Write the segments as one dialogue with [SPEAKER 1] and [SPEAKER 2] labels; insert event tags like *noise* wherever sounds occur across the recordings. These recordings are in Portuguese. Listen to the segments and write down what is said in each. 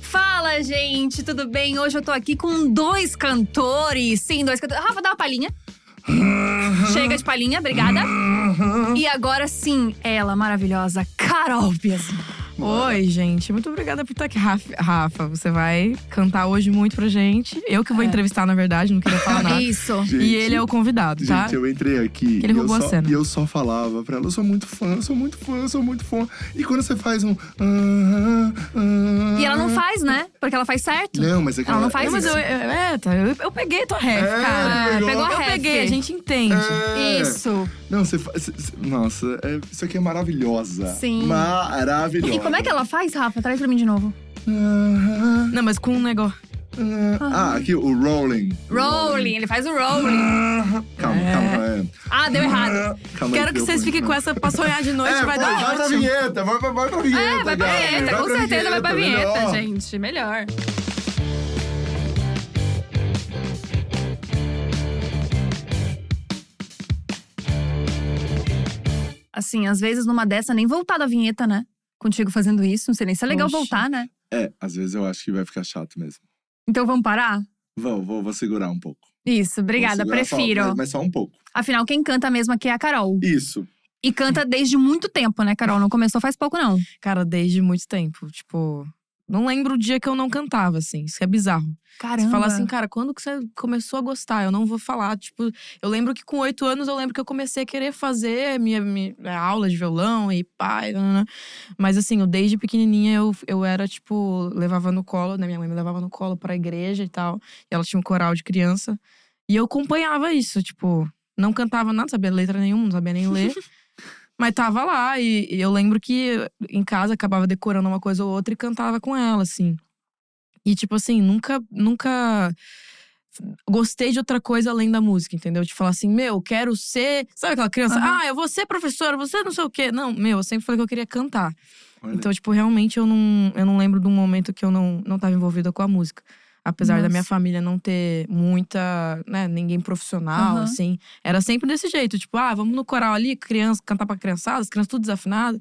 [SPEAKER 1] Fala, gente, tudo bem? Hoje eu tô aqui com dois cantores. Sim, dois cantores. Rafa, dá uma palhinha. Chega de palhinha, obrigada. E agora sim, ela maravilhosa, Carol Biasi.
[SPEAKER 2] Oi, gente. Muito obrigada por estar aqui. Rafa, Rafa, você vai cantar hoje muito pra gente. Eu que vou entrevistar, na verdade, não queria *laughs* falar nada.
[SPEAKER 1] Isso.
[SPEAKER 3] Gente,
[SPEAKER 2] e ele é o convidado, tá?
[SPEAKER 3] Gente, eu entrei aqui
[SPEAKER 2] Ele
[SPEAKER 3] e eu
[SPEAKER 2] roubou a
[SPEAKER 3] só-
[SPEAKER 2] cena.
[SPEAKER 3] e eu só falava pra ela, eu sou muito fã, eu sou muito fã, eu sou muito fã. E quando você faz um... ah, ah, ah,
[SPEAKER 1] E ela não faz, né? Porque ela faz certo.
[SPEAKER 3] Não, mas é que
[SPEAKER 1] Ela não faz
[SPEAKER 2] Não, mas eu, eu, é, tá, eu, eu peguei tua ref,
[SPEAKER 3] É,
[SPEAKER 2] cara.
[SPEAKER 1] Ah,
[SPEAKER 3] pegou.
[SPEAKER 1] pegou a
[SPEAKER 2] Eu
[SPEAKER 1] ref.
[SPEAKER 2] peguei, a gente entende.
[SPEAKER 3] É.
[SPEAKER 1] Isso.
[SPEAKER 3] Não, você faz... cê- cê- Nossa, é- isso aqui é maravilhosa.
[SPEAKER 1] Sim.
[SPEAKER 3] Maravilhosa.
[SPEAKER 1] E como é que ela faz, Rafa? Traz pra mim de novo.
[SPEAKER 3] Ah,
[SPEAKER 2] Não, mas com um negócio.
[SPEAKER 3] ah, ah, aqui o rolling.
[SPEAKER 1] Rolling, ele faz o rolling.
[SPEAKER 3] Ah, Calma, calma. É.
[SPEAKER 1] Ah, deu errado.
[SPEAKER 3] Ah, calma aí
[SPEAKER 2] Quero que
[SPEAKER 3] eu
[SPEAKER 2] vocês
[SPEAKER 3] vou-
[SPEAKER 2] fiquem com essa pra sonhar de *laughs* noite,
[SPEAKER 3] É,
[SPEAKER 2] vai
[SPEAKER 3] pô,
[SPEAKER 2] dar
[SPEAKER 3] vai pra
[SPEAKER 2] ótimo.
[SPEAKER 3] vinheta, vai, vai, vai pra vinheta.
[SPEAKER 1] É, vai pra
[SPEAKER 3] galera,
[SPEAKER 1] vinheta, com certeza vai
[SPEAKER 3] né?
[SPEAKER 1] pra vinheta,
[SPEAKER 3] melhor.
[SPEAKER 1] gente. Melhor. Assim, às vezes numa dessa nem voltar da vinheta, né? Contigo fazendo isso, não sei nem se é legal
[SPEAKER 2] Oxi.
[SPEAKER 1] voltar, né?
[SPEAKER 3] É, às vezes eu acho que vai ficar chato mesmo.
[SPEAKER 1] Então vamos parar?
[SPEAKER 3] Vou, vou, vou segurar um pouco.
[SPEAKER 1] Isso, obrigada,
[SPEAKER 3] Vou segurar só-
[SPEAKER 1] prefiro.
[SPEAKER 3] mas, mas só um pouco.
[SPEAKER 1] Afinal, quem canta mesmo aqui é a Carol.
[SPEAKER 3] Isso.
[SPEAKER 1] E canta desde muito tempo, né, Carol? Não começou faz pouco, não.
[SPEAKER 2] Cara, desde muito tempo. Tipo, não lembro o dia que eu não cantava, assim. Isso é bizarro.
[SPEAKER 1] Caramba.
[SPEAKER 2] Você fala assim, cara, quando que você começou a gostar? Eu não vou falar. Tipo, eu lembro que com oito anos eu lembro que eu comecei a querer fazer minha, minha eh, aula de violão e pai. né, Mas assim, eu desde pequenininha eu, eu era, tipo, levava no colo, né? Minha mãe me levava no colo pra igreja e tal. E ela tinha um coral de criança. E eu acompanhava isso, tipo, não cantava nada, sabia letra nenhuma, não sabia nem ler. Mas tava lá, e, e eu lembro que em casa acabava decorando uma coisa ou outra e cantava com ela, assim. E, tipo assim, nunca, nunca gostei de outra coisa além da música, entendeu? De falar assim, meu, eu quero ser. Sabe aquela criança?
[SPEAKER 1] Aham.
[SPEAKER 2] Ah, eu vou ser professora, você não sei o quê. Não, meu, eu sempre falei que eu queria cantar.
[SPEAKER 3] Olha,
[SPEAKER 2] Então, tipo, realmente eu não, eu não lembro de um momento que eu não, não tava envolvida com a música. Apesar da minha
[SPEAKER 1] Nossa.
[SPEAKER 2] família não ter muita, né, ninguém profissional,
[SPEAKER 1] Aham.
[SPEAKER 2] assim. Era sempre desse jeito, tipo, ah, vamos no coral ali, criança, cantar pra criançada, as crianças tudo desafinadas.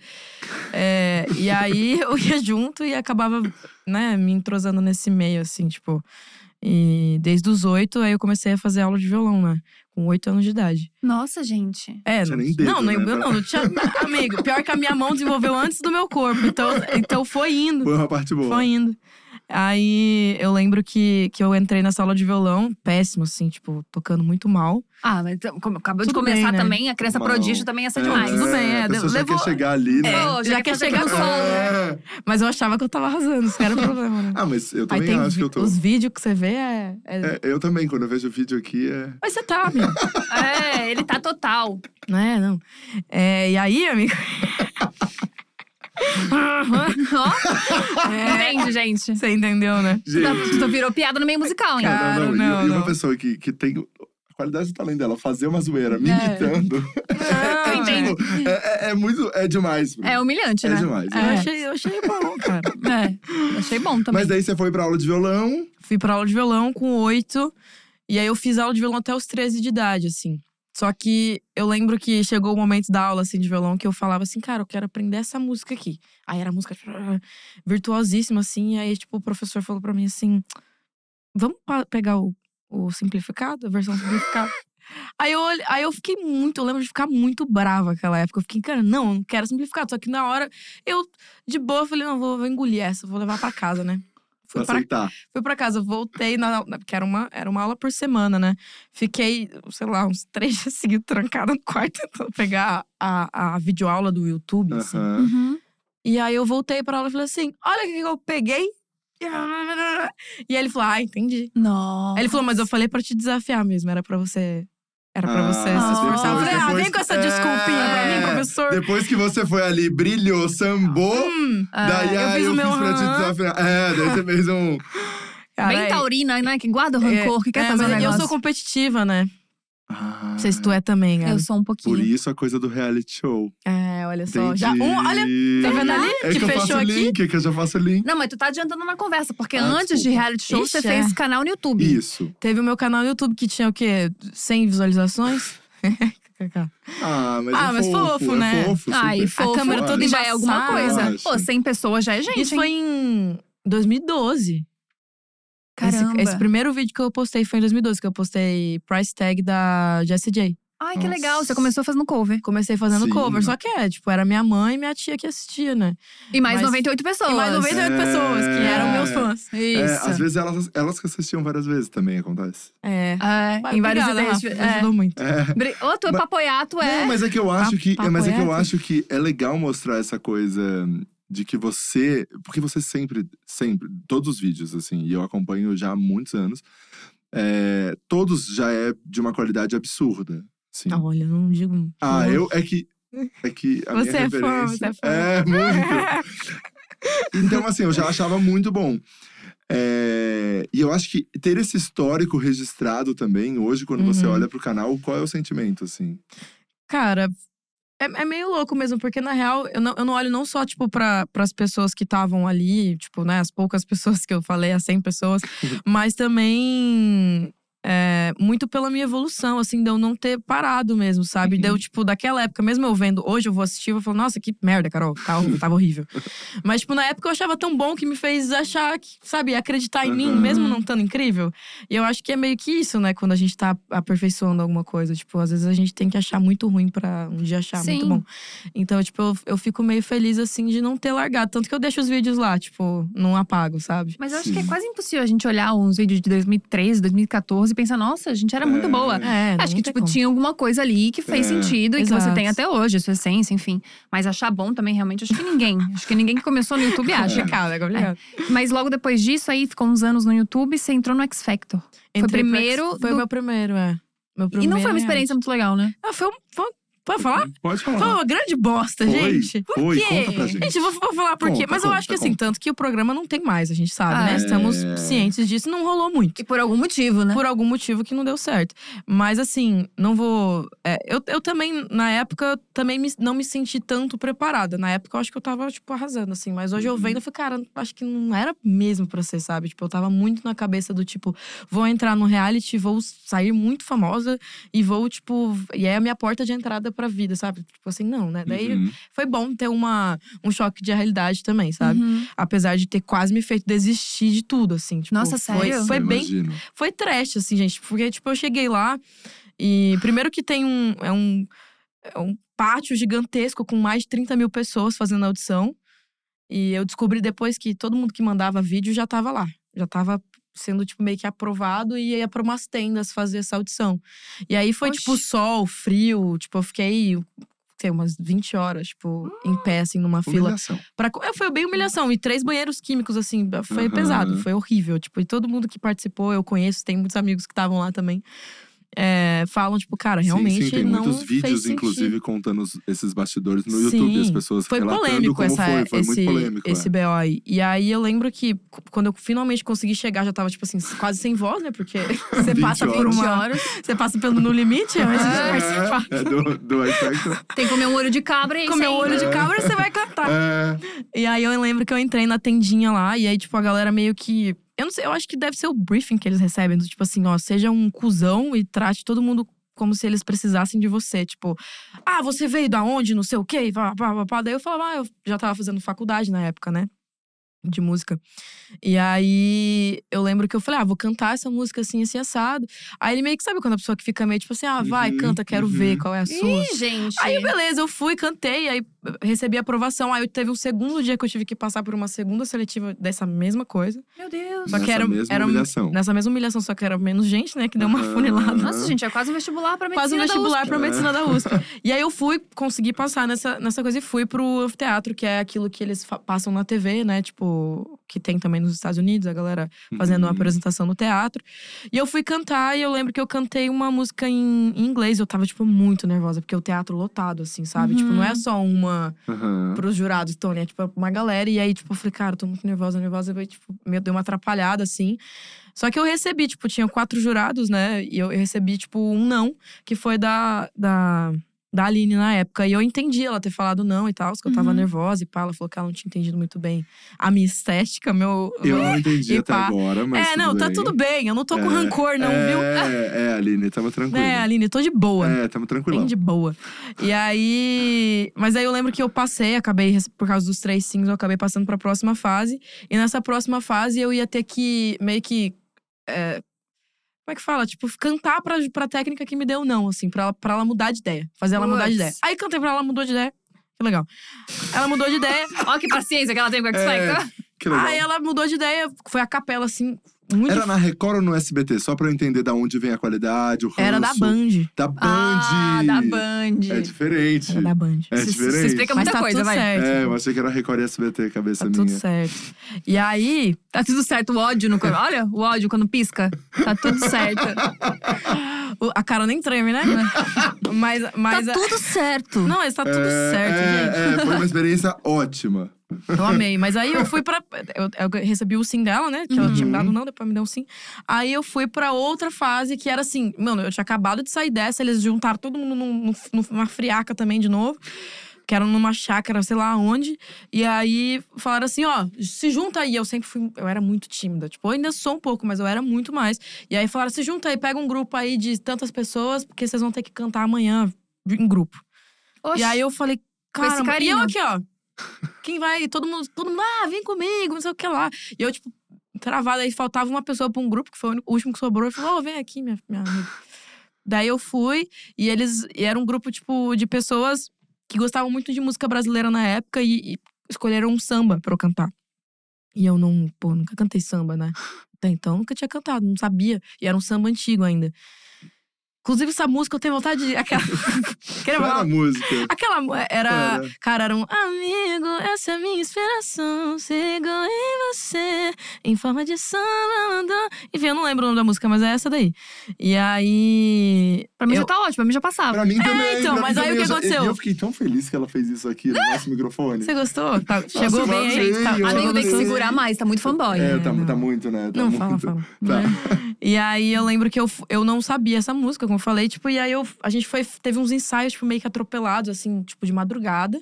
[SPEAKER 2] É, e aí *laughs* eu ia junto e acabava, né, me entrosando nesse meio, assim, tipo. E desde os oito, aí eu comecei a fazer aula de violão, né? Com oito anos de idade.
[SPEAKER 1] Nossa, gente.
[SPEAKER 2] É,
[SPEAKER 3] Tinha
[SPEAKER 2] não,
[SPEAKER 3] nem dedo,
[SPEAKER 2] não, não,
[SPEAKER 3] né,
[SPEAKER 2] eu não,
[SPEAKER 3] *laughs*
[SPEAKER 2] não tinha. Amigo, pior que a minha mão desenvolveu antes do meu corpo. Então, então foi indo.
[SPEAKER 3] Foi uma parte boa.
[SPEAKER 2] Foi indo. Aí eu lembro que, que eu entrei na sala de violão, péssimo, assim, tipo, tocando muito mal.
[SPEAKER 1] Ah, mas então, como acabou de
[SPEAKER 2] Tudo
[SPEAKER 1] começar
[SPEAKER 2] bem, né?
[SPEAKER 1] também, a criança
[SPEAKER 3] Mal.
[SPEAKER 1] prodígio também ia ser demais. É,
[SPEAKER 2] tudo bem, é,
[SPEAKER 3] A pessoa já
[SPEAKER 2] levou- É,
[SPEAKER 3] quer chegar ali, né?
[SPEAKER 1] Pô,
[SPEAKER 2] já quer
[SPEAKER 1] fazer
[SPEAKER 2] chegar
[SPEAKER 1] tudo
[SPEAKER 2] no
[SPEAKER 1] solo, né?
[SPEAKER 3] É.
[SPEAKER 2] Mas eu achava que eu tava arrasando, isso que era o problema, né?
[SPEAKER 3] Ah, mas eu
[SPEAKER 2] Aí
[SPEAKER 3] também
[SPEAKER 2] tem
[SPEAKER 3] acho que
[SPEAKER 2] vi-
[SPEAKER 3] eu tô.
[SPEAKER 2] os vídeos que você vê é. é-
[SPEAKER 3] É, eu também, quando eu vejo o vídeo aqui, é.
[SPEAKER 2] Mas você tá, amigo.
[SPEAKER 1] É, ele tá
[SPEAKER 2] *laughs*
[SPEAKER 1] total.
[SPEAKER 2] né? Não. É, e aí, amigo. *laughs*
[SPEAKER 1] Ó,
[SPEAKER 2] é,
[SPEAKER 1] Entende, gente?
[SPEAKER 2] você entendeu, né?
[SPEAKER 3] Gente.
[SPEAKER 1] Tu virou piada no meio musical, hein?
[SPEAKER 2] Cara,
[SPEAKER 3] não, não,
[SPEAKER 2] não,
[SPEAKER 3] e, e
[SPEAKER 2] não.
[SPEAKER 3] uma pessoa que, que tem a qualidade do talento dela, fazer uma zoeira me
[SPEAKER 1] É.
[SPEAKER 3] imitando.
[SPEAKER 2] Não,
[SPEAKER 1] Entendi.
[SPEAKER 2] é.
[SPEAKER 3] Tipo, é, é- é muito. É demais. pra mim.
[SPEAKER 1] É humilhante,
[SPEAKER 3] É
[SPEAKER 1] né?
[SPEAKER 3] demais.
[SPEAKER 2] É, Eu, achei, eu achei bom, cara.
[SPEAKER 1] É. Achei bom também.
[SPEAKER 3] Mas daí você foi pra aula de violão.
[SPEAKER 2] Fui pra aula de violão com oito. E aí eu fiz aula de violão até os 13 de idade, assim. Só que eu lembro que chegou o momento da aula, assim, de violão, que eu falava assim, cara, eu quero aprender essa música aqui. Aí era música virtuosíssima, assim. E aí, tipo, o professor falou pra mim assim: vamos pa- pegar o, o simplificado, a versão simplificada. Aí eu, olhe- aí eu fiquei muito, eu lembro de ficar muito brava aquela época. Eu fiquei, cara, não, eu não quero simplificado. Só que na hora, eu, de boa, falei, não, vou, vou engolir essa, vou levar pra casa, né?
[SPEAKER 3] Pra
[SPEAKER 2] Fui pra
[SPEAKER 3] aceitar.
[SPEAKER 2] Fui pra casa, voltei, na, na- porque era uma, era uma aula por semana, né? Fiquei, sei lá, uns *laughs* três dias seguidos trancada no quarto, *laughs* tentando pegar a, a videoaula do YouTube, assim.
[SPEAKER 3] Aham.
[SPEAKER 1] Uhum.
[SPEAKER 2] E aí eu voltei pra aula e falei assim: olha o que que eu peguei. *laughs* E aí ele falou: ah, entendi.
[SPEAKER 1] Nossa.
[SPEAKER 2] Aí ele falou: mas eu falei pra te desafiar mesmo, era pra você. Era pra
[SPEAKER 3] Ah,
[SPEAKER 2] você se esforçar. Eu
[SPEAKER 1] depois-
[SPEAKER 2] falei: ah,
[SPEAKER 3] depois-
[SPEAKER 2] vem com essa desculpinha pra
[SPEAKER 1] É.
[SPEAKER 2] mim, professor.
[SPEAKER 3] Depois que você foi ali, brilhou, sambou.
[SPEAKER 2] Hum.
[SPEAKER 1] Ah,
[SPEAKER 3] daí
[SPEAKER 2] eu
[SPEAKER 3] aí
[SPEAKER 2] fiz o
[SPEAKER 3] eu
[SPEAKER 2] meu
[SPEAKER 3] fiz pra te
[SPEAKER 2] aham.
[SPEAKER 3] desafiar. É, daí você fez um.
[SPEAKER 2] Cara,
[SPEAKER 1] é Bem taurina, né? Que guarda o
[SPEAKER 2] é-
[SPEAKER 1] rancor, que quer
[SPEAKER 2] é,
[SPEAKER 1] fazer
[SPEAKER 2] mas
[SPEAKER 1] um
[SPEAKER 2] Eu
[SPEAKER 1] negócio.
[SPEAKER 2] sou competitiva, né?
[SPEAKER 3] Ah,
[SPEAKER 2] Não sei se tu é também,
[SPEAKER 1] Eu
[SPEAKER 2] Gabi.
[SPEAKER 1] sou um
[SPEAKER 3] Por
[SPEAKER 1] pouquinho.
[SPEAKER 3] isso a coisa do reality show.
[SPEAKER 2] É, olha só.
[SPEAKER 3] Entendi.
[SPEAKER 2] Já, um, olha, Tá vendo ali?
[SPEAKER 3] É
[SPEAKER 2] que,
[SPEAKER 3] que eu faço
[SPEAKER 2] fechou aqui?
[SPEAKER 3] link, é que eu já faço link.
[SPEAKER 1] Não, mas tu tá adiantando na conversa, porque
[SPEAKER 3] Ah,
[SPEAKER 1] antes de
[SPEAKER 3] desculpa.
[SPEAKER 1] reality show, você
[SPEAKER 2] Ixi,
[SPEAKER 1] fez
[SPEAKER 2] é.
[SPEAKER 1] canal no YouTube.
[SPEAKER 3] Isso.
[SPEAKER 2] Teve o meu canal no YouTube que tinha o quê? 100 visualizações?
[SPEAKER 3] Ah, mas,
[SPEAKER 2] Ah,
[SPEAKER 3] é
[SPEAKER 2] mas
[SPEAKER 3] fofo,
[SPEAKER 2] fofo,
[SPEAKER 3] é
[SPEAKER 2] né?
[SPEAKER 3] fofo,
[SPEAKER 1] Ai,
[SPEAKER 3] super.
[SPEAKER 1] fofo.
[SPEAKER 2] câmera toda
[SPEAKER 1] E já é alguma
[SPEAKER 2] embaçada.
[SPEAKER 1] coisa.
[SPEAKER 3] Eu
[SPEAKER 1] Pô,
[SPEAKER 3] acho.
[SPEAKER 1] 100 pessoas já é gente,
[SPEAKER 2] Isso
[SPEAKER 1] hein?
[SPEAKER 2] foi em 2012. Esse,
[SPEAKER 1] Caramba.
[SPEAKER 2] esse primeiro vídeo que eu postei foi em 2012, que eu postei price tag da Jessie J.
[SPEAKER 1] Ai, que
[SPEAKER 3] Nossa.
[SPEAKER 1] legal. Você começou fazendo cover.
[SPEAKER 2] Comecei fazendo
[SPEAKER 3] Sim.
[SPEAKER 2] cover, só que é, tipo, era minha mãe e minha tia que assistia, né?
[SPEAKER 1] E mais
[SPEAKER 2] Mas-
[SPEAKER 1] 98 pessoas.
[SPEAKER 2] E mais 98
[SPEAKER 3] É.
[SPEAKER 2] pessoas que eram meus fãs.
[SPEAKER 3] É,
[SPEAKER 1] Isso.
[SPEAKER 3] às vezes elas, elas que assistiam várias vezes também acontece.
[SPEAKER 2] É.
[SPEAKER 1] É, em vários
[SPEAKER 2] Obrigada,
[SPEAKER 1] ideias.
[SPEAKER 2] Rafa,
[SPEAKER 1] É.
[SPEAKER 2] Ajudou muito.
[SPEAKER 3] É.
[SPEAKER 1] Bri- Ô, tu é
[SPEAKER 3] Mas-
[SPEAKER 1] papoiato, é.
[SPEAKER 3] Não, mas é que eu acho que.
[SPEAKER 2] papo
[SPEAKER 3] mas é que eu
[SPEAKER 2] reto.
[SPEAKER 3] acho que é legal mostrar essa coisa de que você. Porque você sempre, sempre, todos os vídeos, assim, e eu acompanho já há muitos anos, é, todos já é de uma qualidade absurda. Assim.
[SPEAKER 2] Ah, Olha, não digo.
[SPEAKER 3] Ah, eu é que. É que a
[SPEAKER 2] Você
[SPEAKER 3] minha
[SPEAKER 2] é fã,
[SPEAKER 3] referência.
[SPEAKER 2] você é fã.
[SPEAKER 3] É, *laughs* muito. Então, assim, eu já achava muito bom. É, e eu acho que ter esse histórico registrado também, hoje, quando você
[SPEAKER 2] Uhum.
[SPEAKER 3] olha pro canal, qual é o sentimento, assim?
[SPEAKER 2] Cara, é, é meio louco mesmo, porque na real eu não, eu não olho não só, tipo, para as pessoas que estavam ali, tipo, né, as poucas *laughs* pessoas que eu falei, as 100 pessoas, mas também. é, muito pela minha evolução, assim, de eu não ter parado mesmo, sabe?
[SPEAKER 3] Uhum.
[SPEAKER 2] Deu, tipo, daquela época, mesmo eu vendo hoje, eu vou assistir e vou falar, nossa, que merda, Carol, tava, tava horrível. Mas, tipo, na época eu achava tão bom que me fez achar, que, sabe, acreditar em mim,
[SPEAKER 3] Aham.
[SPEAKER 2] mesmo não estando incrível. E eu acho que é meio que isso, né? Quando a gente tá aperfeiçoando alguma coisa. Tipo, às vezes a gente tem que achar muito ruim pra um dia achar
[SPEAKER 1] Sim.
[SPEAKER 2] muito bom. Então, tipo, eu, eu fico meio feliz, assim, de não ter largado. Tanto que eu deixo os vídeos lá, tipo, não apago, sabe?
[SPEAKER 1] Mas eu acho que é
[SPEAKER 3] Sim.
[SPEAKER 1] quase impossível a gente olhar uns vídeos de 2013, 2014 e pensar, nossa, a gente era muito
[SPEAKER 3] É.
[SPEAKER 1] boa.
[SPEAKER 2] É,
[SPEAKER 1] Acho
[SPEAKER 2] não
[SPEAKER 1] que,
[SPEAKER 2] tem
[SPEAKER 1] tipo,
[SPEAKER 2] como.
[SPEAKER 1] tinha alguma coisa ali que fez
[SPEAKER 3] É.
[SPEAKER 1] sentido e que você
[SPEAKER 2] Exato.
[SPEAKER 1] tem até hoje, a sua essência, enfim. Mas achar bom também, realmente, acho que ninguém. acho que ninguém que começou no
[SPEAKER 2] É.
[SPEAKER 1] YouTube acha.
[SPEAKER 2] Checada, Gabriel.
[SPEAKER 1] Mas logo depois disso, aí ficou uns anos no YouTube e você entrou no X Factor.
[SPEAKER 2] Entrei pro
[SPEAKER 1] primeiro
[SPEAKER 2] X- Foi
[SPEAKER 1] do-
[SPEAKER 2] o meu primeiro, é. Meu
[SPEAKER 1] e
[SPEAKER 2] primeiro,
[SPEAKER 1] não foi uma
[SPEAKER 2] é.
[SPEAKER 1] experiência muito legal, né?
[SPEAKER 2] Ah, foi um… Foi, um- pode falar?
[SPEAKER 3] Pode falar.
[SPEAKER 2] Foi uma grande bosta,
[SPEAKER 3] Foi,
[SPEAKER 2] gente.
[SPEAKER 3] foi,
[SPEAKER 1] quê?
[SPEAKER 3] conta pra gente.
[SPEAKER 2] Gente, eu vou, vou falar por quê.
[SPEAKER 3] Conta,
[SPEAKER 2] Mas eu
[SPEAKER 3] conta,
[SPEAKER 2] acho que assim,
[SPEAKER 3] conta.
[SPEAKER 2] tanto que o programa não tem mais, a gente sabe,
[SPEAKER 1] Ah,
[SPEAKER 2] né?
[SPEAKER 1] é.
[SPEAKER 2] Estamos cientes disso, não rolou muito.
[SPEAKER 1] E por algum motivo, né?
[SPEAKER 2] por algum motivo que não deu certo. Mas assim, não vou. é, eu, eu também, na época, também me- não me senti tanto preparada. Na época, eu acho que eu tava, tipo, arrasando, assim. Mas hoje eu
[SPEAKER 3] Uhum.
[SPEAKER 2] vendo, eu falei, cara, acho que não era mesmo pra ser, sabe? Tipo, eu tava muito na cabeça do tipo, vou entrar no reality, vou sair muito famosa e vou, tipo. E é a minha porta de entrada pra vida, sabe? Tipo assim, não, né? Daí
[SPEAKER 3] Uhum.
[SPEAKER 2] foi bom ter uma, um choque de realidade também, sabe?
[SPEAKER 1] Uhum.
[SPEAKER 2] Apesar de ter quase me feito desistir de tudo, assim. Tipo,
[SPEAKER 1] Nossa,
[SPEAKER 2] foi,
[SPEAKER 1] sério?
[SPEAKER 2] Foi
[SPEAKER 3] Eu
[SPEAKER 2] bem
[SPEAKER 3] imagino.
[SPEAKER 2] foi trash, assim, gente. Porque, tipo, eu cheguei lá e primeiro que tem um. É um, é um pátio gigantesco com mais de 30 mil pessoas fazendo audição. E eu descobri depois que todo mundo que mandava vídeo já tava lá. Já tava sendo, tipo, meio que aprovado e ia pra umas tendas fazer essa audição. E aí foi,
[SPEAKER 1] Oxi.
[SPEAKER 2] tipo, sol, frio. Tipo, eu fiquei. Sei, umas 20 horas, tipo, em pé, assim, numa fila.
[SPEAKER 3] Humilhação.
[SPEAKER 2] Pra, co- é, foi bem humilhação. E três banheiros químicos, assim, foi
[SPEAKER 3] Aham.
[SPEAKER 2] pesado, foi horrível. Tipo, e todo mundo que participou, eu conheço, tem muitos amigos que estavam lá também. é, falam, tipo, cara, realmente
[SPEAKER 3] sim, sim, tem
[SPEAKER 2] não
[SPEAKER 3] muitos
[SPEAKER 2] fez
[SPEAKER 3] vídeos,
[SPEAKER 2] sentido.
[SPEAKER 3] inclusive, contando os- esses bastidores no
[SPEAKER 2] Sim.
[SPEAKER 3] YouTube. As pessoas
[SPEAKER 2] Foi
[SPEAKER 3] relatando
[SPEAKER 2] polêmico
[SPEAKER 3] como
[SPEAKER 2] essa,
[SPEAKER 3] foi. Foi
[SPEAKER 2] esse,
[SPEAKER 3] muito polêmico.
[SPEAKER 2] esse
[SPEAKER 3] é.
[SPEAKER 2] BO aí. E aí eu lembro que c- quando eu finalmente consegui chegar, já tava, tipo assim, quase sem voz, né?
[SPEAKER 3] *laughs*
[SPEAKER 2] Porque você
[SPEAKER 3] 20
[SPEAKER 2] passa por
[SPEAKER 3] horas.
[SPEAKER 2] uma. Você passa pelo no limite antes de participar.
[SPEAKER 3] É, é do, do
[SPEAKER 2] *laughs*
[SPEAKER 3] aspecto.
[SPEAKER 1] Tem que comer um olho de cabra e é isso
[SPEAKER 2] Comer
[SPEAKER 1] aí.
[SPEAKER 2] o olho de cabra, você vai cantar.
[SPEAKER 3] É,
[SPEAKER 2] E aí eu lembro que eu entrei na tendinha lá, e aí, tipo, a galera meio que. Eu não sei, eu acho que deve ser o briefing que eles recebem. do Tipo assim, ó, seja um cuzão e trate todo mundo como se eles precisassem de você. Tipo, ah, você veio da onde, não sei o quê, e pá, pá, pá, pá. Daí eu falava, ah, eu já tava fazendo faculdade na época, né? De música. E aí eu lembro que eu falei, ah, vou cantar essa música assim, assim, assado. Aí ele meio que sabe quando a pessoa que fica meio tipo assim, ah, vai,
[SPEAKER 3] Uhum,
[SPEAKER 2] canta, quero
[SPEAKER 3] uhum.
[SPEAKER 2] ver qual é a sua.
[SPEAKER 1] Ih, gente.
[SPEAKER 2] Aí, beleza, eu fui, cantei, aí eh, recebi aprovação. Aí teve um segundo dia que eu tive que passar por uma segunda seletiva dessa mesma coisa.
[SPEAKER 1] Meu Deus.
[SPEAKER 2] Só que
[SPEAKER 3] nessa
[SPEAKER 2] era-
[SPEAKER 3] mesma
[SPEAKER 2] era um-
[SPEAKER 1] Hum.
[SPEAKER 3] humilhação.
[SPEAKER 2] Nessa mesma humilhação, só que era menos gente, né? Que deu uma
[SPEAKER 3] Aham.
[SPEAKER 2] funilada.
[SPEAKER 1] Nossa, gente, é quase um vestibular pra medicina
[SPEAKER 2] Quase um
[SPEAKER 1] da
[SPEAKER 2] vestibular
[SPEAKER 1] USP. É.
[SPEAKER 2] pra medicina
[SPEAKER 1] *laughs*
[SPEAKER 2] da USP. e aí eu fui, consegui passar nessa, nessa coisa e fui pro anfiteatro, que é aquilo que eles fa- passam na TV, né? Tipo, que tem também nos Estados Unidos, a galera fazendo uma
[SPEAKER 3] Uhum.
[SPEAKER 2] apresentação no teatro. E eu fui cantar e eu lembro que eu cantei uma música em, em inglês. Eu tava, tipo, muito nervosa, porque o teatro lotado, assim, sabe? Tipo, não é
[SPEAKER 1] Uhum.
[SPEAKER 2] só uma
[SPEAKER 3] Aham.
[SPEAKER 2] pros jurados, Tony, é tipo uma galera. E aí, tipo, eu falei, cara, eu tô muito nervosa, nervosa. Eu, tipo, meio deu uma atrapalhada, assim. Só que eu recebi, tipo, tinha quatro jurados, né? E eu, eu recebi, tipo, um não, que foi da, da, da Aline na época. E eu entendi ela ter falado não e tal, que eu tava
[SPEAKER 1] Uhum.
[SPEAKER 2] nervosa e pá. Ela falou que ela não tinha entendido muito bem a minha estética, meu.
[SPEAKER 3] Eu
[SPEAKER 2] meu-
[SPEAKER 3] não entendi
[SPEAKER 2] E
[SPEAKER 3] até
[SPEAKER 2] pá.
[SPEAKER 3] agora, mas.
[SPEAKER 2] É, não, tá tudo bem, eu não tô com
[SPEAKER 3] É,
[SPEAKER 2] rancor, não,
[SPEAKER 3] é,
[SPEAKER 2] viu?
[SPEAKER 3] É, Aline, tamo tranquilo.
[SPEAKER 2] É, Aline, tô de boa.
[SPEAKER 3] É, tamo tranquilão.
[SPEAKER 2] Bem de boa. E aí. Mas aí eu lembro que eu passei, acabei, rece- por causa dos três singles, eu acabei passando pra próxima fase. E nessa próxima fase eu ia ter que meio que é, como é que fala? Tipo, cantar pra, pra técnica que me deu não, assim, pra, ela- pra ela mudar de ideia. Fazer ela mudar de
[SPEAKER 1] Puts.
[SPEAKER 2] ideia. Aí cantei pra ela, ela mudou de ideia. Que legal. Ela
[SPEAKER 3] *laughs*
[SPEAKER 2] mudou de ideia.
[SPEAKER 1] Ó, que paciência que ela tem com o X Factor.
[SPEAKER 3] Que legal.
[SPEAKER 2] aí ela mudou de ideia. Foi a capela, assim, muito
[SPEAKER 3] Era na Record ou no SBT? Só pra eu entender da onde vem a qualidade, o ranço.
[SPEAKER 2] Era da Band.
[SPEAKER 3] Da Band.
[SPEAKER 1] Ah, da Band.
[SPEAKER 3] É diferente.
[SPEAKER 2] Era da Band.
[SPEAKER 3] É
[SPEAKER 1] Isso- isso
[SPEAKER 3] diferente.
[SPEAKER 1] explica
[SPEAKER 2] Mas
[SPEAKER 1] muita
[SPEAKER 2] tá
[SPEAKER 1] coisa,
[SPEAKER 2] tudo
[SPEAKER 1] vai.
[SPEAKER 2] certo.
[SPEAKER 3] É, eu achei que era Record e SBT, cabeça
[SPEAKER 2] Tá
[SPEAKER 3] minha.
[SPEAKER 2] tudo certo. E aí,
[SPEAKER 1] Tá tudo certo, o ódio no corpo. Olha o ódio quando pisca. Tá tudo certo.
[SPEAKER 2] o- a cara nem
[SPEAKER 1] *laughs*
[SPEAKER 2] treme, né? mas *laughs* mas
[SPEAKER 1] tá
[SPEAKER 2] a-
[SPEAKER 1] tudo certo.
[SPEAKER 2] Não, mas tá tudo
[SPEAKER 3] É,
[SPEAKER 2] certo, gente.
[SPEAKER 3] é, é, foi uma
[SPEAKER 2] *laughs*
[SPEAKER 3] experiência ótima.
[SPEAKER 2] Eu amei. Mas aí eu fui pra. Eu, eu recebi o sim dela, né? Que ela tinha me dado um não, depois me deu um sim. Aí eu fui pra outra fase que era assim. Mano, eu tinha acabado de sair dessa, eles juntaram todo mundo num- num- numa friaca também de novo. Que era numa chácara, sei lá onde. E aí falaram assim: ó, se junta aí. Eu sempre fui. Eu era muito tímida. Tipo, eu ainda sou um pouco, mas eu era muito mais. E aí falaram: se junta aí, pega um grupo aí de tantas pessoas, porque vocês vão ter que cantar amanhã em grupo. E aí eu falei,
[SPEAKER 1] Com esse
[SPEAKER 2] cara, e
[SPEAKER 1] carinho.
[SPEAKER 2] eu aqui, ó. Quem vai? Todo mundo, todo mundo, ah, vem comigo, não sei o que lá. E eu, tipo, travada, aí faltava uma pessoa pra um grupo, que foi o único- o último que sobrou. Eu falei, ó, vem aqui, minha, minha amiga. Daí eu fui, e eles. E era um grupo, tipo, de pessoas que gostavam muito de música brasileira na época e, e escolheram um samba pra eu cantar. E eu não, pô, nunca cantei samba, né? Até então nunca tinha cantado, não sabia. E era um samba antigo ainda. Inclusive, essa música eu tenho vontade de. Aquela. *laughs* Queria
[SPEAKER 3] Qual
[SPEAKER 2] mandar
[SPEAKER 3] era a música?
[SPEAKER 2] Aquela mu- era.
[SPEAKER 3] Era.
[SPEAKER 2] Cara, era um amigo, essa é a minha inspiração. Sigo em você, em forma de samba. andou." Enfim, eu não lembro o nome da música, mas é essa daí. E aí.
[SPEAKER 1] Pra mim
[SPEAKER 2] eu-
[SPEAKER 1] já tá ótimo, pra mim já passava.
[SPEAKER 3] Pra mim também.
[SPEAKER 2] então,
[SPEAKER 3] pra
[SPEAKER 2] mas
[SPEAKER 3] mim
[SPEAKER 2] aí
[SPEAKER 3] também,
[SPEAKER 2] o que
[SPEAKER 3] eu já-
[SPEAKER 2] aconteceu?
[SPEAKER 3] E eu fiquei tão feliz que ela fez isso aqui no
[SPEAKER 2] *laughs*
[SPEAKER 3] nosso microfone.
[SPEAKER 2] Você gostou? Tá- chegou
[SPEAKER 3] eu
[SPEAKER 2] bem aí?
[SPEAKER 3] amei,
[SPEAKER 2] Tá-
[SPEAKER 3] eu
[SPEAKER 1] Amigo, tem
[SPEAKER 2] chegou
[SPEAKER 1] que
[SPEAKER 2] gostoso?
[SPEAKER 3] adorei.
[SPEAKER 1] segurar mais, tá muito fanboy.
[SPEAKER 3] É, tá,
[SPEAKER 2] não.
[SPEAKER 3] tá muito, né? Tá
[SPEAKER 2] Não,
[SPEAKER 3] muito.
[SPEAKER 2] fala, né? fala.
[SPEAKER 3] *laughs* Tá.
[SPEAKER 2] E aí eu lembro que eu, fu- eu não sabia essa música, como eu falei, tipo, e aí eu, a gente foi, teve uns ensaios, tipo, meio que atropelados, assim, tipo, de madrugada,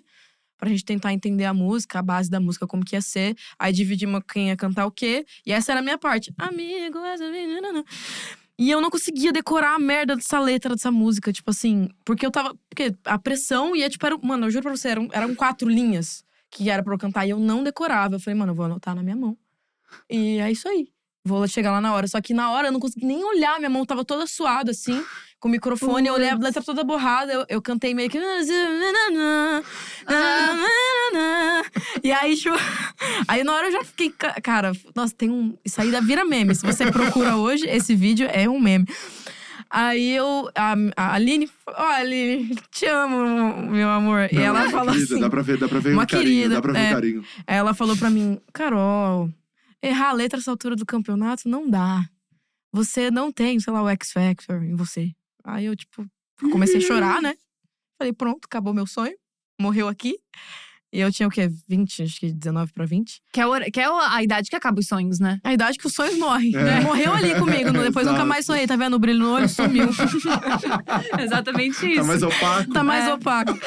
[SPEAKER 2] pra gente tentar entender a música, a base da música, como que ia ser. Aí dividimos quem ia cantar o quê. E essa era a minha parte. Amigo, essa é menina. E eu não conseguia decorar a merda dessa letra dessa música, tipo assim, porque eu tava. Porque a pressão ia, tipo, era, mano, eu juro pra você, eram, eram quatro linhas que era pra eu cantar e eu não decorava. Eu falei, mano, eu vou anotar na minha mão. E é isso aí. Vou chegar lá na hora. Só que na hora eu não consegui nem olhar, minha mão tava toda suada, assim, com o microfone. Eu olhei a letra toda borrada, eu, eu cantei meio que. Ah, E aí, tipo. *laughs* Aí na hora eu já fiquei. ca- Cara, nossa, tem um. Isso aí dá- vira meme. Se você procura hoje, esse vídeo é um meme. Aí eu. A, a Aline. Ó, Aline, te amo, meu amor.
[SPEAKER 3] Não,
[SPEAKER 2] e ela
[SPEAKER 3] é
[SPEAKER 2] falou
[SPEAKER 3] querida,
[SPEAKER 2] assim.
[SPEAKER 3] Dá pra ver, dá pra ver
[SPEAKER 2] uma
[SPEAKER 3] o carinho.
[SPEAKER 2] querida,
[SPEAKER 3] dá pra ver
[SPEAKER 2] é.
[SPEAKER 3] o carinho. Tá
[SPEAKER 2] Aí ela falou pra mim, Carol, errar a letra essa altura do campeonato não dá. Você não tem, sei lá, o X Factor em você. Aí eu, tipo, comecei a chorar, né? Falei, pronto, acabou meu sonho. Morreu aqui. E eu tinha o quê? 20, acho que 19 pra 20.
[SPEAKER 1] Que é, o- que é o- a idade que acaba os sonhos,
[SPEAKER 2] *laughs*
[SPEAKER 1] né?
[SPEAKER 2] A idade que os sonhos morrem.
[SPEAKER 3] É.
[SPEAKER 2] né? Morreu ali comigo. no- Depois nunca
[SPEAKER 3] Exato.
[SPEAKER 2] mais sonhei, tá vendo? O brilho no olho sumiu.
[SPEAKER 1] Exatamente isso.
[SPEAKER 3] Tá mais
[SPEAKER 2] *laughs*
[SPEAKER 3] opaco.
[SPEAKER 2] tá mais
[SPEAKER 1] É.
[SPEAKER 2] opaco.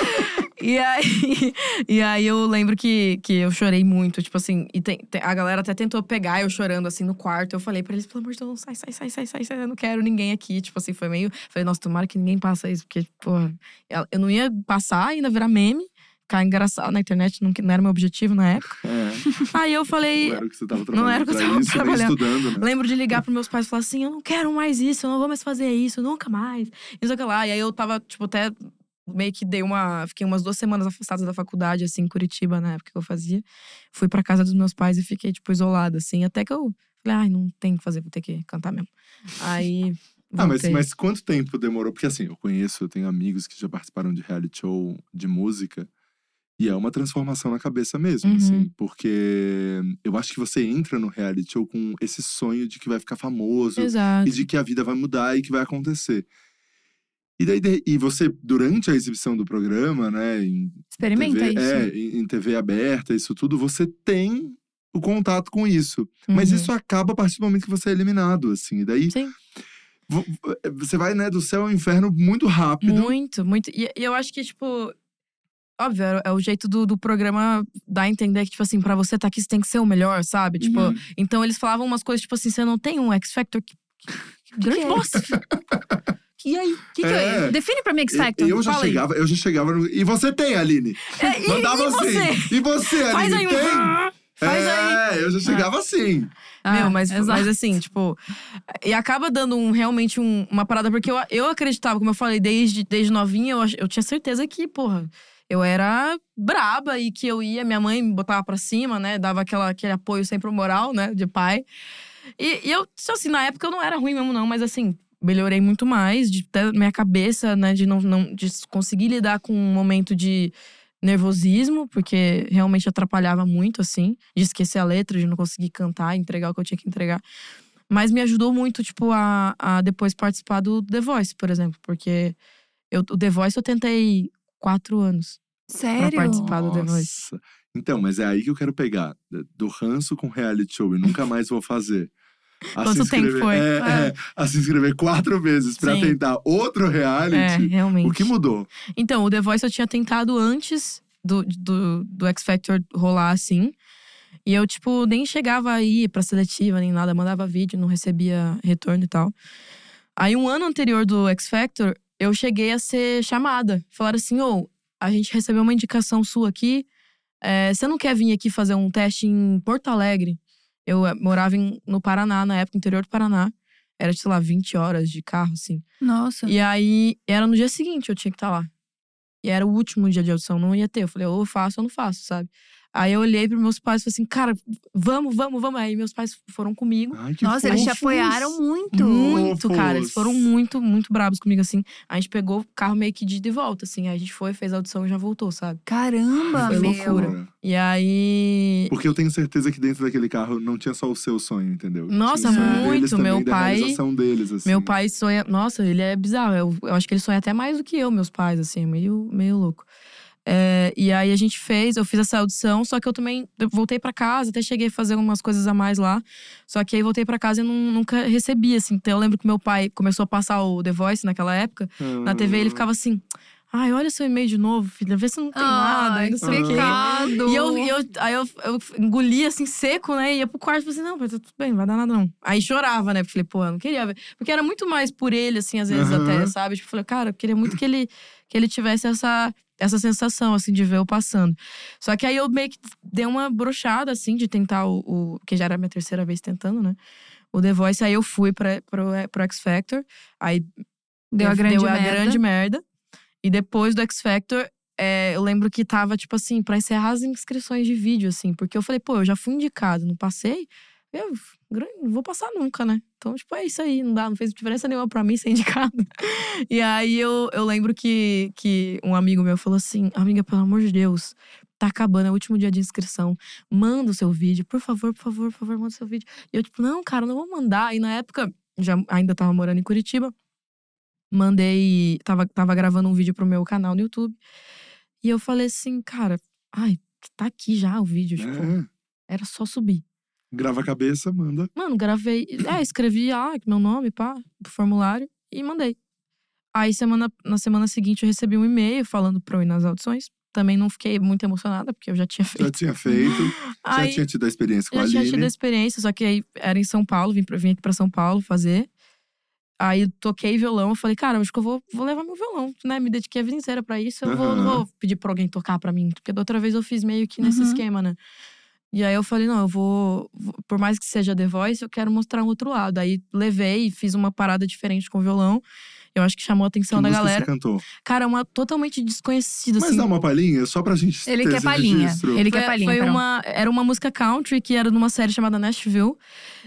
[SPEAKER 2] E aí, e aí eu lembro que, que eu chorei muito, tipo assim, e tem- tem- a galera até tentou pegar eu chorando assim no quarto. Eu falei pra eles, pelo amor de Deus, não sai, sai, sai, sai, sai, sai, eu não quero ninguém aqui. Tipo assim, foi meio. Falei, nossa, tomara que ninguém passa isso, porque, porra, eu- eu não ia passar, ainda virar meme, ficar engraçado na internet, não, que- não era meu objetivo na época.
[SPEAKER 3] É,
[SPEAKER 2] Aí eu falei,
[SPEAKER 3] não era o que você tava trabalhando.
[SPEAKER 2] Não era o que eu
[SPEAKER 3] pra
[SPEAKER 2] tava
[SPEAKER 3] isso, nem
[SPEAKER 2] trabalhando.
[SPEAKER 3] estudando, né?
[SPEAKER 2] Lembro de ligar pros meus pais e falar assim: eu não quero mais isso, eu não vou mais fazer isso, nunca mais. E não sei o que lá. E aí eu tava, tipo, até meio que dei uma. Fiquei umas duas semanas afastada da faculdade, assim, em Curitiba, na época que eu fazia. Fui pra casa dos meus pais e fiquei, tipo, isolada, assim. Até que eu falei: ai, não tem o que fazer, vou ter que cantar mesmo. Aí.
[SPEAKER 3] Ah, mas,
[SPEAKER 2] voltei.
[SPEAKER 3] mas quanto tempo demorou? Porque assim, eu conheço, eu tenho amigos que já participaram de reality show de música. E é uma transformação na cabeça mesmo,
[SPEAKER 2] Uhum.
[SPEAKER 3] assim. Porque eu acho que você entra no reality show com esse sonho de que vai ficar famoso.
[SPEAKER 2] Exato.
[SPEAKER 3] e de que a vida vai mudar e que vai acontecer. E daí de- e você durante a exibição do programa, né, em
[SPEAKER 1] Experimenta
[SPEAKER 3] TV,
[SPEAKER 1] isso.
[SPEAKER 3] é, em- em TV aberta, isso tudo, você tem o contato com isso. Mas
[SPEAKER 2] Uhum.
[SPEAKER 3] isso acaba a partir do momento que você é eliminado, assim. E daí
[SPEAKER 2] Sim.
[SPEAKER 3] vo- vo- você vai, né, do céu ao inferno muito é rápido.
[SPEAKER 2] Muito, muito. E, e eu acho que, tipo. Óbvio, é- é o jeito do, do programa dar a entender que, tipo assim, pra você tá aqui, você tem que ser o melhor, sabe? Tipo,
[SPEAKER 3] Uhum.
[SPEAKER 2] Então eles falavam umas coisas tipo assim: você não tem um X Factor? Que, que, que grande
[SPEAKER 1] é?
[SPEAKER 2] bosta. e aí?
[SPEAKER 1] Que que
[SPEAKER 3] É.
[SPEAKER 1] eu- Define pra mim X
[SPEAKER 3] E-
[SPEAKER 1] Factor.
[SPEAKER 3] eu já
[SPEAKER 2] fala aí.
[SPEAKER 3] chegava, eu já chegava no, E você tem, Aline?
[SPEAKER 2] É, e,
[SPEAKER 3] Mandava
[SPEAKER 2] e você?
[SPEAKER 3] assim. E você,
[SPEAKER 2] Faz
[SPEAKER 3] Aline,
[SPEAKER 2] aí um.
[SPEAKER 3] tem?
[SPEAKER 2] *laughs* Faz aí. Ah.
[SPEAKER 3] É, eu já chegava assim.
[SPEAKER 2] Meu, mas,
[SPEAKER 1] Ah, exato.
[SPEAKER 2] mas assim, tipo. E acaba dando um, realmente um- uma parada, porque eu, eu acreditava, como eu falei, desde, desde novinha, eu, ach- eu tinha certeza que, porra, eu era braba e que eu ia, minha mãe me botava pra cima, né? Dava aquela, aquele apoio sempre moral, né? De pai. E, e eu, só assim, na época eu não era ruim mesmo, não, mas assim. Melhorei muito mais, de ter minha cabeça, né, de não, não de conseguir lidar com um momento de nervosismo, porque realmente atrapalhava muito, assim, de esquecer a letra, de não conseguir cantar, entregar o que eu tinha que entregar. Mas me ajudou muito, tipo, a, a depois participar do The Voice, por exemplo, porque eu, o The Voice eu tentei quatro anos.
[SPEAKER 1] Sério?
[SPEAKER 2] participar. Participado The Voice.
[SPEAKER 3] Nossa. Então, mas é aí que eu quero pegar. Do ranço com reality show e nunca mais vou fazer. A
[SPEAKER 2] Quanto
[SPEAKER 3] se
[SPEAKER 2] tempo
[SPEAKER 3] inscrever-
[SPEAKER 2] foi?
[SPEAKER 3] É,
[SPEAKER 2] Ah.
[SPEAKER 3] é, a se inscrever quatro vezes pra
[SPEAKER 2] Sim.
[SPEAKER 3] tentar outro
[SPEAKER 2] É,
[SPEAKER 3] reality.
[SPEAKER 2] realmente.
[SPEAKER 3] o que mudou?
[SPEAKER 2] Então, o The Voice eu tinha tentado antes do, do, do X Factor rolar assim. E eu, tipo, nem chegava aí pra seletiva nem nada, mandava vídeo, não recebia retorno e tal. Aí, um ano anterior do X Factor, eu cheguei a ser chamada. Falaram assim: ô, a gente recebeu uma indicação sua aqui. É, você não quer vir aqui fazer um teste em Porto Alegre? Eu eh, morava em- no Paraná, na época, interior do Paraná. Era, sei lá, 20 horas de carro, assim.
[SPEAKER 1] Nossa.
[SPEAKER 2] E aí, era no dia seguinte eu tinha que estar lá. E era o último dia de audição, não ia ter. Eu falei, ou eu faço ou não faço, sabe? Aí eu olhei para meus pais e falei assim, cara, vamos, vamos, vamos. Aí meus pais foram comigo.
[SPEAKER 3] Ai, que
[SPEAKER 1] Nossa, eles te
[SPEAKER 3] fofos.
[SPEAKER 1] apoiaram tipo, muito.
[SPEAKER 2] Muito,
[SPEAKER 3] Fofos.
[SPEAKER 2] cara. Eles foram muito, muito bravos comigo, assim. A gente pegou o carro meio que de ida e volta, assim. Aí a gente foi, fez a audição e já voltou, sabe?
[SPEAKER 1] Caramba,
[SPEAKER 2] Foi
[SPEAKER 1] meu.
[SPEAKER 2] loucura. E aí.
[SPEAKER 3] Porque eu tenho certeza que dentro daquele carro não tinha só o seu sonho, entendeu? tinha
[SPEAKER 2] Nossa,
[SPEAKER 3] o sonho
[SPEAKER 2] muito.
[SPEAKER 3] deles também,
[SPEAKER 2] Meu
[SPEAKER 3] da
[SPEAKER 2] pai-
[SPEAKER 3] realização deles, assim.
[SPEAKER 2] Meu pai sonha. Nossa, ele é bizarro. Eu, eu acho que ele sonha até mais do que eu, meus pais, assim, meio, meio louco. É, e aí a gente fez, eu fiz essa audição, só que eu também eu voltei pra casa, até cheguei a fazer umas coisas a mais lá. Só que aí voltei pra casa e não- nunca recebi, assim. Então eu lembro que meu pai começou a passar o The Voice naquela época.
[SPEAKER 3] Ah,
[SPEAKER 2] Na TV
[SPEAKER 3] Hum.
[SPEAKER 2] ele ficava assim: ai, olha seu e-mail de novo, filha, vê se não tem nada,
[SPEAKER 1] Ai,
[SPEAKER 2] e não sei o quê.
[SPEAKER 1] pecado.
[SPEAKER 2] E eu, e eu, aí eu, eu engoli assim seco, né? E ia pro quarto e falei assim: não, mas tá tudo bem, não vai dar nada não. Aí chorava, né? Porque falei, pô, eu não queria ver. Porque era muito mais por ele, assim, às vezes
[SPEAKER 3] Aham.
[SPEAKER 2] até, sabe? Tipo, eu falei, cara, eu queria muito que ele, que ele tivesse essa, essa sensação, assim, de ver eu passando. Só que aí eu meio que dei uma brochada, assim, de tentar o. o que já era a minha terceira vez tentando, né? O The Voice, aí eu fui pra, pro, é, pro X Factor. Aí
[SPEAKER 1] Deu a grande
[SPEAKER 2] deu a
[SPEAKER 1] merda.
[SPEAKER 2] grande merda. E depois do X Factor, é, eu lembro que tava, tipo assim, pra encerrar as inscrições de vídeo, assim. Porque eu falei, pô, eu já fui indicado, não passei. Eu gran- não vou passar nunca, né? Então, tipo, é isso aí, não dá, não fez diferença nenhuma pra mim ser *laughs* indicado. e aí eu, eu lembro que, que um amigo meu falou assim: Amiga, pelo amor de Deus, tá acabando, é o último dia de inscrição. Manda o seu vídeo, por favor, por favor, por favor, manda o seu vídeo. E eu, tipo, não, cara, não vou mandar. E na época, já ainda tava morando em Curitiba mandei. Tava, tava gravando um vídeo pro meu canal no YouTube. E eu falei assim, cara, ai, tá aqui já o vídeo, tipo,
[SPEAKER 3] É.
[SPEAKER 2] era só subir.
[SPEAKER 3] Grava a cabeça, manda.
[SPEAKER 2] Mano, gravei. É, escrevi ah, meu nome, pá, pro formulário e mandei. Aí semana, na semana seguinte eu recebi um e-mail falando pra eu ir nas audições. Também não fiquei muito emocionada, porque eu já tinha *laughs* feito.
[SPEAKER 3] Já tinha feito, já tinha tido a experiência com a
[SPEAKER 2] Já tinha
[SPEAKER 3] Aline.
[SPEAKER 2] tido a experiência, só que aí era em São Paulo, vim, pra, vim aqui pra São Paulo fazer. Aí toquei violão, eu falei, cara, acho que eu vou, vou levar meu violão, né? Me dediquei a vida inteira pra isso, eu vou, não
[SPEAKER 3] Aham.
[SPEAKER 2] vou pedir pra alguém tocar pra mim, porque da outra vez eu fiz meio que nesse
[SPEAKER 1] Uhum.
[SPEAKER 2] esquema, né? E aí eu falei, não, eu vou, vou- por mais que seja The Voice, eu quero mostrar um outro lado. Aí levei, fiz uma parada diferente com o violão, eu acho que chamou a
[SPEAKER 3] Que
[SPEAKER 2] atenção da
[SPEAKER 3] música
[SPEAKER 2] galera.
[SPEAKER 3] você cantou?
[SPEAKER 2] Cara, uma totalmente desconhecida,
[SPEAKER 3] Mas
[SPEAKER 2] assim.
[SPEAKER 3] dá uma palhinha, só pra gente
[SPEAKER 1] Ele
[SPEAKER 3] ter
[SPEAKER 1] quer
[SPEAKER 3] esse
[SPEAKER 1] palhinha.
[SPEAKER 3] registro.
[SPEAKER 1] Ele
[SPEAKER 2] Foi-
[SPEAKER 1] quer palhinha.
[SPEAKER 2] foi
[SPEAKER 1] Carol.
[SPEAKER 2] uma, era uma música country que era numa série chamada Nashville.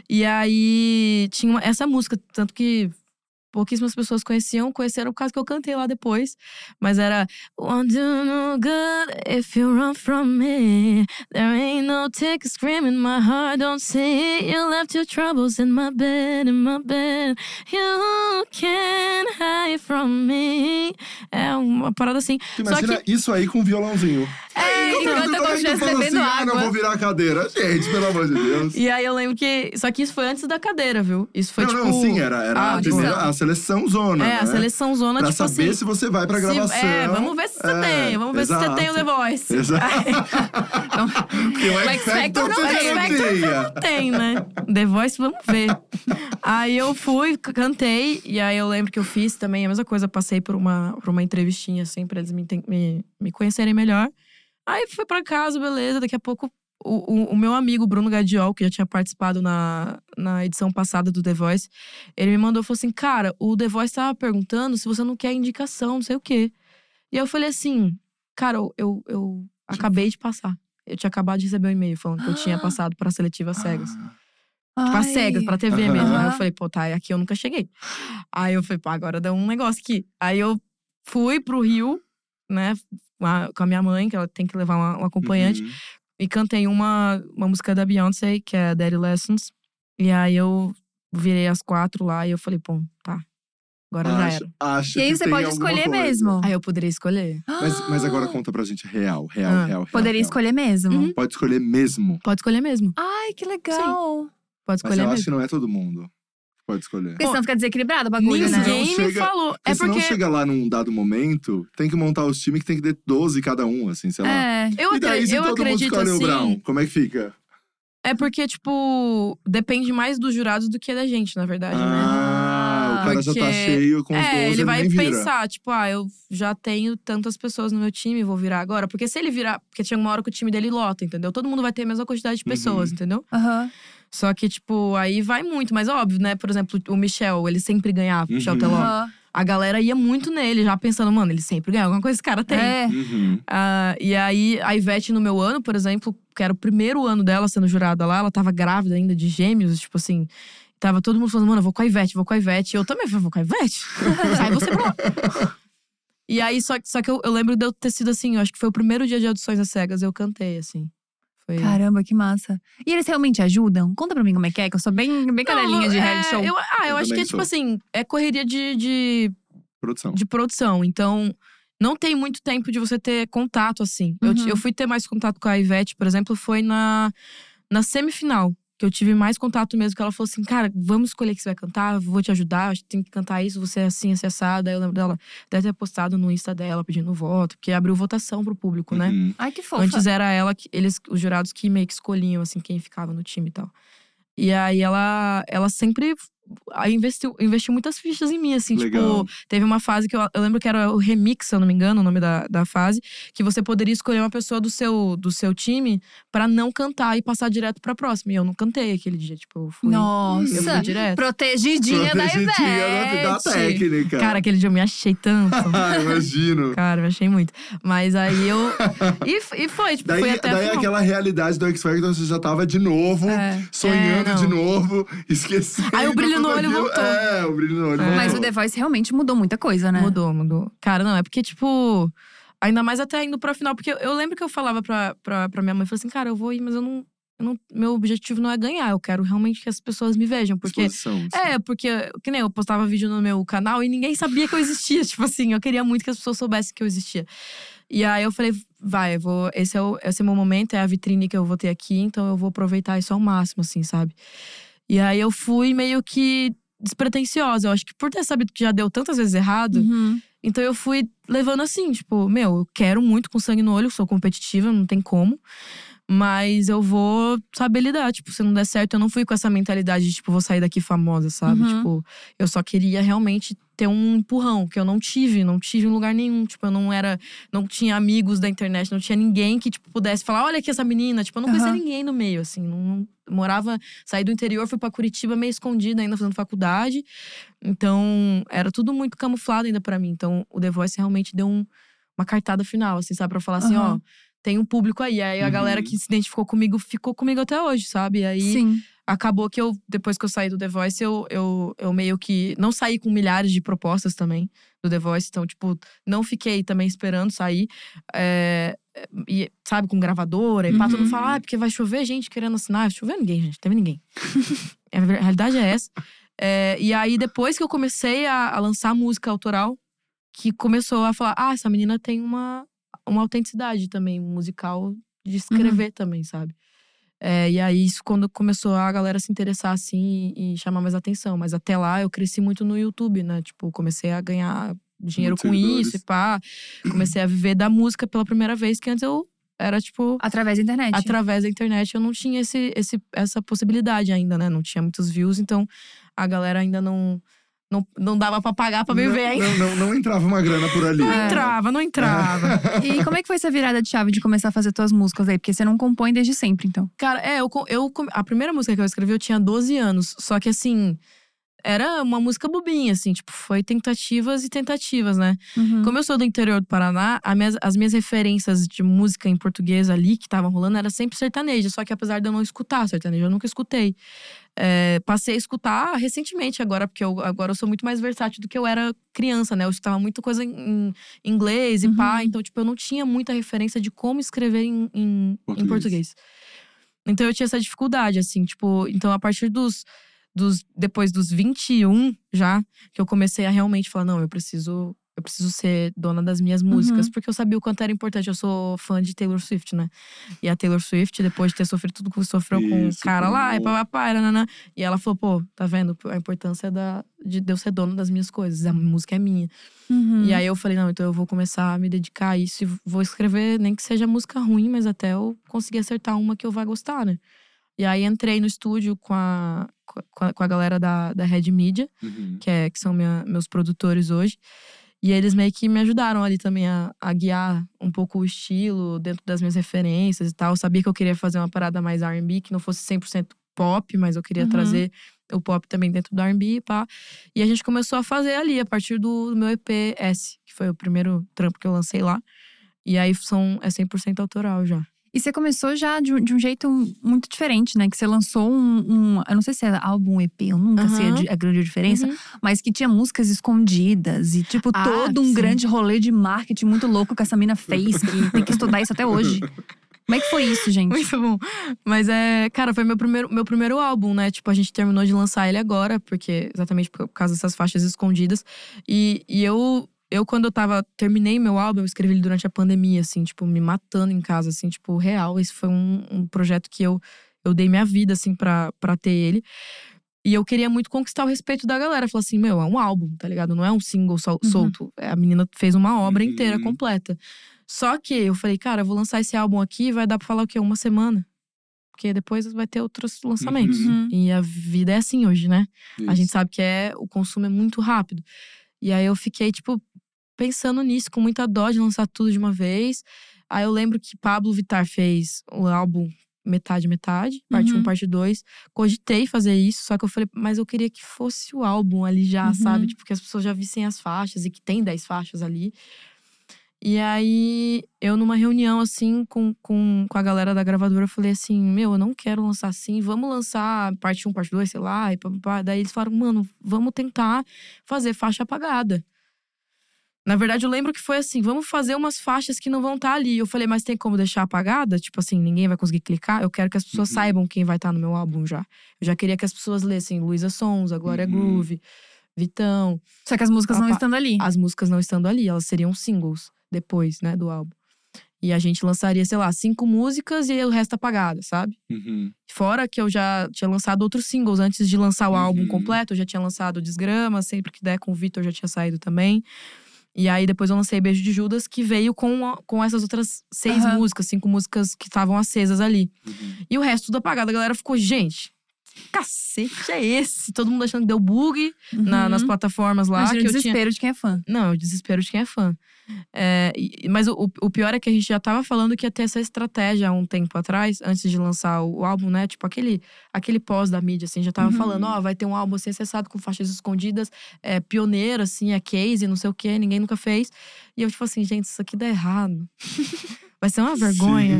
[SPEAKER 2] E aí tinha uma- essa música, tanto que pouquíssimas pessoas conheciam, conheceram por causa que eu cantei lá depois. Mas era Won't do no good if you run from me. There ain't no tick screaming, my heart don't see. You left your troubles in my bed, in my bed. You can't hide from me. É uma parada assim.
[SPEAKER 3] Tu Imagina
[SPEAKER 2] Só
[SPEAKER 3] isso aí com um
[SPEAKER 2] *laughs*
[SPEAKER 3] violãozinho.
[SPEAKER 1] É, ele
[SPEAKER 3] Quando
[SPEAKER 1] canta
[SPEAKER 3] tá
[SPEAKER 1] como se
[SPEAKER 3] aí, tu
[SPEAKER 1] estivesse
[SPEAKER 3] fala
[SPEAKER 1] bebendo
[SPEAKER 3] ah, não
[SPEAKER 1] água.
[SPEAKER 3] vou virar a cadeira. Gente, pelo amor de Deus.
[SPEAKER 2] E aí eu lembro que. Só que isso foi antes da cadeira, viu? Isso foi
[SPEAKER 3] não,
[SPEAKER 2] tipo.
[SPEAKER 3] não, sim, era, era
[SPEAKER 2] a
[SPEAKER 3] a,
[SPEAKER 2] audição.
[SPEAKER 3] primeira, a seleção zona.
[SPEAKER 2] É,
[SPEAKER 3] né?
[SPEAKER 2] a seleção zona,
[SPEAKER 3] Pra
[SPEAKER 2] tipo
[SPEAKER 3] saber
[SPEAKER 2] assim.
[SPEAKER 3] se você vai pra
[SPEAKER 2] se-
[SPEAKER 3] gravação.
[SPEAKER 2] é, vamos ver se você
[SPEAKER 3] É,
[SPEAKER 2] tem, vamos ver se
[SPEAKER 3] exato.
[SPEAKER 2] você tem o The
[SPEAKER 3] *laughs*
[SPEAKER 2] Voice.
[SPEAKER 3] Exato. Porque o
[SPEAKER 1] Mas
[SPEAKER 3] X
[SPEAKER 2] é
[SPEAKER 3] Factor
[SPEAKER 1] Factor não
[SPEAKER 3] tu
[SPEAKER 2] tem,
[SPEAKER 3] já
[SPEAKER 2] X
[SPEAKER 3] não
[SPEAKER 2] Factor
[SPEAKER 3] tinha.
[SPEAKER 2] Tem, né? The Voice, vamos ver. Aí eu fui, c- cantei, e aí eu lembro que eu fiz também a mesma coisa, passei por uma, por uma entrevistinha, assim, pra eles me, enten- me, me conhecerem melhor. Aí fui pra casa, beleza, daqui a pouco o, o- o meu amigo Bruno Gadiol, que já tinha participado na, na edição passada do The Voice, ele me mandou falou assim: Cara, o The Voice tava perguntando se você não quer indicação, não sei o quê. E eu falei assim: Cara, eu, eu, eu acabei de passar. Eu tinha acabado de receber um e-mail falando que eu tinha
[SPEAKER 1] Ah.
[SPEAKER 2] passado pra seletiva cegas.
[SPEAKER 3] Ah,
[SPEAKER 2] Tipo, as
[SPEAKER 1] Ai.
[SPEAKER 2] cegas, pra TV
[SPEAKER 3] Aham.
[SPEAKER 2] mesmo. Aí eu
[SPEAKER 1] Aham.
[SPEAKER 2] falei, pô, tá, aqui eu nunca cheguei. Aí eu falei, pô, agora dá um negócio aqui. Aí eu fui pro Rio, né, com a- com a minha mãe, que ela tem que levar uma- um acompanhante.
[SPEAKER 3] uhum.
[SPEAKER 2] E cantei uma, uma música da Beyoncé, que é Daddy Lessons. E aí eu virei as quatro lá e eu falei, pô, tá, agora já
[SPEAKER 3] Acho-
[SPEAKER 2] era.
[SPEAKER 3] acho
[SPEAKER 1] E aí
[SPEAKER 3] que
[SPEAKER 1] você
[SPEAKER 3] Tipo, tem
[SPEAKER 1] pode
[SPEAKER 3] alguma
[SPEAKER 1] escolher
[SPEAKER 3] coisa.
[SPEAKER 1] mesmo.
[SPEAKER 2] Aí eu poderia escolher.
[SPEAKER 3] Mas, mas agora conta pra gente real, real,
[SPEAKER 2] Ah,
[SPEAKER 3] real,
[SPEAKER 1] *gasps*
[SPEAKER 3] real.
[SPEAKER 1] Poderia
[SPEAKER 3] real.
[SPEAKER 1] escolher mesmo.
[SPEAKER 2] Uhum.
[SPEAKER 3] Pode escolher mesmo.
[SPEAKER 2] Pode escolher mesmo,
[SPEAKER 1] Ai, que legal.
[SPEAKER 2] pode
[SPEAKER 3] Mas eu
[SPEAKER 2] escolher
[SPEAKER 3] acho
[SPEAKER 2] mesmo.
[SPEAKER 3] que não é todo mundo. que Pode escolher.
[SPEAKER 1] Porque senão fica desequilibrado o bagulho, né?
[SPEAKER 3] não
[SPEAKER 2] Ninguém me
[SPEAKER 3] chega-
[SPEAKER 2] falou. É
[SPEAKER 3] Porque senão
[SPEAKER 2] porque
[SPEAKER 3] chega lá num dado momento, tem que montar os times que tem que ter 12 cada um, assim, sei lá.
[SPEAKER 1] É.
[SPEAKER 2] eu,
[SPEAKER 3] e daí,
[SPEAKER 2] acre-
[SPEAKER 3] se
[SPEAKER 2] eu
[SPEAKER 3] todo
[SPEAKER 2] acredito
[SPEAKER 3] mundo escolhe
[SPEAKER 2] assim…
[SPEAKER 3] o Brown, como é que fica?
[SPEAKER 2] É porque, tipo, depende mais dos jurados do que da gente, na verdade, né?
[SPEAKER 3] Ah, o cara já tá
[SPEAKER 2] Porque-
[SPEAKER 3] cheio com os 12,
[SPEAKER 2] É, ele vai
[SPEAKER 3] nem vira.
[SPEAKER 2] pensar, tipo, ah, eu já tenho tantas pessoas no meu time, vou virar agora. Porque se ele virar. Porque tinha uma hora que o time dele lota, entendeu? Todo mundo vai ter a mesma quantidade de
[SPEAKER 3] Uhum.
[SPEAKER 2] pessoas, entendeu?
[SPEAKER 1] Aham.
[SPEAKER 2] Só que, tipo, aí vai muito. Mas óbvio, né? Por exemplo, o Michel, ele sempre ganhava, o Michel
[SPEAKER 3] Uhum.
[SPEAKER 2] Teló.
[SPEAKER 1] Aham.
[SPEAKER 2] A galera ia muito nele, já pensando, mano, ele sempre ganha. Alguma coisa esse cara tem.
[SPEAKER 1] É.
[SPEAKER 3] Uhum.
[SPEAKER 2] Ah, e aí, a Ivete, no meu ano, por exemplo, que era o primeiro ano dela sendo jurada lá, ela tava grávida ainda de gêmeos, tipo assim. Tava todo mundo falando, mano, eu vou com a Ivete, vou com a Ivete. E Eu também falei, vou com a *laughs* Ivete. Sai você pra lá. E aí, só, que- só que eu, eu lembro de eu ter sido assim, eu acho que foi o primeiro dia de audições às cegas, eu cantei, assim. Foi.
[SPEAKER 1] Caramba, que massa. E eles realmente ajudam? Conta pra mim como é que é, que eu sou bem, bem cadelinha de
[SPEAKER 2] é,
[SPEAKER 1] reality show.
[SPEAKER 2] eu- ah, eu,
[SPEAKER 3] Eu
[SPEAKER 2] acho que
[SPEAKER 3] também
[SPEAKER 2] é tipo
[SPEAKER 3] sou.
[SPEAKER 2] assim, é correria de- de
[SPEAKER 3] Produção.
[SPEAKER 2] de produção. Então, não tem muito tempo de você ter contato, assim. Eu, ti-
[SPEAKER 1] Uhum.
[SPEAKER 2] eu fui ter mais contato com a Ivete, por exemplo, foi na, na semifinal. Que eu tive mais contato mesmo, que ela falou assim, cara, vamos escolher o que você vai cantar, vou te ajudar, acho que tem que cantar isso, você é assim, acessada. Eu lembro dela até ter postado no Insta dela pedindo voto, porque abriu votação pro público, né?
[SPEAKER 3] Uhum.
[SPEAKER 1] Ai, que fofa.
[SPEAKER 2] Antes era ela, que- eles, os jurados que meio que escolhiam, assim, quem ficava no time e tal. E aí ela, ela sempre aí investiu, investiu muitas fichas em mim, assim,
[SPEAKER 3] Legal.
[SPEAKER 2] tipo, teve uma fase que eu, eu lembro que era o remix, se eu não me engano, o nome da, da fase, que você poderia escolher uma pessoa do seu, do seu time pra não cantar e passar direto pra próxima. E eu não cantei aquele dia, tipo, eu fui. Eu fui
[SPEAKER 1] Nossa.
[SPEAKER 2] direto.
[SPEAKER 1] Protegidinha, da
[SPEAKER 3] Protegidinha
[SPEAKER 1] Ivete.
[SPEAKER 3] da, da técnica.
[SPEAKER 2] Cara, aquele dia eu me achei
[SPEAKER 3] *laughs*
[SPEAKER 2] tanto.
[SPEAKER 3] Ah, imagino.
[SPEAKER 2] Cara, eu achei muito. Mas aí
[SPEAKER 3] *laughs*
[SPEAKER 2] eu. E, f- e *laughs* foi, tipo,
[SPEAKER 3] Daí,
[SPEAKER 2] foi até a
[SPEAKER 3] daí
[SPEAKER 2] final.
[SPEAKER 3] aquela realidade do X-Factor, então você já tava de novo,
[SPEAKER 1] É.
[SPEAKER 3] sonhando
[SPEAKER 2] É, não.
[SPEAKER 3] de novo, *laughs* esquecendo.
[SPEAKER 2] Aí o brilho no
[SPEAKER 3] tudo
[SPEAKER 2] olho
[SPEAKER 3] aquilo.
[SPEAKER 2] voltou.
[SPEAKER 3] É, o brilho no olho
[SPEAKER 2] É.
[SPEAKER 3] voltou.
[SPEAKER 1] Mas o The Voice realmente mudou muita coisa, né?
[SPEAKER 2] Mudou, mudou. Cara, não, é porque, tipo. Ainda mais até indo pra final, porque eu, eu lembro que eu falava pra, pra, pra minha mãe, eu falei assim, cara, eu vou ir, mas eu não, eu não- Meu objetivo não é ganhar, eu quero realmente que as pessoas me vejam. Porque.
[SPEAKER 3] Exposição, assim.
[SPEAKER 2] É, porque, que nem eu postava vídeo no meu canal e ninguém sabia que eu existia. *laughs* tipo assim, eu queria muito que as pessoas soubessem que eu existia. E aí eu falei, vai, eu vou. Esse é, o, esse é o meu momento, é a vitrine que eu vou ter aqui, então eu vou aproveitar isso ao máximo, assim, sabe? E aí eu fui meio que despretensiosa. Eu acho que por ter sabido que já deu tantas vezes errado.
[SPEAKER 1] Uhum.
[SPEAKER 2] Então eu fui levando assim, tipo, meu, eu quero muito com sangue no olho, sou competitiva, não tem como. Mas eu vou saber lidar, tipo, se não der certo, eu não fui com essa mentalidade de, tipo, vou sair daqui famosa, sabe?
[SPEAKER 1] Uhum.
[SPEAKER 2] Tipo, eu só queria realmente ter um empurrão, que eu não tive, não tive em lugar nenhum. Tipo, eu não era, não tinha amigos da internet, não tinha ninguém que, tipo, pudesse falar, olha aqui essa menina. Tipo, eu não conhecia
[SPEAKER 1] Aham.
[SPEAKER 2] ninguém no meio, assim. Não, não- morava, saí do interior, fui pra Curitiba meio escondida ainda, fazendo faculdade. Então, era tudo muito camuflado ainda pra mim. Então, o The Voice realmente deu um- uma cartada final, assim, sabe? Pra falar assim,
[SPEAKER 1] Aham.
[SPEAKER 2] ó, tem um público aí. Aí a
[SPEAKER 3] Uhum.
[SPEAKER 2] galera que se identificou comigo ficou comigo até hoje, sabe? Aí
[SPEAKER 1] Sim.
[SPEAKER 2] acabou que eu, depois que eu saí do The Voice, eu, eu, eu meio que não saí com milhares de propostas também do The Voice. Então, tipo, não fiquei também esperando sair. É, e, sabe, com gravadora. E pá, todo
[SPEAKER 1] Uhum.
[SPEAKER 2] mundo fala, ah, porque vai chover gente querendo assinar. Chover ninguém, gente. Teve ninguém. a ver- a realidade é essa. É, e aí, depois que eu comecei a, a lançar música autoral, que começou a falar, ah, essa menina tem uma, uma autenticidade também um musical
[SPEAKER 3] Uhum.
[SPEAKER 2] de escrever também, sabe? É, e aí, isso quando começou a galera se interessar, assim, e, e chamar mais atenção. Mas até lá, eu cresci muito no YouTube, né? Tipo, comecei a ganhar dinheiro
[SPEAKER 3] Muitos
[SPEAKER 2] com
[SPEAKER 3] seguidores.
[SPEAKER 2] isso e
[SPEAKER 3] *clears throat*
[SPEAKER 2] pá. Comecei a viver da música pela primeira vez, que antes eu era, tipo…
[SPEAKER 1] Através da internet.
[SPEAKER 3] né?
[SPEAKER 2] Através da internet, eu não tinha esse, esse, essa possibilidade ainda, né? Não tinha muitos views, então a galera ainda não, não, não dava pra pagar pra viver ainda.
[SPEAKER 3] Não, não, não entrava uma grana por ali.
[SPEAKER 2] Não
[SPEAKER 1] É.
[SPEAKER 2] entrava, não entrava.
[SPEAKER 1] E como é que foi essa virada de chave de começar a fazer tuas músicas aí? Porque você não compõe desde sempre, então.
[SPEAKER 2] Cara, é, eu, co- eu. come- A primeira música que eu escrevi eu tinha 12 anos. Só que assim. Era uma música bobinha, assim, tipo, foi tentativas e tentativas, né?
[SPEAKER 1] Uhum.
[SPEAKER 2] Como eu sou do interior do Paraná, a minhas- as minhas referências de música em português ali que estavam rolando era sempre sertaneja. Só que apesar de eu não escutar sertanejo, eu nunca escutei. É, passei a escutar recentemente agora, porque eu, agora eu sou muito mais versátil do que eu era criança, né? Eu escutava muita coisa em, em inglês e pá. Então, tipo, eu não tinha muita referência de como escrever em, em- em
[SPEAKER 3] Português.
[SPEAKER 2] português. Então eu tinha essa dificuldade, assim, tipo… Então a partir dos… dos depois dos 21 já, que eu comecei a realmente falar, não, eu preciso… Eu preciso ser dona das minhas
[SPEAKER 3] Uhum.
[SPEAKER 2] músicas, porque eu sabia o quanto era importante. Eu sou fã de Taylor Swift, né? E a Taylor Swift, depois de ter sofrido tudo que sofreu com o
[SPEAKER 3] Isso,
[SPEAKER 2] cara lá, e
[SPEAKER 3] com-
[SPEAKER 2] papapá, nananã. E ela falou, pô, tá vendo? A importância da, de eu ser dona das minhas coisas. A música é minha.
[SPEAKER 1] Uhum.
[SPEAKER 2] E aí eu falei, não, então eu vou começar a me dedicar a isso. E vou escrever, nem que seja música ruim, mas até eu conseguir acertar uma que eu vá gostar, né? E aí entrei no estúdio com a, com a, com a galera da, da Red Media
[SPEAKER 3] Uhum.
[SPEAKER 2] que, é, que são minha- meus produtores hoje. E eles meio que me ajudaram ali também a, a guiar um pouco o estilo dentro das minhas referências e tal. Eu sabia que eu queria fazer uma parada mais RB, que não fosse 100% pop, mas eu queria
[SPEAKER 1] Uhum.
[SPEAKER 2] trazer o pop também dentro do RB e pá. E a gente começou a fazer ali, a partir do, do meu EPS, que foi o primeiro trampo que eu lancei lá. E aí são, é 100% autoral já.
[SPEAKER 1] E você começou já de um, de um jeito muito diferente, né? Que você lançou um, um- Eu não sei se é álbum, EP, eu nunca sei a
[SPEAKER 2] Aham.
[SPEAKER 1] di- a, grande diferença. Mas que tinha músicas escondidas. E, tipo,
[SPEAKER 2] Ah,
[SPEAKER 1] todo um
[SPEAKER 2] sim.
[SPEAKER 1] grande rolê de marketing muito louco que essa mina fez. Que tem que estudar isso até hoje. Como é que foi isso, gente?
[SPEAKER 2] Muito bom. Mas é, cara, foi meu primeiro, meu primeiro álbum, né? Tipo, a gente terminou de lançar ele agora, porque exatamente por causa dessas faixas escondidas. E, e eu, eu, quando eu tava, terminei meu álbum, eu escrevi ele durante a pandemia, assim, tipo, me matando em casa, assim, tipo, real. Esse foi um, um projeto que eu, eu dei minha vida, assim, pra, pra ter ele. E eu queria muito conquistar o respeito da galera. Falar assim, meu, é um álbum, tá ligado? Não é um single sol-
[SPEAKER 1] Uhum.
[SPEAKER 2] solto. É, A menina fez uma obra
[SPEAKER 3] Uhum.
[SPEAKER 2] inteira, completa. Só que eu falei, cara, eu vou lançar esse álbum aqui, vai dar pra falar o quê? Uma semana. Porque depois vai ter outros lançamentos.
[SPEAKER 1] Uhum.
[SPEAKER 2] E a vida é assim hoje, né? A
[SPEAKER 3] Isso.
[SPEAKER 2] gente sabe que é o consumo é muito rápido. E aí eu fiquei, tipo, pensando nisso, com muita dó de lançar tudo de uma vez. Aí eu lembro que Pablo Vittar fez o álbum Metade, Metade, parte 1,
[SPEAKER 1] Uhum.
[SPEAKER 2] parte 2. Cogitei fazer isso, só que eu falei, mas eu queria que fosse o álbum ali já,
[SPEAKER 1] Uhum.
[SPEAKER 2] sabe? Tipo, que as pessoas já vissem as faixas e que tem 10 faixas ali. E aí, eu numa reunião, assim, com, com, com a galera da gravadora, eu falei assim: Meu, eu não quero lançar assim, vamos lançar parte 1, parte 2, sei lá. E pá, pá, pá. Daí eles falaram: Mano, vamos tentar fazer faixa apagada. Na verdade, eu lembro que foi assim: Vamos fazer umas faixas que não vão estar ali. Eu falei: Mas tem como deixar apagada? Tipo assim, ninguém vai conseguir clicar. Eu quero que as pessoas
[SPEAKER 3] Uhum.
[SPEAKER 2] saibam quem vai estar no meu álbum já. Eu já queria que as pessoas lessem Luísa Sons, a Glória
[SPEAKER 3] Uhum.
[SPEAKER 2] Groove, Vitão
[SPEAKER 1] Só que as músicas não
[SPEAKER 2] Opa. Ah,
[SPEAKER 1] estando ali.
[SPEAKER 2] as músicas não estando ali, elas seriam singles depois, né, do álbum. E a gente lançaria, sei lá, cinco músicas e o resto apagado, sabe?
[SPEAKER 3] Uhum.
[SPEAKER 2] Fora que eu já tinha lançado outros singles antes de lançar o
[SPEAKER 3] Uhum.
[SPEAKER 2] álbum completo, eu já tinha lançado Desgrama, sempre que der com o Vitor já tinha saído também. E aí depois eu lancei Beijo de Judas, que veio com, a- com essas outras seis
[SPEAKER 1] Aham.
[SPEAKER 2] músicas, cinco músicas que estavam acesas ali.
[SPEAKER 3] Uhum.
[SPEAKER 2] E o resto tudo apagado, a galera ficou, gente, cacete é esse? Todo mundo achando que deu bug na-
[SPEAKER 1] Uhum.
[SPEAKER 2] nas plataformas lá.
[SPEAKER 1] Imagina
[SPEAKER 2] que
[SPEAKER 1] o
[SPEAKER 2] eu tinha...
[SPEAKER 1] desespero de quem é fã.
[SPEAKER 2] Não, é o desespero de quem é fã. É, e- mas o, o pior é que a gente já tava falando que ia ter essa estratégia há um tempo atrás, antes de lançar o, o álbum, né? Tipo, aquele, aquele pós da mídia, assim, já tava
[SPEAKER 1] Uhum.
[SPEAKER 2] falando, ó, vai ter um álbum assim, acessado com faixas escondidas, é, pioneiro, assim, é case, não sei o quê, ninguém nunca fez. E eu, tipo assim, gente, isso aqui dá errado. *laughs* vai ser uma vergonha.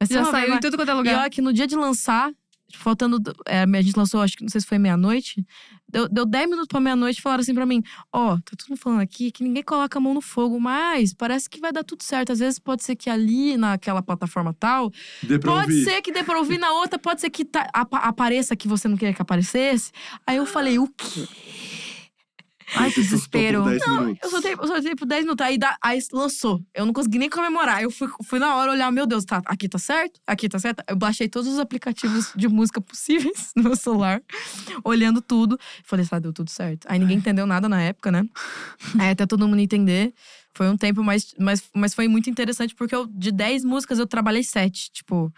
[SPEAKER 2] Vai ser
[SPEAKER 1] Já
[SPEAKER 2] uma
[SPEAKER 1] saiu
[SPEAKER 2] vergonha.
[SPEAKER 1] em tudo quanto é
[SPEAKER 2] E
[SPEAKER 1] lugar.
[SPEAKER 2] olha que no dia de lançar, faltando. é, a gente lançou, acho que não sei se foi meia-noite. Deu, deu 10 minutos pra meia-noite e falaram assim pra mim: Ó, tá todo mundo falando aqui que ninguém coloca a mão no fogo, mas parece que vai dar tudo certo. Às vezes pode ser que ali, naquela plataforma tal,
[SPEAKER 3] Dê pra
[SPEAKER 2] pode
[SPEAKER 3] ouvir.
[SPEAKER 2] ser que dê pra ouvir na outra, pode ser que tá- apa- apareça que você não queria que aparecesse. Aí eu falei: O quê?
[SPEAKER 1] Ai, que
[SPEAKER 3] Você assustou
[SPEAKER 1] desespero.
[SPEAKER 3] Por 10 minutos.
[SPEAKER 2] Eu soltei, eu soltei por 10 minutos. Aí, dá- aí lançou. Eu não consegui nem comemorar. Eu fui, fui na hora olhar, meu Deus, tá, aqui tá certo? Aqui tá certo? Eu baixei todos os aplicativos de música possíveis *laughs* no meu celular, olhando tudo. Falei, tá, deu tudo certo. Aí ninguém entendeu nada na época,
[SPEAKER 3] *laughs*
[SPEAKER 2] né? Aí até todo mundo entender. Foi um tempo, mas, mas, mas foi muito interessante, porque eu, de 10 músicas eu trabalhei 7. Tipo,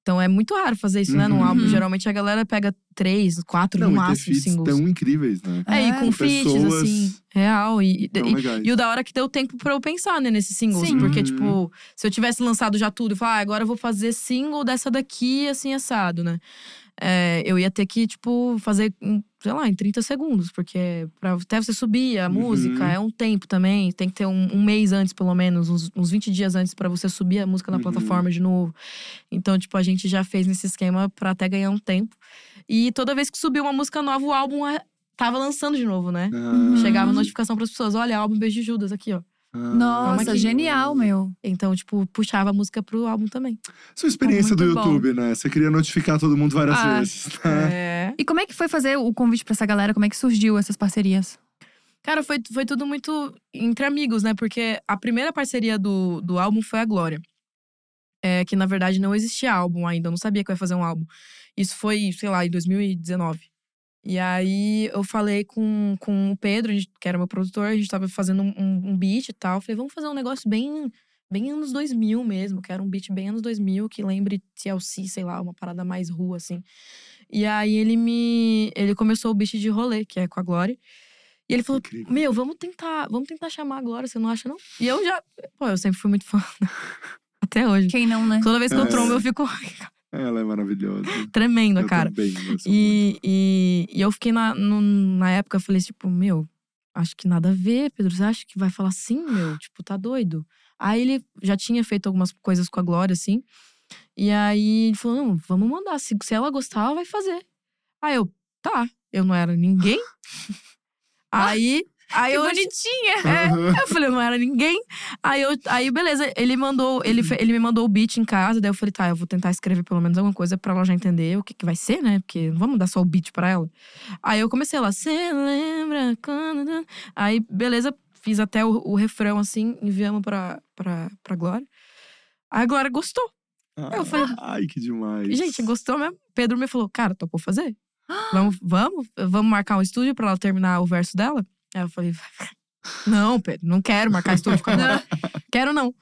[SPEAKER 2] Então é muito raro fazer isso, né? Num
[SPEAKER 3] Uhum.
[SPEAKER 2] álbum. Geralmente a galera pega três, quatro
[SPEAKER 3] Não,
[SPEAKER 2] no
[SPEAKER 3] e ter
[SPEAKER 2] máximo
[SPEAKER 3] feats
[SPEAKER 2] singles.
[SPEAKER 3] tão incríveis, né?
[SPEAKER 2] É, e
[SPEAKER 1] É.
[SPEAKER 2] com feats,
[SPEAKER 3] Pessoas
[SPEAKER 2] assim, real. E, e-
[SPEAKER 3] Tão
[SPEAKER 2] e-
[SPEAKER 3] legais.
[SPEAKER 2] e o da hora é que deu tempo pra eu pensar, né, nesses singles.
[SPEAKER 1] Sim.
[SPEAKER 2] Porque,
[SPEAKER 3] Uhum.
[SPEAKER 2] tipo, se eu tivesse lançado já tudo e falar, ah, agora eu vou fazer single dessa daqui, assim, assado, né? É, eu ia ter que, tipo, fazer, em, sei lá, em 30 segundos, porque pra até você subir a
[SPEAKER 3] Uhum.
[SPEAKER 2] música é um tempo também. Tem que ter um, um mês antes, pelo menos, uns, uns 20 dias antes pra você subir a música na
[SPEAKER 3] Uhum.
[SPEAKER 2] plataforma de novo. Então, tipo, a gente já fez nesse esquema pra até ganhar um tempo. E toda vez que subiu uma música nova, o álbum é- tava lançando de novo, né?
[SPEAKER 3] Ah,
[SPEAKER 2] Chegava
[SPEAKER 1] Uhum.
[SPEAKER 2] notificação pras pessoas: olha, álbum Beijo de Judas aqui, ó.
[SPEAKER 3] ah,
[SPEAKER 1] Nossa,
[SPEAKER 2] aqui.
[SPEAKER 1] genial, meu.
[SPEAKER 2] Então, tipo, puxava a música pro álbum também.
[SPEAKER 3] Sua experiência do
[SPEAKER 2] Tá
[SPEAKER 1] Muito bom.
[SPEAKER 3] YouTube, né? Você queria notificar todo mundo várias
[SPEAKER 1] Ah.
[SPEAKER 3] vezes. né?
[SPEAKER 2] É.
[SPEAKER 1] E como é que foi fazer o convite pra essa galera? Como é que surgiu essas parcerias?
[SPEAKER 2] Cara, foi, foi tudo muito entre amigos, né? Porque a primeira parceria do, do álbum foi a Glória. É, que na verdade não existia álbum ainda, eu não sabia que eu ia fazer um álbum. Isso foi, sei lá, em 2019. E aí eu falei com, com o Pedro, a gente- que era meu produtor, a gente tava fazendo um, um- um beat e tal. Eu falei, vamos fazer um negócio bem, bem anos 2000 mesmo, que era um beat bem anos 2000, que lembre TLC, sei lá, uma parada mais rua, assim. E aí ele me. Ele começou o beat de rolê, que é com a Glória. E ele falou,
[SPEAKER 3] *laughs* Incrível.
[SPEAKER 2] meu, vamos tentar, vamos tentar chamar a Glória, você não acha, não? E eu já. Pô, eu sempre fui muito fã. né? Até hoje.
[SPEAKER 1] Quem não, né?
[SPEAKER 2] Toda vez que eu
[SPEAKER 3] É.
[SPEAKER 2] trombo, eu fico *laughs*
[SPEAKER 3] Ela é maravilhosa.
[SPEAKER 2] tremendo, a
[SPEAKER 3] Eu
[SPEAKER 2] cara.
[SPEAKER 3] também gosto muito.
[SPEAKER 2] E, e, e eu fiquei na, no- na época, eu falei, tipo, meu, acho que nada a ver, Pedro. Você acha que vai falar assim, meu? Tipo, tá doido? Aí ele já tinha feito algumas coisas com a Glória, assim. E aí ele falou: não, vamos mandar. Se, se ela gostar, ela vai fazer. Aí eu, tá, eu não
[SPEAKER 1] *laughs*
[SPEAKER 2] era ninguém. aí. Aí
[SPEAKER 1] Ah, Que
[SPEAKER 2] eu,
[SPEAKER 1] bonitinha!
[SPEAKER 2] é, eu falei, não era ninguém. Aí, eu, aí beleza, ele mandou, ele, fe- ele me mandou o beat em casa, daí eu falei, tá, eu vou tentar escrever pelo menos alguma coisa pra ela já entender o que, que vai ser, né? Porque não vamos dar só o beat pra ela. Aí eu comecei lá, cê lembra quando. Aí, beleza, fiz até o, o refrão assim, enviamos pra, pra, pra Glória. Aí a Glória gostou. eu falei-
[SPEAKER 3] Ah, Ai, que demais.
[SPEAKER 2] Gente, gostou mesmo? Pedro me falou, cara, topou *gasps* fazer? Vamos, vamos, vamos marcar um estúdio pra ela terminar o verso dela? Aí eu falei, *laughs* não, Pedro, não quero marcar estúdio com *laughs* ela. quero não.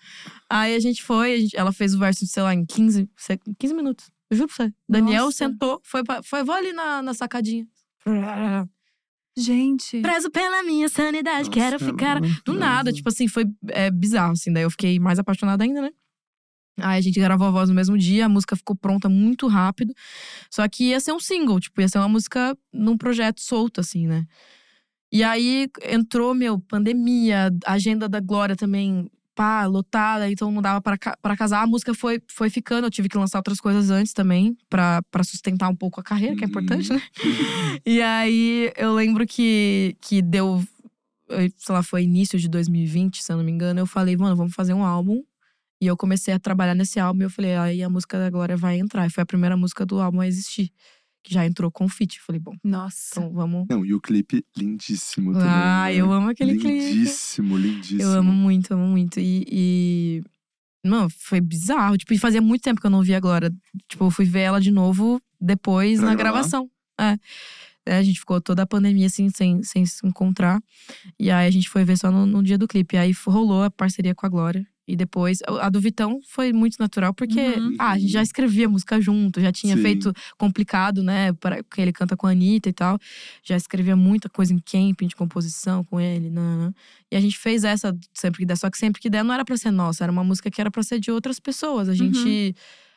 [SPEAKER 2] Aí a gente foi, a gente- ela fez o verso, sei lá, em 15, sec- 15 minutos. Eu juro pra você. Daniel
[SPEAKER 1] Nossa.
[SPEAKER 2] sentou, foi, pra, foi, vou ali na, na sacadinha.
[SPEAKER 1] Gente.
[SPEAKER 2] Preso pela minha sanidade,
[SPEAKER 3] Nossa, ela
[SPEAKER 2] quero
[SPEAKER 3] é
[SPEAKER 2] ficar do
[SPEAKER 3] maravilhosa.
[SPEAKER 2] nada, tipo assim, foi é, bizarro, assim. Daí eu fiquei mais apaixonada ainda, né? Aí a gente gravou a voz no mesmo dia, a música ficou pronta muito rápido. Só que ia ser um single, tipo, ia ser uma música num projeto solto, assim, né? E aí entrou, meu, pandemia, a agenda da Glória também, pá, lotada, então não dava pra ca- pra casar. A música foi, foi ficando, eu tive que lançar outras coisas antes também, pra pra sustentar um pouco a carreira,
[SPEAKER 3] Uhum.
[SPEAKER 2] que é importante, né? E aí eu lembro que, que deu, eh, sei lá, foi início de 2020, se eu não me engano, eu falei, mano, vamos fazer um álbum. E eu comecei a trabalhar nesse álbum e eu falei, aí a música da Glória vai entrar. E foi a primeira música do álbum a existir, que já entrou com feat. Eu Falei, bom,
[SPEAKER 1] Nossa.
[SPEAKER 2] então vamos.
[SPEAKER 3] Não, e o clipe lindíssimo também.
[SPEAKER 2] Ah,
[SPEAKER 3] né?
[SPEAKER 2] eu amo aquele clipe.
[SPEAKER 3] Lindíssimo, lindíssimo.
[SPEAKER 2] Eu amo muito, amo muito. E. e... Mano, foi bizarro. Tipo, e fazia muito tempo que eu não via a Glória. Tipo, eu fui ver ela de novo depois
[SPEAKER 3] Pra
[SPEAKER 2] na
[SPEAKER 3] gravar?
[SPEAKER 2] gravação. É. É, A gente ficou toda a pandemia, assim, sem, sem se encontrar. E aí a gente foi ver só no, no dia do clipe. Aí f- rolou a parceria com a Glória. E depois, a a do Vitão foi muito natural, porque
[SPEAKER 1] Uhum.
[SPEAKER 2] ah, a gente já escrevia música junto, já tinha
[SPEAKER 3] Sim.
[SPEAKER 2] feito complicado, né? Pra, que ele canta com a Anitta e tal. Já escrevia muita coisa em camping de composição com ele. nananã. E a gente fez essa sempre que der, só que sempre que der não era pra ser nossa, era uma música que era pra ser de outras pessoas. A
[SPEAKER 1] Uhum.
[SPEAKER 2] gente.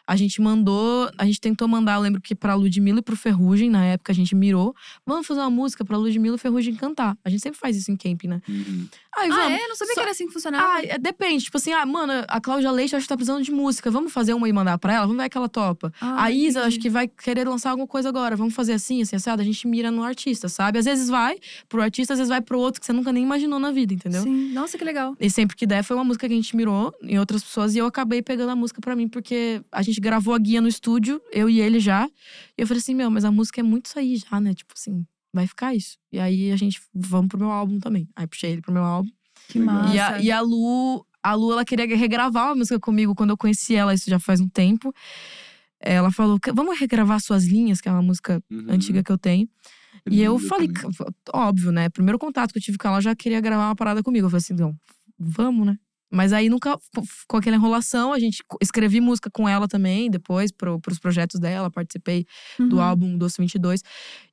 [SPEAKER 2] A gente mandou, a gente tentou mandar, eu lembro que pra Ludmilla e pro Ferrugem, na época a gente mirou. Vamos fazer uma música pra Ludmilla e Ferrugem cantar. A gente sempre faz isso em camping, né?
[SPEAKER 3] Uhum.
[SPEAKER 2] Aí
[SPEAKER 1] Ah,
[SPEAKER 2] vamos.
[SPEAKER 1] é? Não sabia
[SPEAKER 2] Só-
[SPEAKER 1] que era assim que funcionava.
[SPEAKER 2] Ah, é, depende. Tipo assim, ah, mano, a Cláudia Leite acho que tá precisando de música. Vamos fazer uma e mandar pra ela? Vamos ver que ela topa.
[SPEAKER 1] Ah,
[SPEAKER 2] a Isa
[SPEAKER 1] entendi.
[SPEAKER 2] acho que vai querer lançar alguma coisa agora. Vamos fazer assim, assim, assado. A gente mira no artista, sabe? Às vezes vai pro artista, às vezes vai pro outro que você nunca nem imaginou na vida, entendeu?
[SPEAKER 1] Sim. Nossa, que legal.
[SPEAKER 2] E sempre que der, foi uma música que a gente mirou em outras pessoas. E eu acabei pegando a música pra mim, porque a gente gravou a guia no estúdio, eu e ele já. E eu falei assim, meu, mas a música é muito isso aí já, né? Tipo assim, vai ficar isso. E aí a gente, vamos pro meu álbum também. Aí puxei ele pro meu álbum.
[SPEAKER 1] Que
[SPEAKER 3] Legal.
[SPEAKER 1] massa.
[SPEAKER 2] E a, e a Lu, a Lu, ela queria regravar uma música comigo quando eu conheci ela, isso já faz um tempo. Ela falou, "Ca- vamos regravar suas linhas, que é uma música
[SPEAKER 3] Uhum.
[SPEAKER 2] antiga que eu tenho. E eu
[SPEAKER 3] Lindo
[SPEAKER 2] falei,
[SPEAKER 3] também.
[SPEAKER 2] "Ca- óbvio, né? Primeiro contato que eu tive com ela, ela já queria gravar uma parada comigo. Eu falei assim, então, vamos, né? Mas aí nunca f- ficou aquela enrolação. A gente co- escrevi música com ela também, depois, pro, pros projetos dela. Participei do
[SPEAKER 1] Uhum.
[SPEAKER 2] álbum Doce 22.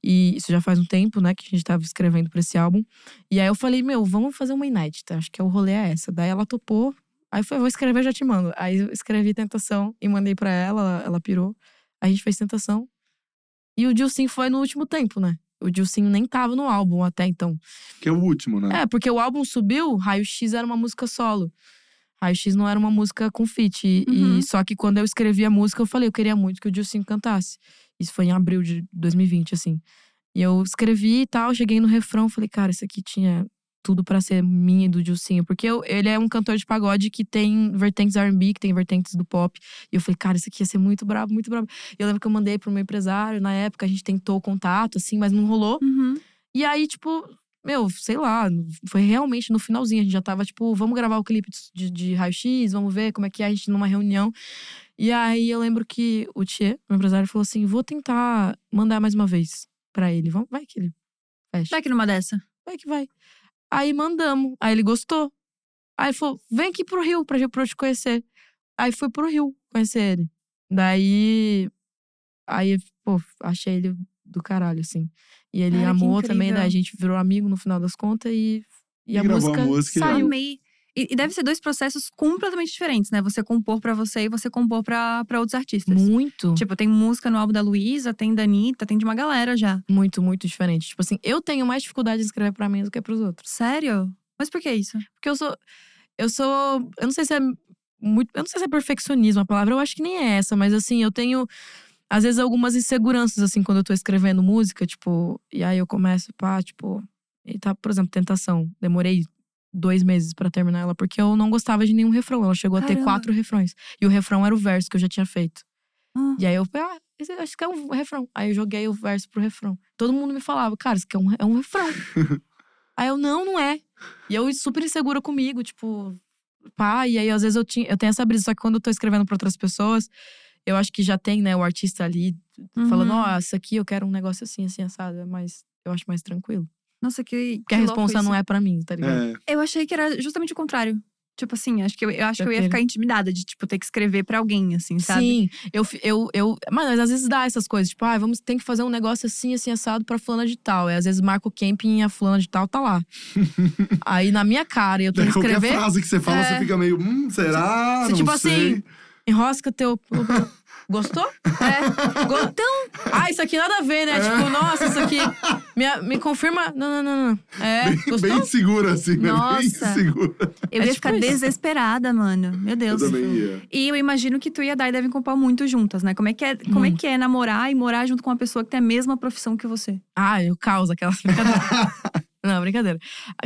[SPEAKER 2] E isso já faz um tempo, né, que a gente tava escrevendo pra esse álbum. E aí eu falei, meu, vamos fazer uma inédita. Acho que o rolê é essa. Daí ela topou. Aí eu falei, vou escrever, já te mando. Aí eu escrevi Tentação e mandei pra ela, ela, ela pirou. A gente fez Tentação. E o Dilcinho foi no último tempo, né? O Dilcinho nem tava no álbum até então.
[SPEAKER 3] Que é o último, né?
[SPEAKER 2] É, porque o álbum subiu, Raio X era uma música solo. Raio X não era uma música com feat. E,
[SPEAKER 1] Uhum.
[SPEAKER 2] e só que quando eu escrevi a música, eu falei, eu queria muito que o Dilcinho cantasse. Isso foi em abril de 2020, assim. E eu escrevi e tal, cheguei no refrão, falei, cara, isso aqui tinha tudo pra ser minha e do Dilcinho. Porque eu- ele é um cantor de pagode que tem vertentes R&B, que tem vertentes do pop. E eu falei, cara, isso aqui ia ser muito brabo, muito brabo. E eu lembro que eu mandei pro meu empresário, na época a gente tentou o contato, assim, mas não rolou.
[SPEAKER 1] Uhum.
[SPEAKER 2] E aí, tipo, meu, sei lá, foi realmente no finalzinho. A gente já tava, tipo, vamos gravar o clipe de, de raio-x, vamos ver como é que é, a gente numa reunião. E aí eu lembro que o Tchê, meu empresário, falou assim: vou tentar mandar mais uma vez pra ele. Vamos, vai que ele fecha.
[SPEAKER 1] Tá aqui numa dessa.
[SPEAKER 2] Vai que vai. Aí mandamos. Aí ele gostou. Aí ele falou: vem aqui pro Rio pra, gente- pra eu te conhecer. Aí fui pro Rio conhecer ele. Daí. Aí, pô, achei ele do caralho, assim. E ele
[SPEAKER 1] Cara, que
[SPEAKER 2] amou também,
[SPEAKER 1] incrível.
[SPEAKER 2] daí a gente virou amigo no final das contas e. E,
[SPEAKER 3] E
[SPEAKER 2] a,
[SPEAKER 3] gravou a
[SPEAKER 2] música
[SPEAKER 3] música e-
[SPEAKER 2] saiu.
[SPEAKER 1] Amei. E, e deve ser dois processos completamente diferentes, né? Você compor pra você e você compor pra, pra outros artistas.
[SPEAKER 2] Muito.
[SPEAKER 1] Tipo, tem música no álbum da Luísa, tem da Anitta, tem de uma galera já.
[SPEAKER 2] Muito, muito diferente. Tipo assim, eu tenho mais dificuldade de escrever pra mim do que pros outros.
[SPEAKER 1] Sério? Mas por que isso?
[SPEAKER 2] Porque eu sou. Eu sou. Eu não sei se é muito. Eu não sei se é perfeccionismo a palavra, eu acho que nem é essa, mas assim, eu tenho. Às vezes algumas inseguranças, assim, quando eu tô escrevendo música, tipo. E aí eu começo, pá, tipo. E tá, por exemplo, Tentação. Demorei dois meses pra terminar ela, porque eu não gostava de nenhum refrão. Ela chegou a ter
[SPEAKER 1] Caramba.
[SPEAKER 2] quatro refrões. E o refrão era o verso que eu já tinha feito.
[SPEAKER 1] Ah.
[SPEAKER 2] E aí eu falei, ah, esse- acho que é um refrão. Aí eu joguei o verso pro refrão. Todo mundo me falava, cara, isso aqui é um, é um
[SPEAKER 1] *laughs*
[SPEAKER 2] refrão. aí eu, não, não é. E eu super insegura comigo, tipo, pá, e aí às vezes eu, tinha, eu tenho essa brisa, só que quando eu tô escrevendo pra outras pessoas, eu acho que já tem, né, o artista ali falando,
[SPEAKER 1] Uhum.
[SPEAKER 2] ó, isso aqui eu quero um negócio assim, assim, assado, é mais, eu acho mais tranquilo.
[SPEAKER 1] Nossa, que.
[SPEAKER 2] Porque a responsa não é pra mim, tá ligado?
[SPEAKER 3] É.
[SPEAKER 1] Eu achei que era justamente o contrário. Tipo assim, acho que eu, eu acho que eu ia
[SPEAKER 2] Prefiro.
[SPEAKER 1] ficar intimidada de, tipo, ter que escrever pra alguém, assim, sabe?
[SPEAKER 2] Sim, eu, fi- eu, eu. Mas às vezes dá essas coisas, tipo, ah, vamos, tem que fazer um negócio assim, assim, assado pra fulana de tal. E às vezes marca o camping e a fulana de tal tá lá. Aí na minha cara, eu tenho que
[SPEAKER 3] Qualquer
[SPEAKER 2] escrever,
[SPEAKER 3] frase que você fala,
[SPEAKER 2] É.
[SPEAKER 3] você fica meio, hum, será?
[SPEAKER 2] Se-
[SPEAKER 3] não
[SPEAKER 2] tipo
[SPEAKER 3] sei.
[SPEAKER 2] assim, enrosca teu. Gostou? É. Go- Ah, isso aqui nada a ver, né? Tipo, nossa, isso aqui. Me, me confirma. Não, não, não, não. É, gostou?
[SPEAKER 3] Bem segura, assim, né? Bem
[SPEAKER 1] Nossa.
[SPEAKER 3] segura.
[SPEAKER 1] Eu
[SPEAKER 2] É
[SPEAKER 1] ia
[SPEAKER 2] tipo
[SPEAKER 1] ficar
[SPEAKER 2] isso.
[SPEAKER 1] desesperada, mano. Meu
[SPEAKER 3] Eu
[SPEAKER 1] Deus.
[SPEAKER 3] também ia.
[SPEAKER 1] E eu imagino que tu e a Dai devem compor muito juntas, né? Como é que é, como é,
[SPEAKER 2] Muito.
[SPEAKER 1] que é namorar e morar junto com uma pessoa que tem a mesma profissão que você?
[SPEAKER 2] Ah, eu causo *laughs* aquelas brincadeiras. Não, brincadeira.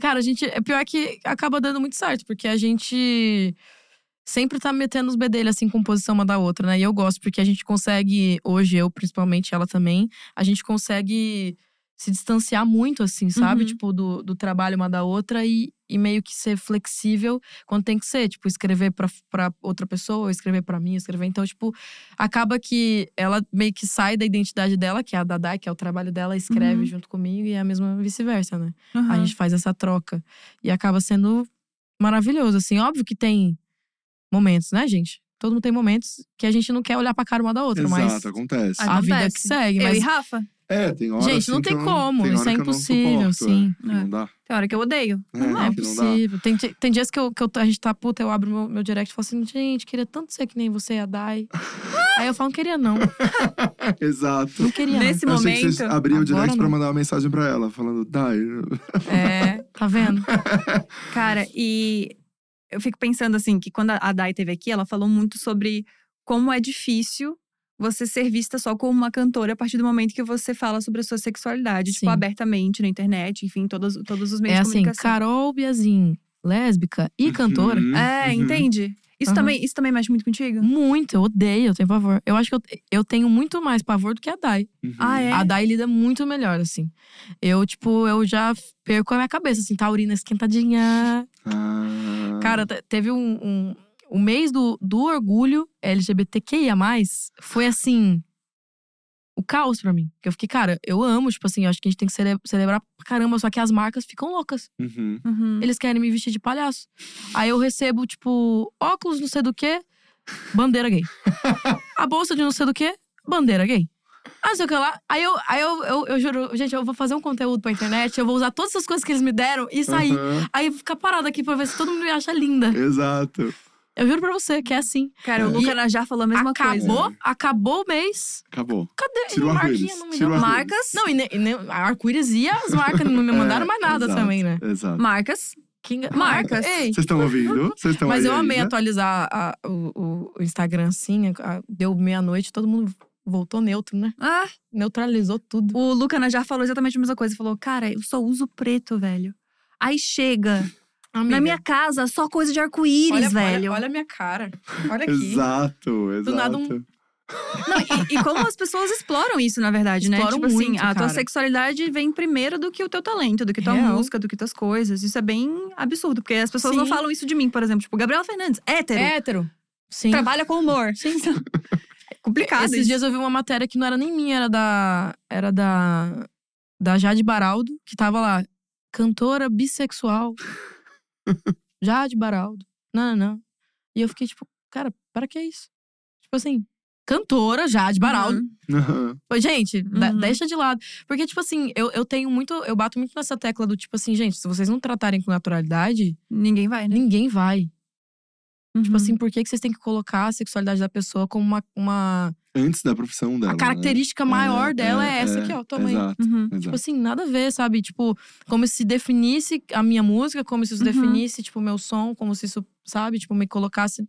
[SPEAKER 2] Cara, a gente. É pior que acaba dando muito certo, porque a gente sempre tá metendo os bedelhos assim, composição uma da outra, né? E eu gosto, porque a gente consegue, hoje eu, principalmente ela também, a gente consegue se distanciar muito, assim, sabe?
[SPEAKER 1] Uhum.
[SPEAKER 2] Tipo, do, do trabalho uma da outra e, e meio que ser flexível quando tem que ser. Tipo, escrever pra, pra outra pessoa, ou escrever pra mim, escrever. Então, tipo, acaba que ela meio que sai da identidade dela, que é a Dadai, que é o trabalho dela, escreve
[SPEAKER 1] Uhum.
[SPEAKER 2] junto comigo e é a mesma vice-versa, né? A
[SPEAKER 1] Uhum.
[SPEAKER 2] gente faz essa troca. E acaba sendo maravilhoso, assim. Óbvio que tem momentos, né, gente? Todo mundo tem momentos que a gente não quer olhar pra cara uma da outra, mas
[SPEAKER 3] Exato, acontece.
[SPEAKER 1] Ah,
[SPEAKER 2] a vida que
[SPEAKER 1] Acontece.
[SPEAKER 2] segue.
[SPEAKER 1] Eu
[SPEAKER 2] mas,
[SPEAKER 1] e Rafa?
[SPEAKER 3] É, tem hora
[SPEAKER 2] gente,
[SPEAKER 3] assim,
[SPEAKER 2] não
[SPEAKER 3] que
[SPEAKER 2] tem
[SPEAKER 3] eu
[SPEAKER 2] como.
[SPEAKER 3] tem
[SPEAKER 2] Isso
[SPEAKER 3] hora
[SPEAKER 2] é
[SPEAKER 3] que eu não
[SPEAKER 2] impossível, assim.
[SPEAKER 3] suporto, é.
[SPEAKER 2] sim.
[SPEAKER 3] Que Não dá.
[SPEAKER 1] Tem hora que eu odeio.
[SPEAKER 3] É,
[SPEAKER 1] Normal.
[SPEAKER 2] É
[SPEAKER 3] que não dá.
[SPEAKER 2] possível. Tem, di- tem dias que eu, que eu- a gente tá puta, eu abro meu, meu direct e falo assim, gente, queria tanto ser que nem você,
[SPEAKER 3] *laughs*
[SPEAKER 2] a Dai. Aí eu falo, não queria não,
[SPEAKER 3] *laughs* Exato.
[SPEAKER 2] não queria não.
[SPEAKER 1] Nesse
[SPEAKER 3] Eu achei que
[SPEAKER 1] momento.
[SPEAKER 3] você abria o
[SPEAKER 2] Agora
[SPEAKER 3] direct pra
[SPEAKER 2] não.
[SPEAKER 3] mandar uma mensagem pra ela, falando, Dai,
[SPEAKER 2] É,
[SPEAKER 1] *laughs*
[SPEAKER 2] tá vendo?
[SPEAKER 1] Cara, e eu fico pensando assim, que quando a- a Dai teve aqui, ela falou muito sobre como é difícil você ser vista só como uma cantora a partir do momento que você fala sobre a sua sexualidade, tipo,
[SPEAKER 2] Sim.
[SPEAKER 1] abertamente na internet, enfim, todos, todos os meios
[SPEAKER 2] É
[SPEAKER 1] de
[SPEAKER 2] assim,
[SPEAKER 1] comunicação.
[SPEAKER 2] Carol Biazin, lésbica *laughs* e cantora.
[SPEAKER 3] Uhum,
[SPEAKER 1] é,
[SPEAKER 3] uhum.
[SPEAKER 1] entende? Isso,
[SPEAKER 2] Aham.
[SPEAKER 1] também, isso também mexe muito contigo?
[SPEAKER 2] Muito, eu odeio, eu tenho pavor. Eu acho que eu, eu tenho muito mais pavor do que a Dai.
[SPEAKER 3] Uhum.
[SPEAKER 1] Ah, é?
[SPEAKER 2] A Dai lida muito melhor, assim. Eu, tipo, eu já perco a minha cabeça, assim, taurina esquentadinha.
[SPEAKER 3] Ah.
[SPEAKER 2] Cara, te- teve um. um o mês do, do orgulho LGBTQIA, foi assim. o caos pra mim. Porque eu fiquei, cara, eu amo, tipo assim, eu acho que a gente tem que cele- celebrar pra caramba, só que as marcas ficam loucas.
[SPEAKER 3] Uhum.
[SPEAKER 1] Uhum.
[SPEAKER 2] Eles querem me vestir de palhaço. Aí eu recebo, tipo, óculos não sei do que, bandeira gay. A bolsa de não sei do que, bandeira gay. Ah, não sei o que lá. Aí eu, aí eu, eu, eu juro, gente, eu vou fazer um conteúdo pra internet, eu vou usar todas as coisas que eles me deram e sair.
[SPEAKER 3] Uhum.
[SPEAKER 2] Aí eu vou ficar parada aqui pra ver se todo mundo me acha linda.
[SPEAKER 3] Exato.
[SPEAKER 2] Eu juro pra você que é assim.
[SPEAKER 1] Cara, o
[SPEAKER 2] É.
[SPEAKER 1] Luca já falou a mesma coisa.
[SPEAKER 2] acabou, acabou o mês.
[SPEAKER 3] Acabou.
[SPEAKER 2] Cadê?
[SPEAKER 3] Tira o
[SPEAKER 2] marquinha
[SPEAKER 3] arco-íris.
[SPEAKER 2] não me
[SPEAKER 3] Tira
[SPEAKER 2] deu.
[SPEAKER 3] o arco-íris.
[SPEAKER 1] Marcas,
[SPEAKER 2] Não, e, ne, e nem- a arco-íris e as marcas
[SPEAKER 3] *laughs*
[SPEAKER 2] não me
[SPEAKER 3] É,
[SPEAKER 2] mandaram mais nada
[SPEAKER 3] exato,
[SPEAKER 2] também, né?
[SPEAKER 3] Exato.
[SPEAKER 1] marcas.
[SPEAKER 2] Que enga-
[SPEAKER 1] Marcas.
[SPEAKER 2] Ei,
[SPEAKER 3] Vocês estão
[SPEAKER 2] *laughs*
[SPEAKER 3] ouvindo? Vocês estão
[SPEAKER 2] Mas
[SPEAKER 3] Então, aí né?
[SPEAKER 2] eu amei
[SPEAKER 3] ainda?
[SPEAKER 2] atualizar a- o, o- o Instagram assim. a- a- deu meia-noite, todo mundo voltou neutro, né?
[SPEAKER 1] Ah,
[SPEAKER 2] Neutralizou tudo.
[SPEAKER 1] o Luca já falou exatamente a mesma coisa. Falou, cara, eu só uso preto, velho. Aí chega, na
[SPEAKER 2] Amiga,
[SPEAKER 1] minha casa, só coisa de
[SPEAKER 2] olha,
[SPEAKER 1] arco-íris, velho.
[SPEAKER 2] Olha, olha a minha cara.
[SPEAKER 3] *laughs*
[SPEAKER 2] Olha aqui.
[SPEAKER 3] Exato, exato.
[SPEAKER 2] nada, um-
[SPEAKER 1] E, e como as pessoas exploram isso, na verdade, né?
[SPEAKER 2] Exploram
[SPEAKER 1] tipo assim,
[SPEAKER 2] muito,
[SPEAKER 1] a tua
[SPEAKER 2] cara.
[SPEAKER 1] sexualidade vem primeiro do que o teu talento, do que tua
[SPEAKER 2] Real.
[SPEAKER 1] música, do que tuas coisas. Isso é bem absurdo, porque as pessoas não
[SPEAKER 2] Sim.
[SPEAKER 1] falam isso de mim, por exemplo. Tipo, Gabriela Fernandes, hétero,
[SPEAKER 2] É Hétero. Tá Sim.
[SPEAKER 1] trabalha com humor. Sim.
[SPEAKER 2] *laughs*
[SPEAKER 1] É complicado.
[SPEAKER 2] Esses
[SPEAKER 1] isso.
[SPEAKER 2] dias eu vi uma matéria que não era nem minha, era da. Era da. Da Jade Baraldo, que tava lá.
[SPEAKER 3] *laughs*
[SPEAKER 2] Cantora bissexual. Jade Baraldo. Não, não, não. E eu fiquei tipo, cara, para que isso? Tipo assim, cantora Jade Baraldo.
[SPEAKER 1] Uhum.
[SPEAKER 2] Ô, Gente, da-
[SPEAKER 1] Uhum.
[SPEAKER 2] deixa de lado. Porque, tipo assim, eu, eu tenho muito. Eu bato muito nessa tecla do tipo assim, gente, se vocês não tratarem com naturalidade,
[SPEAKER 1] Ninguém vai, né?
[SPEAKER 2] ninguém vai. Tipo
[SPEAKER 1] Uhum.
[SPEAKER 2] assim, por que, que vocês têm que colocar a sexualidade da pessoa como uma. uma
[SPEAKER 3] Antes da profissão dela.
[SPEAKER 2] a característica
[SPEAKER 3] né?
[SPEAKER 2] maior
[SPEAKER 3] É,
[SPEAKER 2] dela é,
[SPEAKER 3] é,
[SPEAKER 2] essa
[SPEAKER 3] é,
[SPEAKER 2] aqui, ó, tua mãe.
[SPEAKER 3] Exato,
[SPEAKER 1] Uhum.
[SPEAKER 2] Tipo
[SPEAKER 3] exato.
[SPEAKER 2] assim, nada a ver, sabe? Tipo, como se definisse a minha música, como se isso
[SPEAKER 1] Uhum.
[SPEAKER 2] definisse, tipo, o meu som, como se isso, sabe? Tipo, me colocasse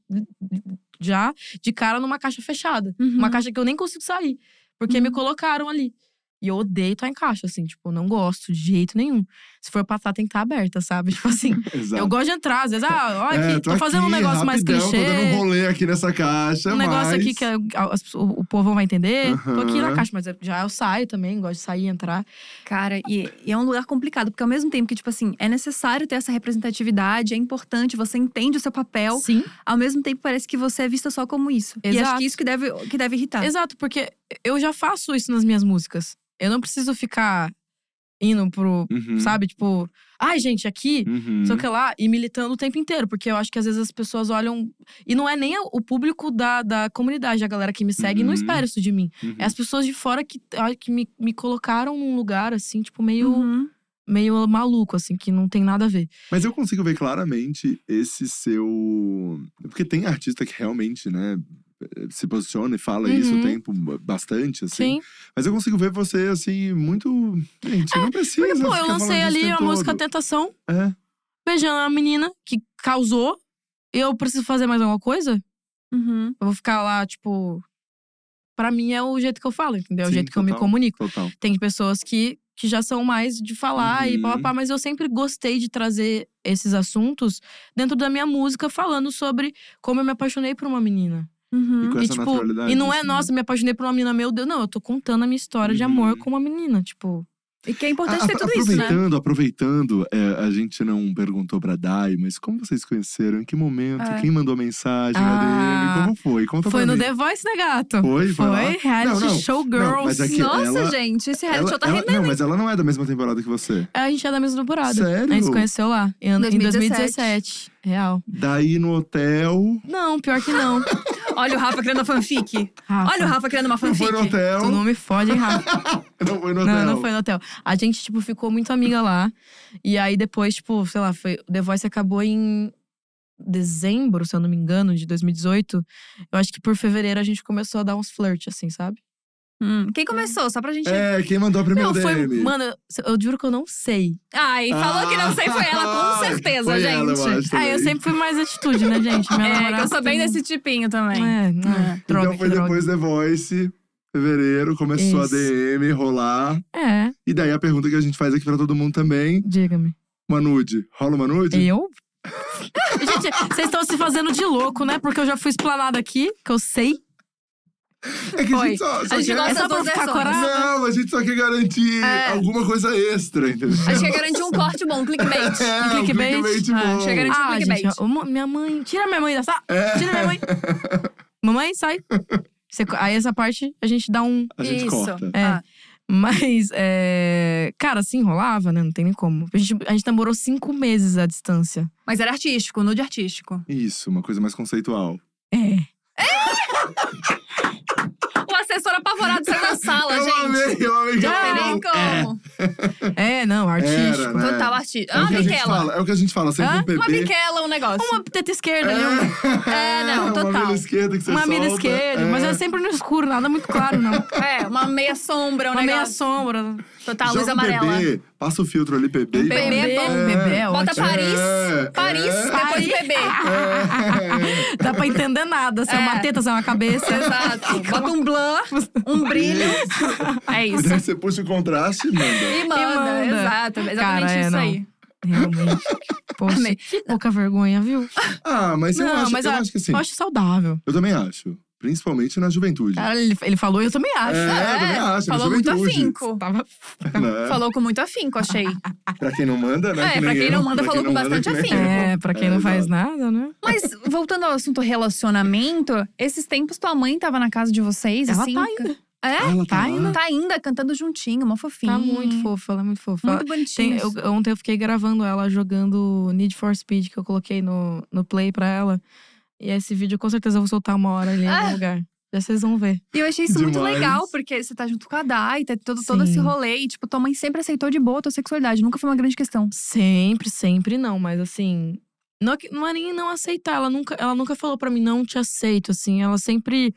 [SPEAKER 2] já de cara numa caixa fechada.
[SPEAKER 1] Uhum.
[SPEAKER 2] Uma caixa que eu nem consigo sair. Porque me
[SPEAKER 1] Uhum.
[SPEAKER 2] colocaram ali. E eu odeio estar em caixa, assim. Tipo, eu não gosto de jeito nenhum. Se for pra estar, tem que estar aberta, sabe? *laughs* Tipo assim,
[SPEAKER 3] *laughs* exato.
[SPEAKER 2] eu gosto de entrar. Às vezes, ah, olha
[SPEAKER 3] É,
[SPEAKER 2] aqui, tô, fazendo um
[SPEAKER 3] aqui,
[SPEAKER 2] negócio mais
[SPEAKER 3] rapidão,
[SPEAKER 2] clichê.
[SPEAKER 3] Tô dando um rolê aqui nessa caixa.
[SPEAKER 2] um negócio
[SPEAKER 3] mas...
[SPEAKER 2] aqui que a- as pessoas- o, o povo vai entender. Tô aqui na
[SPEAKER 3] Aham.
[SPEAKER 2] caixa, mas eu- já eu saio também, gosto de sair e entrar.
[SPEAKER 1] Cara, e, e é um lugar complicado, porque ao mesmo tempo que, tipo assim, é necessário ter essa representatividade, é importante, você entende o seu papel,
[SPEAKER 2] Sim.
[SPEAKER 1] ao mesmo tempo parece que você é vista só como isso. E acho
[SPEAKER 2] Exato.
[SPEAKER 1] que isso que deve, que deve irritar.
[SPEAKER 2] Exato, porque eu já faço isso nas minhas músicas. Eu não preciso ficar indo pro,
[SPEAKER 3] Uhum,
[SPEAKER 2] sabe? Tipo, ai, gente, aqui
[SPEAKER 3] uhum.
[SPEAKER 2] só que lá, e militando o tempo inteiro, porque eu acho que às vezes as pessoas olham. E não é nem o público da, da comunidade, a galera que me segue não
[SPEAKER 3] Uhum.
[SPEAKER 2] espera isso de mim.
[SPEAKER 3] Uhum.
[SPEAKER 2] É as pessoas de fora que, ah, que me, me colocaram num lugar, assim, tipo, meio,
[SPEAKER 1] Uhum.
[SPEAKER 2] meio maluco, assim, que não tem nada a ver.
[SPEAKER 3] Mas eu consigo ver claramente esse seu. Porque tem artista que realmente, né, se posiciona e fala isso o
[SPEAKER 2] Uhum.
[SPEAKER 3] tempo bastante, assim.
[SPEAKER 2] Sim.
[SPEAKER 3] Mas eu consigo ver você, assim, muito. Gente, não precisa.
[SPEAKER 2] É, Porque, pô,
[SPEAKER 3] ficar
[SPEAKER 2] eu lancei
[SPEAKER 3] falando disso o
[SPEAKER 2] ali
[SPEAKER 3] tempo
[SPEAKER 2] a música
[SPEAKER 3] todo.
[SPEAKER 2] Tentação,
[SPEAKER 3] É.
[SPEAKER 2] beijando a menina que causou. Eu preciso fazer mais alguma coisa?
[SPEAKER 1] Uhum.
[SPEAKER 2] Eu vou ficar lá, tipo. Pra mim é o jeito que eu falo, entendeu? É o
[SPEAKER 3] Sim,
[SPEAKER 2] jeito que eu me
[SPEAKER 3] total.
[SPEAKER 2] comunico.
[SPEAKER 3] Total.
[SPEAKER 2] tem pessoas que, que já são mais de falar e
[SPEAKER 3] Uhum.
[SPEAKER 2] pá, pá, pá, mas eu sempre gostei de trazer esses assuntos dentro da minha música, falando sobre como eu me apaixonei por uma menina.
[SPEAKER 1] Uhum.
[SPEAKER 3] E com
[SPEAKER 2] e,
[SPEAKER 3] essa
[SPEAKER 2] tipo,
[SPEAKER 3] naturalidade.
[SPEAKER 2] e não é,
[SPEAKER 3] assim,
[SPEAKER 2] nossa, me apaixonei por uma menina, meu Deus, não, eu tô contando a minha história de amor
[SPEAKER 3] Uhum.
[SPEAKER 2] com uma menina, tipo.
[SPEAKER 1] E que é importante
[SPEAKER 3] A-
[SPEAKER 1] ter
[SPEAKER 3] a-
[SPEAKER 1] tudo isso, né?
[SPEAKER 3] Ah, aproveitando, aproveitando, é, a gente não perguntou pra Dai, mas como vocês conheceram? Em que momento?
[SPEAKER 1] É.
[SPEAKER 3] Quem mandou mensagem?
[SPEAKER 2] Ah.
[SPEAKER 3] ADM? Como foi? Conta
[SPEAKER 2] foi
[SPEAKER 3] pra
[SPEAKER 2] no
[SPEAKER 3] mim.
[SPEAKER 2] The Voice, né, gato?
[SPEAKER 3] Foi? Foi lá?
[SPEAKER 2] reality
[SPEAKER 3] Não, não,
[SPEAKER 2] show
[SPEAKER 3] não,
[SPEAKER 2] girls.
[SPEAKER 3] mas é que-
[SPEAKER 1] Nossa,
[SPEAKER 3] ela-
[SPEAKER 1] gente, esse reality
[SPEAKER 3] Ela,
[SPEAKER 1] show tá
[SPEAKER 3] ela-
[SPEAKER 1] rendendo.
[SPEAKER 3] não, mas ela não é da mesma temporada que você.
[SPEAKER 2] A gente é da mesma temporada.
[SPEAKER 3] Sério?
[SPEAKER 2] A gente se conheceu lá, em, em
[SPEAKER 1] 2017.
[SPEAKER 2] 2017. Real.
[SPEAKER 3] Daí no hotel.
[SPEAKER 2] Não, pior
[SPEAKER 1] *laughs*
[SPEAKER 2] que não.
[SPEAKER 1] Olha o Rafa criando a
[SPEAKER 3] *laughs*
[SPEAKER 1] fanfic.
[SPEAKER 2] Rafa,
[SPEAKER 1] Olha o Rafa criando uma
[SPEAKER 3] Tá, Não
[SPEAKER 1] fanfic.
[SPEAKER 3] foi no hotel.
[SPEAKER 2] Tu não me fode, hein, Rafa?
[SPEAKER 3] Não foi no hotel.
[SPEAKER 2] Não, não foi no hotel. A gente, tipo, ficou muito amiga lá. E aí depois, tipo, sei lá, foi, o The Voice acabou em dezembro, se eu não me engano, de 2018. Eu acho que por fevereiro a gente começou a dar uns flirt, assim, sabe?
[SPEAKER 1] Hum, Quem começou? Só pra gente.
[SPEAKER 3] É, quem mandou a primeira
[SPEAKER 2] não, foi. um
[SPEAKER 3] DM?
[SPEAKER 2] Mano, eu, eu juro que eu não sei.
[SPEAKER 1] Ai, falou que não sei, foi ela, com certeza,
[SPEAKER 3] Ah, Foi
[SPEAKER 1] gente.
[SPEAKER 3] ela, eu acho,
[SPEAKER 2] Ah,
[SPEAKER 3] também.
[SPEAKER 2] eu sempre fui mais atitude, né, gente? Minha
[SPEAKER 1] É, que
[SPEAKER 2] namorada
[SPEAKER 1] eu sou bem
[SPEAKER 2] tem-
[SPEAKER 1] desse tipinho também.
[SPEAKER 2] É, não.
[SPEAKER 1] É.
[SPEAKER 2] Droga,
[SPEAKER 3] Então foi
[SPEAKER 2] que droga.
[SPEAKER 3] depois The Voice, fevereiro, começou
[SPEAKER 2] Isso.
[SPEAKER 3] a DM rolar.
[SPEAKER 2] É,
[SPEAKER 3] E daí a pergunta que a gente faz aqui pra todo mundo também:
[SPEAKER 2] diga-me.
[SPEAKER 3] Manude, rola uma nude?
[SPEAKER 2] Eu? *laughs* gente, vocês estão se fazendo de louco, né? Porque eu já fui explanada aqui, que eu sei.
[SPEAKER 3] É que a
[SPEAKER 1] Foi.
[SPEAKER 3] gente só, só
[SPEAKER 1] A gente
[SPEAKER 3] quer...
[SPEAKER 1] gosta
[SPEAKER 2] É só pra
[SPEAKER 1] das
[SPEAKER 2] ficar
[SPEAKER 1] versões.
[SPEAKER 2] coragem.
[SPEAKER 3] Não, a gente só quer garantir
[SPEAKER 1] É.
[SPEAKER 3] alguma coisa extra, entendeu?
[SPEAKER 1] A gente quer garantir um corte bom, um clickbait.
[SPEAKER 3] *laughs* É,
[SPEAKER 2] um clickbait.
[SPEAKER 3] bom.
[SPEAKER 1] Ah, chega na- Grande
[SPEAKER 2] Ah,
[SPEAKER 1] clickbait.
[SPEAKER 2] gente, ó, uma- minha mãe. Tira minha mãe da sala.
[SPEAKER 3] É.
[SPEAKER 2] Tira minha mãe. Mamãe, sai. Você- aí essa parte a gente dá um.
[SPEAKER 3] A gente
[SPEAKER 1] Isso.
[SPEAKER 3] corta.
[SPEAKER 2] É.
[SPEAKER 1] Ah,
[SPEAKER 2] Mas, é, cara, se enrolava, né? Não tem nem como. A gente, a gente namorou cinco meses à distância.
[SPEAKER 1] mas era artístico, nude artístico.
[SPEAKER 3] Isso, uma coisa mais conceitual.
[SPEAKER 2] É.
[SPEAKER 1] O assessor apavorado saiu da sala,
[SPEAKER 3] *laughs* eu
[SPEAKER 1] gente.
[SPEAKER 3] amei, eu amei.
[SPEAKER 1] Já não
[SPEAKER 3] eu
[SPEAKER 1] tem
[SPEAKER 3] amei.
[SPEAKER 1] nem como.
[SPEAKER 2] É, não, artístico.
[SPEAKER 3] Era, né?
[SPEAKER 1] Total artístico.
[SPEAKER 3] É o
[SPEAKER 1] Ah,
[SPEAKER 3] que a gente fala,
[SPEAKER 1] biquela.
[SPEAKER 3] é o que a gente fala, sempre
[SPEAKER 2] Hã?
[SPEAKER 3] um bebê.
[SPEAKER 1] Uma biquela, um negócio.
[SPEAKER 2] Uma teta esquerda ali, um-
[SPEAKER 3] É,
[SPEAKER 1] É, não,
[SPEAKER 3] Uma
[SPEAKER 1] total.
[SPEAKER 3] milha esquerda que você
[SPEAKER 2] uma mina
[SPEAKER 3] solta.
[SPEAKER 2] esquerda.
[SPEAKER 3] é.
[SPEAKER 2] Mas
[SPEAKER 1] assim,
[SPEAKER 2] era sempre no escuro, nada muito claro, não.
[SPEAKER 1] É, uma meia sombra, um
[SPEAKER 2] Uma meia
[SPEAKER 1] negócio.
[SPEAKER 2] sombra.
[SPEAKER 1] Total, tá,
[SPEAKER 3] Joga
[SPEAKER 1] luz
[SPEAKER 3] um
[SPEAKER 1] amarela.
[SPEAKER 3] bebê, passa o filtro ali, bebê. e
[SPEAKER 1] bebê
[SPEAKER 3] vai.
[SPEAKER 1] é bom.
[SPEAKER 2] um bebê é
[SPEAKER 1] Bota
[SPEAKER 2] ótimo.
[SPEAKER 1] Paris,
[SPEAKER 3] É,
[SPEAKER 1] Paris,
[SPEAKER 3] é.
[SPEAKER 1] depois
[SPEAKER 3] *laughs*
[SPEAKER 1] bebê.
[SPEAKER 3] É.
[SPEAKER 2] Dá pra entender nada. Se é
[SPEAKER 1] É.
[SPEAKER 2] uma teta, se é uma cabeça.
[SPEAKER 1] Exato. Bota um blur, um brilho. É isso.
[SPEAKER 3] Daí você puxa o contraste e manda.
[SPEAKER 1] E manda,
[SPEAKER 2] manda.
[SPEAKER 1] exato. Exatamente
[SPEAKER 2] Cara, é,
[SPEAKER 1] isso
[SPEAKER 2] não.
[SPEAKER 1] aí.
[SPEAKER 2] Realmente. Poxa,
[SPEAKER 1] Amei.
[SPEAKER 2] que pouca vergonha, viu?
[SPEAKER 3] Ah, mas eu,
[SPEAKER 2] Não,
[SPEAKER 3] acho,
[SPEAKER 2] mas
[SPEAKER 3] eu
[SPEAKER 2] a-
[SPEAKER 3] acho que sim.
[SPEAKER 2] Eu acho saudável.
[SPEAKER 3] Eu também acho. Principalmente na juventude.
[SPEAKER 2] Cara, ele, ele falou, eu também acho.
[SPEAKER 3] É, eu também acho, na
[SPEAKER 1] falou muito
[SPEAKER 3] juventude.
[SPEAKER 1] afinco.
[SPEAKER 2] Tava
[SPEAKER 3] né?
[SPEAKER 1] Falou com muito afinco, achei.
[SPEAKER 3] Pra quem não manda, né?
[SPEAKER 1] É,
[SPEAKER 3] que nem
[SPEAKER 1] pra quem
[SPEAKER 3] eu.
[SPEAKER 1] não manda,
[SPEAKER 3] Pra
[SPEAKER 1] falou
[SPEAKER 3] quem não
[SPEAKER 1] com
[SPEAKER 3] manda,
[SPEAKER 1] bastante assim.
[SPEAKER 3] que nem
[SPEAKER 1] afinco.
[SPEAKER 3] eu.
[SPEAKER 2] É, pra quem
[SPEAKER 3] É,
[SPEAKER 2] não faz
[SPEAKER 3] exato.
[SPEAKER 2] nada, né?
[SPEAKER 1] Mas voltando ao assunto relacionamento, esses tempos tua mãe tava na casa de vocês,
[SPEAKER 2] Ela
[SPEAKER 1] assim.
[SPEAKER 2] tá ainda.
[SPEAKER 1] É?
[SPEAKER 3] Ah, ela tá,
[SPEAKER 2] Tá
[SPEAKER 3] lá?
[SPEAKER 2] ainda.
[SPEAKER 1] Tá ainda cantando juntinho, uma fofinha.
[SPEAKER 2] Tá muito fofa, ela é muito fofa.
[SPEAKER 1] Muito
[SPEAKER 2] Tem-
[SPEAKER 1] bonitinho.
[SPEAKER 2] eu- ontem eu fiquei gravando ela jogando Need for Speed, que eu coloquei no, no play pra ela. E esse vídeo com certeza eu vou soltar uma hora ali em
[SPEAKER 1] Ah.
[SPEAKER 2] algum lugar. Já vocês vão ver.
[SPEAKER 1] E eu achei isso muito
[SPEAKER 3] Demais.
[SPEAKER 1] legal, porque você tá junto com a Dai, tá todo, todo
[SPEAKER 2] Sim.
[SPEAKER 1] esse rolê. E, tipo, tua mãe sempre aceitou de boa a tua sexualidade. Nunca foi uma grande questão.
[SPEAKER 2] Sempre, sempre não, mas assim. Não, é que- não é nem não aceitar. Ela nunca, ela nunca falou pra mim, não te aceito, assim. Ela sempre.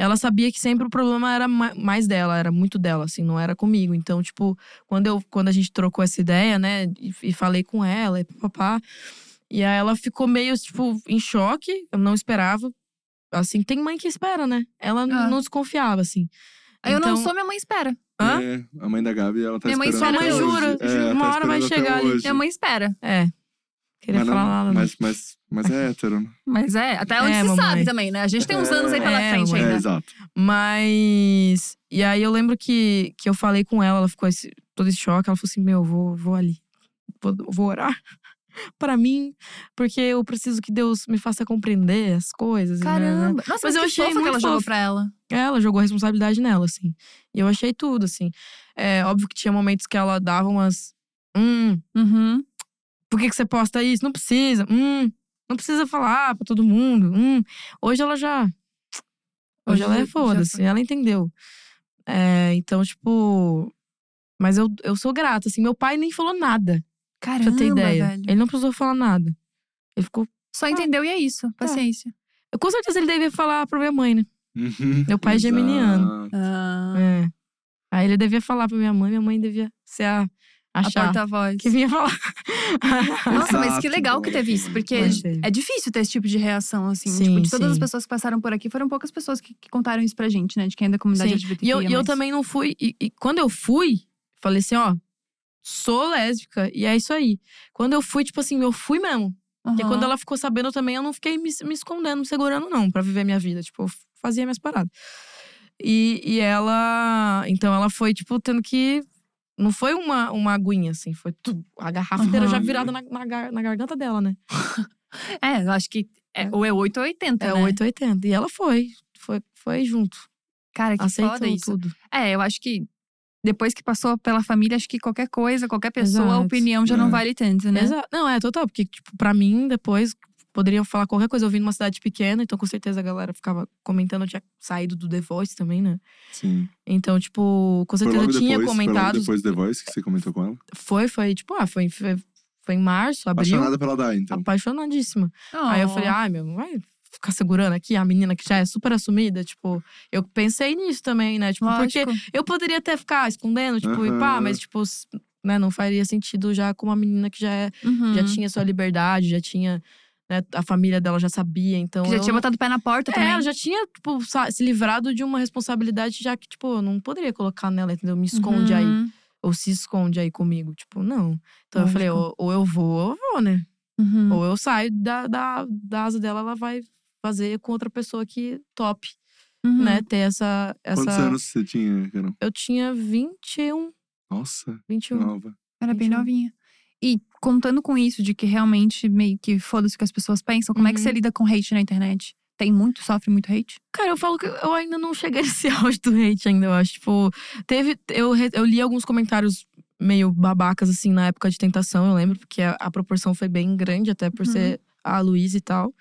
[SPEAKER 2] Ela sabia que sempre o problema era ma- mais dela, era muito dela, assim, não era comigo. Então, tipo, quando, eu, quando a gente trocou essa ideia, né, e, e falei com ela, e papá. E aí ela ficou meio, tipo, em choque, eu não esperava. Assim, tem mãe que espera, né? Ela n-
[SPEAKER 1] Ah.
[SPEAKER 2] não desconfiava, assim.
[SPEAKER 1] Aí eu não
[SPEAKER 2] Então-
[SPEAKER 1] sou, minha mãe espera.
[SPEAKER 2] Hã?
[SPEAKER 3] É, a mãe da Gabi, ela tá
[SPEAKER 1] Minha mãe
[SPEAKER 3] esperando
[SPEAKER 1] só
[SPEAKER 3] até
[SPEAKER 1] mãe
[SPEAKER 3] hoje.
[SPEAKER 2] jura,
[SPEAKER 3] É,
[SPEAKER 2] jura,
[SPEAKER 3] tá
[SPEAKER 2] uma hora
[SPEAKER 3] esperando
[SPEAKER 2] vai
[SPEAKER 3] até
[SPEAKER 2] chegar ali.
[SPEAKER 3] hoje.
[SPEAKER 1] Minha mãe espera.
[SPEAKER 2] É. Queria
[SPEAKER 3] mas, não-
[SPEAKER 2] falar nada. não.
[SPEAKER 3] mas, mas, mas é hétero, né?
[SPEAKER 1] Mas é, até onde
[SPEAKER 2] É,
[SPEAKER 1] se
[SPEAKER 2] mamãe.
[SPEAKER 1] sabe também, né? A gente tem uns anos aí pela
[SPEAKER 2] É,
[SPEAKER 1] frente
[SPEAKER 2] mamãe.
[SPEAKER 3] É,
[SPEAKER 1] ainda.
[SPEAKER 3] exato.
[SPEAKER 2] Mas. E aí eu lembro que, que eu falei com ela, ela ficou esse, todo esse choque. Ela falou assim: Meu, vou, vou ali. Vou, vou orar *laughs* pra mim, porque eu preciso que Deus me faça compreender as coisas. e blá, blá, blá."
[SPEAKER 1] Caramba. Nossa, mas
[SPEAKER 2] É. eu
[SPEAKER 1] que
[SPEAKER 2] achei
[SPEAKER 1] fofa que
[SPEAKER 2] muito
[SPEAKER 1] ela jogou
[SPEAKER 2] fofo.
[SPEAKER 1] pra ela.
[SPEAKER 2] Ela jogou a responsabilidade nela, assim. E eu achei tudo, assim. É óbvio que tinha momentos que ela dava umas. Hum,
[SPEAKER 1] Uhum.
[SPEAKER 2] por que, que você posta isso? Não precisa. Hum, não precisa falar pra todo mundo. Hum. Hoje ela já. Hoje ela
[SPEAKER 1] já-
[SPEAKER 2] é
[SPEAKER 1] Uhum, já
[SPEAKER 2] foda-se, ela entendeu. É, então, tipo. Mas eu, eu sou grata, assim. Meu pai nem falou nada, pra
[SPEAKER 1] Caramba,
[SPEAKER 2] ter ideia.
[SPEAKER 1] velho.
[SPEAKER 2] Ele não precisou falar nada. Ele ficou.
[SPEAKER 1] Só entendeu e é isso. Paciência.
[SPEAKER 2] Com certeza ele devia falar pra minha mãe, né?
[SPEAKER 3] Uhum,
[SPEAKER 2] Meu pai é
[SPEAKER 3] exato.
[SPEAKER 2] geminiano.
[SPEAKER 1] Ah,
[SPEAKER 2] É. Aí ele devia falar pra minha mãe, minha mãe devia ser a, a,
[SPEAKER 1] a
[SPEAKER 2] chata
[SPEAKER 1] porta-voz.
[SPEAKER 2] que vinha falar.
[SPEAKER 3] Ah,
[SPEAKER 1] Nossa, mas
[SPEAKER 3] Exato,
[SPEAKER 1] que legal que
[SPEAKER 3] boa,
[SPEAKER 1] teve isso, *laughs*
[SPEAKER 3] boa.
[SPEAKER 1] porque
[SPEAKER 2] *laughs* Mas teve.
[SPEAKER 1] é difícil ter esse tipo de reação, assim.
[SPEAKER 2] Sim,
[SPEAKER 1] tipo, de todas
[SPEAKER 2] sim.
[SPEAKER 1] as pessoas que passaram por aqui, foram poucas pessoas que, que contaram isso pra gente, né? De quem é da comunidade
[SPEAKER 2] Sim.
[SPEAKER 1] LGBTQIA+.
[SPEAKER 2] E eu, e eu também não fui. E, e quando eu fui, falei assim, ó, sou lésbica. E é isso aí. Quando eu fui, tipo assim, eu fui mesmo. Porque
[SPEAKER 1] Aham.
[SPEAKER 2] quando ela ficou sabendo também, eu não fiquei me, me escondendo, me segurando, não, pra viver minha vida. Tipo, eu fazia minhas paradas. E, e ela. Então ela foi, tipo, tendo que. Não foi uma, uma aguinha, assim, foi tu, a garrafa inteira
[SPEAKER 1] Aham.
[SPEAKER 2] já virada na, na, gar- na garganta dela, né?
[SPEAKER 1] É, eu acho que. É, ou é 8 ou 80,
[SPEAKER 2] É
[SPEAKER 1] né?
[SPEAKER 2] 880. E ela foi. Foi, foi junto.
[SPEAKER 1] Cara, que
[SPEAKER 2] Aceitou
[SPEAKER 1] foda isso.
[SPEAKER 2] tudo.
[SPEAKER 1] É, eu acho que depois que passou pela família, acho que qualquer coisa, qualquer pessoa, a
[SPEAKER 2] Exato. Hum.
[SPEAKER 1] opinião já não
[SPEAKER 3] É.
[SPEAKER 1] vale tanto, né?
[SPEAKER 2] Exa- Não, é total, porque, tipo, pra mim, depois poderiam falar qualquer coisa. Eu vim numa cidade pequena, então com certeza a galera ficava comentando. Eu tinha saído do The Voice também, né?
[SPEAKER 3] Sim.
[SPEAKER 2] Então, tipo, com
[SPEAKER 3] Foi
[SPEAKER 2] certeza
[SPEAKER 3] logo
[SPEAKER 2] eu tinha
[SPEAKER 3] depois, Foi logo
[SPEAKER 2] comentado.
[SPEAKER 3] depois do The Voice que você comentou com ela?
[SPEAKER 2] Foi, foi, tipo, ah, foi, em fe- foi em março, abril.
[SPEAKER 3] Apaixonada pela Dai, então.
[SPEAKER 2] Apaixonadíssima.
[SPEAKER 1] Oh.
[SPEAKER 2] Aí eu falei, ai, meu, vai ficar segurando aqui a menina que já é super assumida. Tipo, eu pensei nisso também, né? Tipo, porque
[SPEAKER 1] Lógico.
[SPEAKER 2] eu poderia até ficar escondendo, tipo, e
[SPEAKER 3] Aham.
[SPEAKER 2] pá, mas, tipo, s- né, não faria sentido já com uma menina que já é
[SPEAKER 1] Uhum.
[SPEAKER 2] já tinha sua liberdade, já tinha. Né, a família dela já sabia, então.
[SPEAKER 1] Que já
[SPEAKER 2] eu
[SPEAKER 1] tinha
[SPEAKER 2] não-
[SPEAKER 1] botado o pé na porta
[SPEAKER 2] É, ela
[SPEAKER 1] também.
[SPEAKER 2] já tinha, tipo, sa- se livrado de uma responsabilidade, já que, tipo, eu não poderia colocar nela, entendeu? Me esconde aí.
[SPEAKER 1] Uhum.
[SPEAKER 2] Ou se esconde aí comigo. Tipo, não. Então eu falei,
[SPEAKER 1] Lógico.
[SPEAKER 2] ou, ou eu vou, ou eu vou, né?
[SPEAKER 1] Uhum.
[SPEAKER 2] Ou eu saio da, da, da asa dela, ela vai fazer com outra pessoa que top,
[SPEAKER 1] Uhum.
[SPEAKER 2] né? Ter essa. essa...
[SPEAKER 3] Quantos anos você tinha, Carol?
[SPEAKER 2] Eu tinha 21.
[SPEAKER 3] Nossa,
[SPEAKER 2] 21.
[SPEAKER 3] nova. *laughs*
[SPEAKER 1] Era bem
[SPEAKER 2] Entendi.
[SPEAKER 1] novinha. E contando com isso, de que realmente meio que foda-se o que as pessoas pensam, como é que
[SPEAKER 2] Uhum.
[SPEAKER 1] você lida com hate na internet? Tem muito, sofre muito hate?
[SPEAKER 2] Cara, eu falo que eu ainda não cheguei *laughs* nesse auge do hate ainda, eu acho. Tipo, teve. Eu, re- eu li alguns comentários meio babacas, assim, na época de tentação, eu lembro, porque a, a proporção foi bem grande, até por
[SPEAKER 1] Uhum.
[SPEAKER 2] ser a Luísa e tal.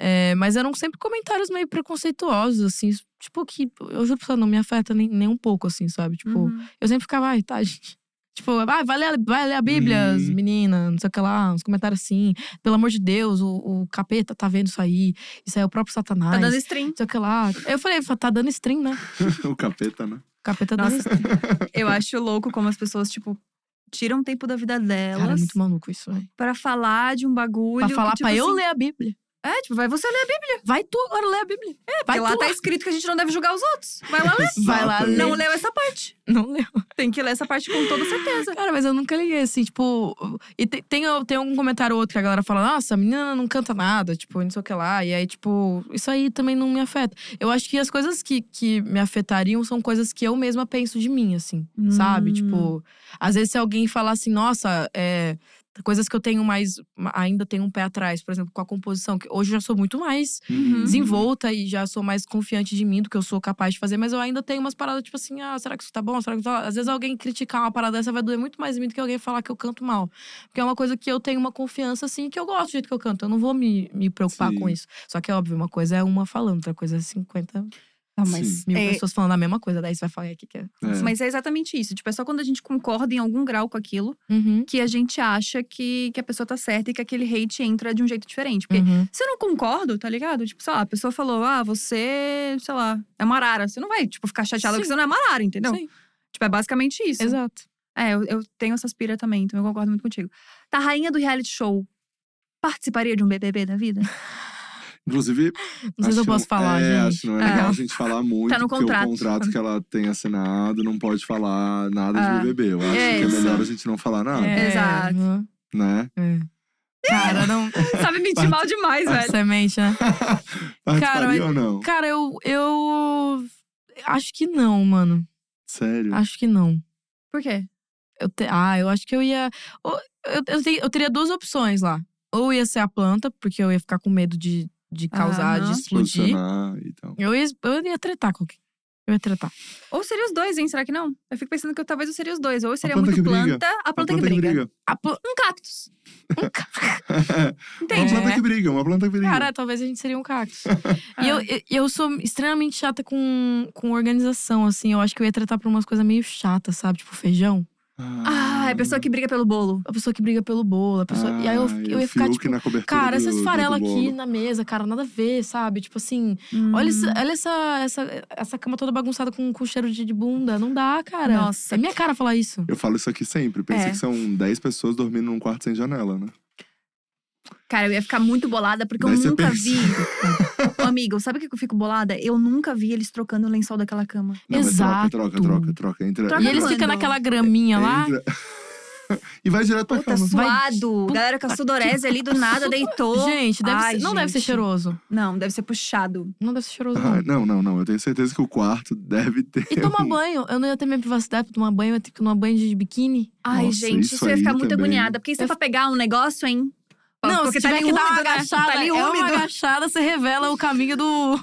[SPEAKER 2] É, mas eram sempre comentários meio preconceituosos, assim, tipo, que eu juro pra você, não me afeta nem, nem um pouco, assim, sabe? Tipo,
[SPEAKER 1] Uhum.
[SPEAKER 2] eu sempre ficava, ai, tá, *laughs* gente. Tipo, ah, vai ler, vai ler a Bíblia,
[SPEAKER 3] Uhum.
[SPEAKER 2] menina, não sei o que lá, uns comentários assim. Pelo amor de Deus, o, o capeta tá vendo isso aí. Isso aí é o próprio Satanás.
[SPEAKER 1] Tá dando stream.
[SPEAKER 2] Não sei o que lá. Eu falei, tá dando stream, né?
[SPEAKER 3] o capeta, né?
[SPEAKER 2] O capeta tá
[SPEAKER 1] Nossa,
[SPEAKER 2] dando stream.
[SPEAKER 1] *laughs* Eu acho louco como as pessoas, tipo, tiram tempo da vida delas
[SPEAKER 2] Cara, é muito maluco isso, velho.
[SPEAKER 1] pra falar de um bagulho.
[SPEAKER 2] Pra falar
[SPEAKER 1] que, tipo,
[SPEAKER 2] pra eu
[SPEAKER 1] assim,
[SPEAKER 2] ler a Bíblia.
[SPEAKER 1] É, tipo, vai você ler, Bíblia,
[SPEAKER 2] Vai tu agora ler a Bíblia. É, vai
[SPEAKER 1] porque lá
[SPEAKER 2] tu.
[SPEAKER 1] tá escrito que a gente não deve julgar os outros. Vai lá ler.
[SPEAKER 2] Vai lá,
[SPEAKER 3] Exato,
[SPEAKER 2] lê.
[SPEAKER 1] Não leu essa parte.
[SPEAKER 2] Não leu.
[SPEAKER 1] Tem que ler essa parte com toda certeza.
[SPEAKER 2] Cara, mas eu nunca liguei, assim, tipo… E te- tem, tem algum comentário ou outro que a galera fala Nossa, a menina não canta nada, tipo, não sei o que lá. E aí, tipo, isso aí também não me afeta. Eu acho que as coisas que, que me afetariam são coisas que eu mesma penso de mim, assim. Sabe?
[SPEAKER 1] Hum.
[SPEAKER 2] Tipo, às vezes se alguém falar assim, nossa, é, coisas que eu tenho mais, ma- ainda tenho um pé atrás, por exemplo, com a composição, que hoje eu já sou muito mais
[SPEAKER 1] Uhum.
[SPEAKER 2] desenvolta e já sou mais confiante de mim do que eu sou capaz de fazer, mas eu ainda tenho umas paradas tipo assim, ah, será que isso tá bom? Será que isso tá... Às vezes alguém criticar uma parada dessa vai doer muito mais em mim do que alguém falar que eu canto mal. Porque é uma coisa que eu tenho uma confiança assim, que eu gosto do jeito que eu canto, eu não vou me, me preocupar
[SPEAKER 3] Sim.
[SPEAKER 2] com isso. Só que é óbvio, uma coisa é uma falando, outra coisa é 50
[SPEAKER 1] Ah,
[SPEAKER 3] Sim.
[SPEAKER 1] mas,
[SPEAKER 2] mil
[SPEAKER 1] é,
[SPEAKER 2] pessoas falando a mesma coisa, daí você vai falar o que que é.
[SPEAKER 3] É.
[SPEAKER 1] mas é exatamente isso. Tipo, é só quando a gente concorda em algum grau com aquilo
[SPEAKER 2] Uhum.
[SPEAKER 1] que a gente acha que, que a pessoa tá certa e que aquele hate entra de um jeito diferente. Porque
[SPEAKER 2] Uhum.
[SPEAKER 1] se eu não concordo, tá ligado? Tipo, sei lá, a pessoa falou, ah, você, sei lá, é uma arara. Você não vai, tipo, ficar chateada
[SPEAKER 2] Sim.
[SPEAKER 1] porque você não é uma arara, entendeu?
[SPEAKER 2] Sim,
[SPEAKER 1] Tipo, é basicamente isso.
[SPEAKER 2] exato.
[SPEAKER 1] É, eu, eu tenho essas pira também, então eu concordo muito contigo. Tá, rainha do reality show. Participaria de um BBB da vida? *laughs*
[SPEAKER 3] Inclusive.
[SPEAKER 2] Não sei se eu
[SPEAKER 3] acho que
[SPEAKER 2] posso falar,
[SPEAKER 3] é,
[SPEAKER 2] gente.
[SPEAKER 3] Acho que não é legal a gente falar muito.
[SPEAKER 1] Tá no
[SPEAKER 3] porque
[SPEAKER 1] contrato.
[SPEAKER 3] o contrato que ela tem assinado não pode falar nada
[SPEAKER 1] Ah.
[SPEAKER 3] de BBB. Eu acho
[SPEAKER 1] É
[SPEAKER 3] que é
[SPEAKER 1] isso.
[SPEAKER 3] melhor a gente não falar nada,
[SPEAKER 1] É. Exato.
[SPEAKER 2] uhum.
[SPEAKER 3] né? *laughs*
[SPEAKER 2] É.
[SPEAKER 1] *laughs*
[SPEAKER 2] Cara, não.
[SPEAKER 1] Sabe mentir mal demais, velho.
[SPEAKER 2] Semente, né?
[SPEAKER 3] Participaria
[SPEAKER 2] mas-
[SPEAKER 3] ou não?
[SPEAKER 2] Cara, eu, eu. Acho que não, mano.
[SPEAKER 3] Sério?
[SPEAKER 2] Acho que não.
[SPEAKER 1] Por quê?
[SPEAKER 2] Eu te- Ah, eu acho que eu ia. ou- Eu, eu, te- eu teria duas opções lá. Ou ia ser a planta, porque eu ia ficar com medo de, de causar,
[SPEAKER 1] Aham.
[SPEAKER 2] de explodir.
[SPEAKER 3] Posicionar e tal.
[SPEAKER 2] Eu ia, eu ia tretar com alguém. Eu ia tretar.
[SPEAKER 1] Ou seria os dois, hein? Será que não? Eu fico pensando que eu, talvez eu seria os dois. Ou eu seria
[SPEAKER 3] planta
[SPEAKER 1] muito
[SPEAKER 3] que briga.
[SPEAKER 1] planta, a planta, que, briga.
[SPEAKER 2] A pla-
[SPEAKER 1] Um cactus.
[SPEAKER 3] uma
[SPEAKER 2] Um
[SPEAKER 3] *laughs*
[SPEAKER 1] Entende?
[SPEAKER 3] É planta que briga, uma planta que briga.
[SPEAKER 2] né? Cara, talvez a gente seria um cacto.
[SPEAKER 3] *laughs*
[SPEAKER 1] É.
[SPEAKER 2] E eu, eu, eu sou extremamente chata com, com organização, assim. Eu acho que eu ia tratar por umas coisas meio chatas, sabe? Tipo feijão.
[SPEAKER 1] Ah, é a pessoa que briga pelo bolo.
[SPEAKER 2] A pessoa que briga pelo bolo, a pessoa. e aí eu, eu, ia
[SPEAKER 3] Ah,
[SPEAKER 2] ficar,
[SPEAKER 3] Fiuk
[SPEAKER 2] tipo,
[SPEAKER 3] na cobertura
[SPEAKER 2] cara,
[SPEAKER 3] do-
[SPEAKER 2] essas
[SPEAKER 3] do- do
[SPEAKER 2] farelas aqui
[SPEAKER 3] bolo.
[SPEAKER 2] na mesa, cara, nada a ver, sabe? Tipo assim,
[SPEAKER 1] Hum.
[SPEAKER 2] olha, esse- olha essa, essa, essa cama toda bagunçada com, com cheiro de, de bunda. Não dá, cara.
[SPEAKER 1] Nossa.
[SPEAKER 2] É minha cara falar isso.
[SPEAKER 3] Eu falo isso aqui sempre. Pensa
[SPEAKER 1] É.
[SPEAKER 3] que são 10 pessoas dormindo num quarto sem janela, né?
[SPEAKER 1] Cara, eu ia ficar muito bolada porque
[SPEAKER 3] Daí
[SPEAKER 1] eu
[SPEAKER 3] você
[SPEAKER 1] nunca
[SPEAKER 3] pensa. *laughs*
[SPEAKER 1] vi. Ô, amigo, sabe o que eu fico bolada? Eu nunca vi eles trocando o lençol daquela cama.
[SPEAKER 3] Não, mas
[SPEAKER 2] Exato.
[SPEAKER 3] troca, troca, troca, troca. Entra,
[SPEAKER 1] Troca
[SPEAKER 2] E
[SPEAKER 3] entra,
[SPEAKER 2] eles
[SPEAKER 1] quando?
[SPEAKER 2] ficam naquela graminha lá.
[SPEAKER 3] entra. *laughs* e vai direto pra
[SPEAKER 1] Puta,
[SPEAKER 3] cama.
[SPEAKER 2] Vai-
[SPEAKER 1] suado.
[SPEAKER 2] Puta
[SPEAKER 1] Galera com a sudorese ali do nada deitou.
[SPEAKER 2] Gente, deve
[SPEAKER 1] Ai,
[SPEAKER 2] ser- não deve ser
[SPEAKER 1] gente.
[SPEAKER 2] cheiroso.
[SPEAKER 1] Não, deve ser puxado.
[SPEAKER 2] Não deve ser cheiroso, não.
[SPEAKER 3] Ah, não, não, não. Eu tenho certeza que o quarto deve
[SPEAKER 2] *laughs*
[SPEAKER 3] ter.
[SPEAKER 2] E tomar banho. Eu não ia ter minha privacidade pra tomar banho, eu ia ter que tomar banho de biquíni.
[SPEAKER 1] Ai,
[SPEAKER 3] Nossa,
[SPEAKER 1] gente, isso,
[SPEAKER 3] isso
[SPEAKER 1] eu ia
[SPEAKER 3] aí
[SPEAKER 1] ficar muito
[SPEAKER 3] também.
[SPEAKER 1] agoniada. Porque isso é pra pegar um negócio, hein?
[SPEAKER 2] não,
[SPEAKER 1] porque
[SPEAKER 2] se tiver
[SPEAKER 1] tá ali
[SPEAKER 2] que dar uma
[SPEAKER 1] úmido, né?
[SPEAKER 2] agachada,
[SPEAKER 1] Tá ali
[SPEAKER 2] é uma
[SPEAKER 1] úmido.
[SPEAKER 2] agachada, você revela o
[SPEAKER 1] *laughs*
[SPEAKER 2] caminho do…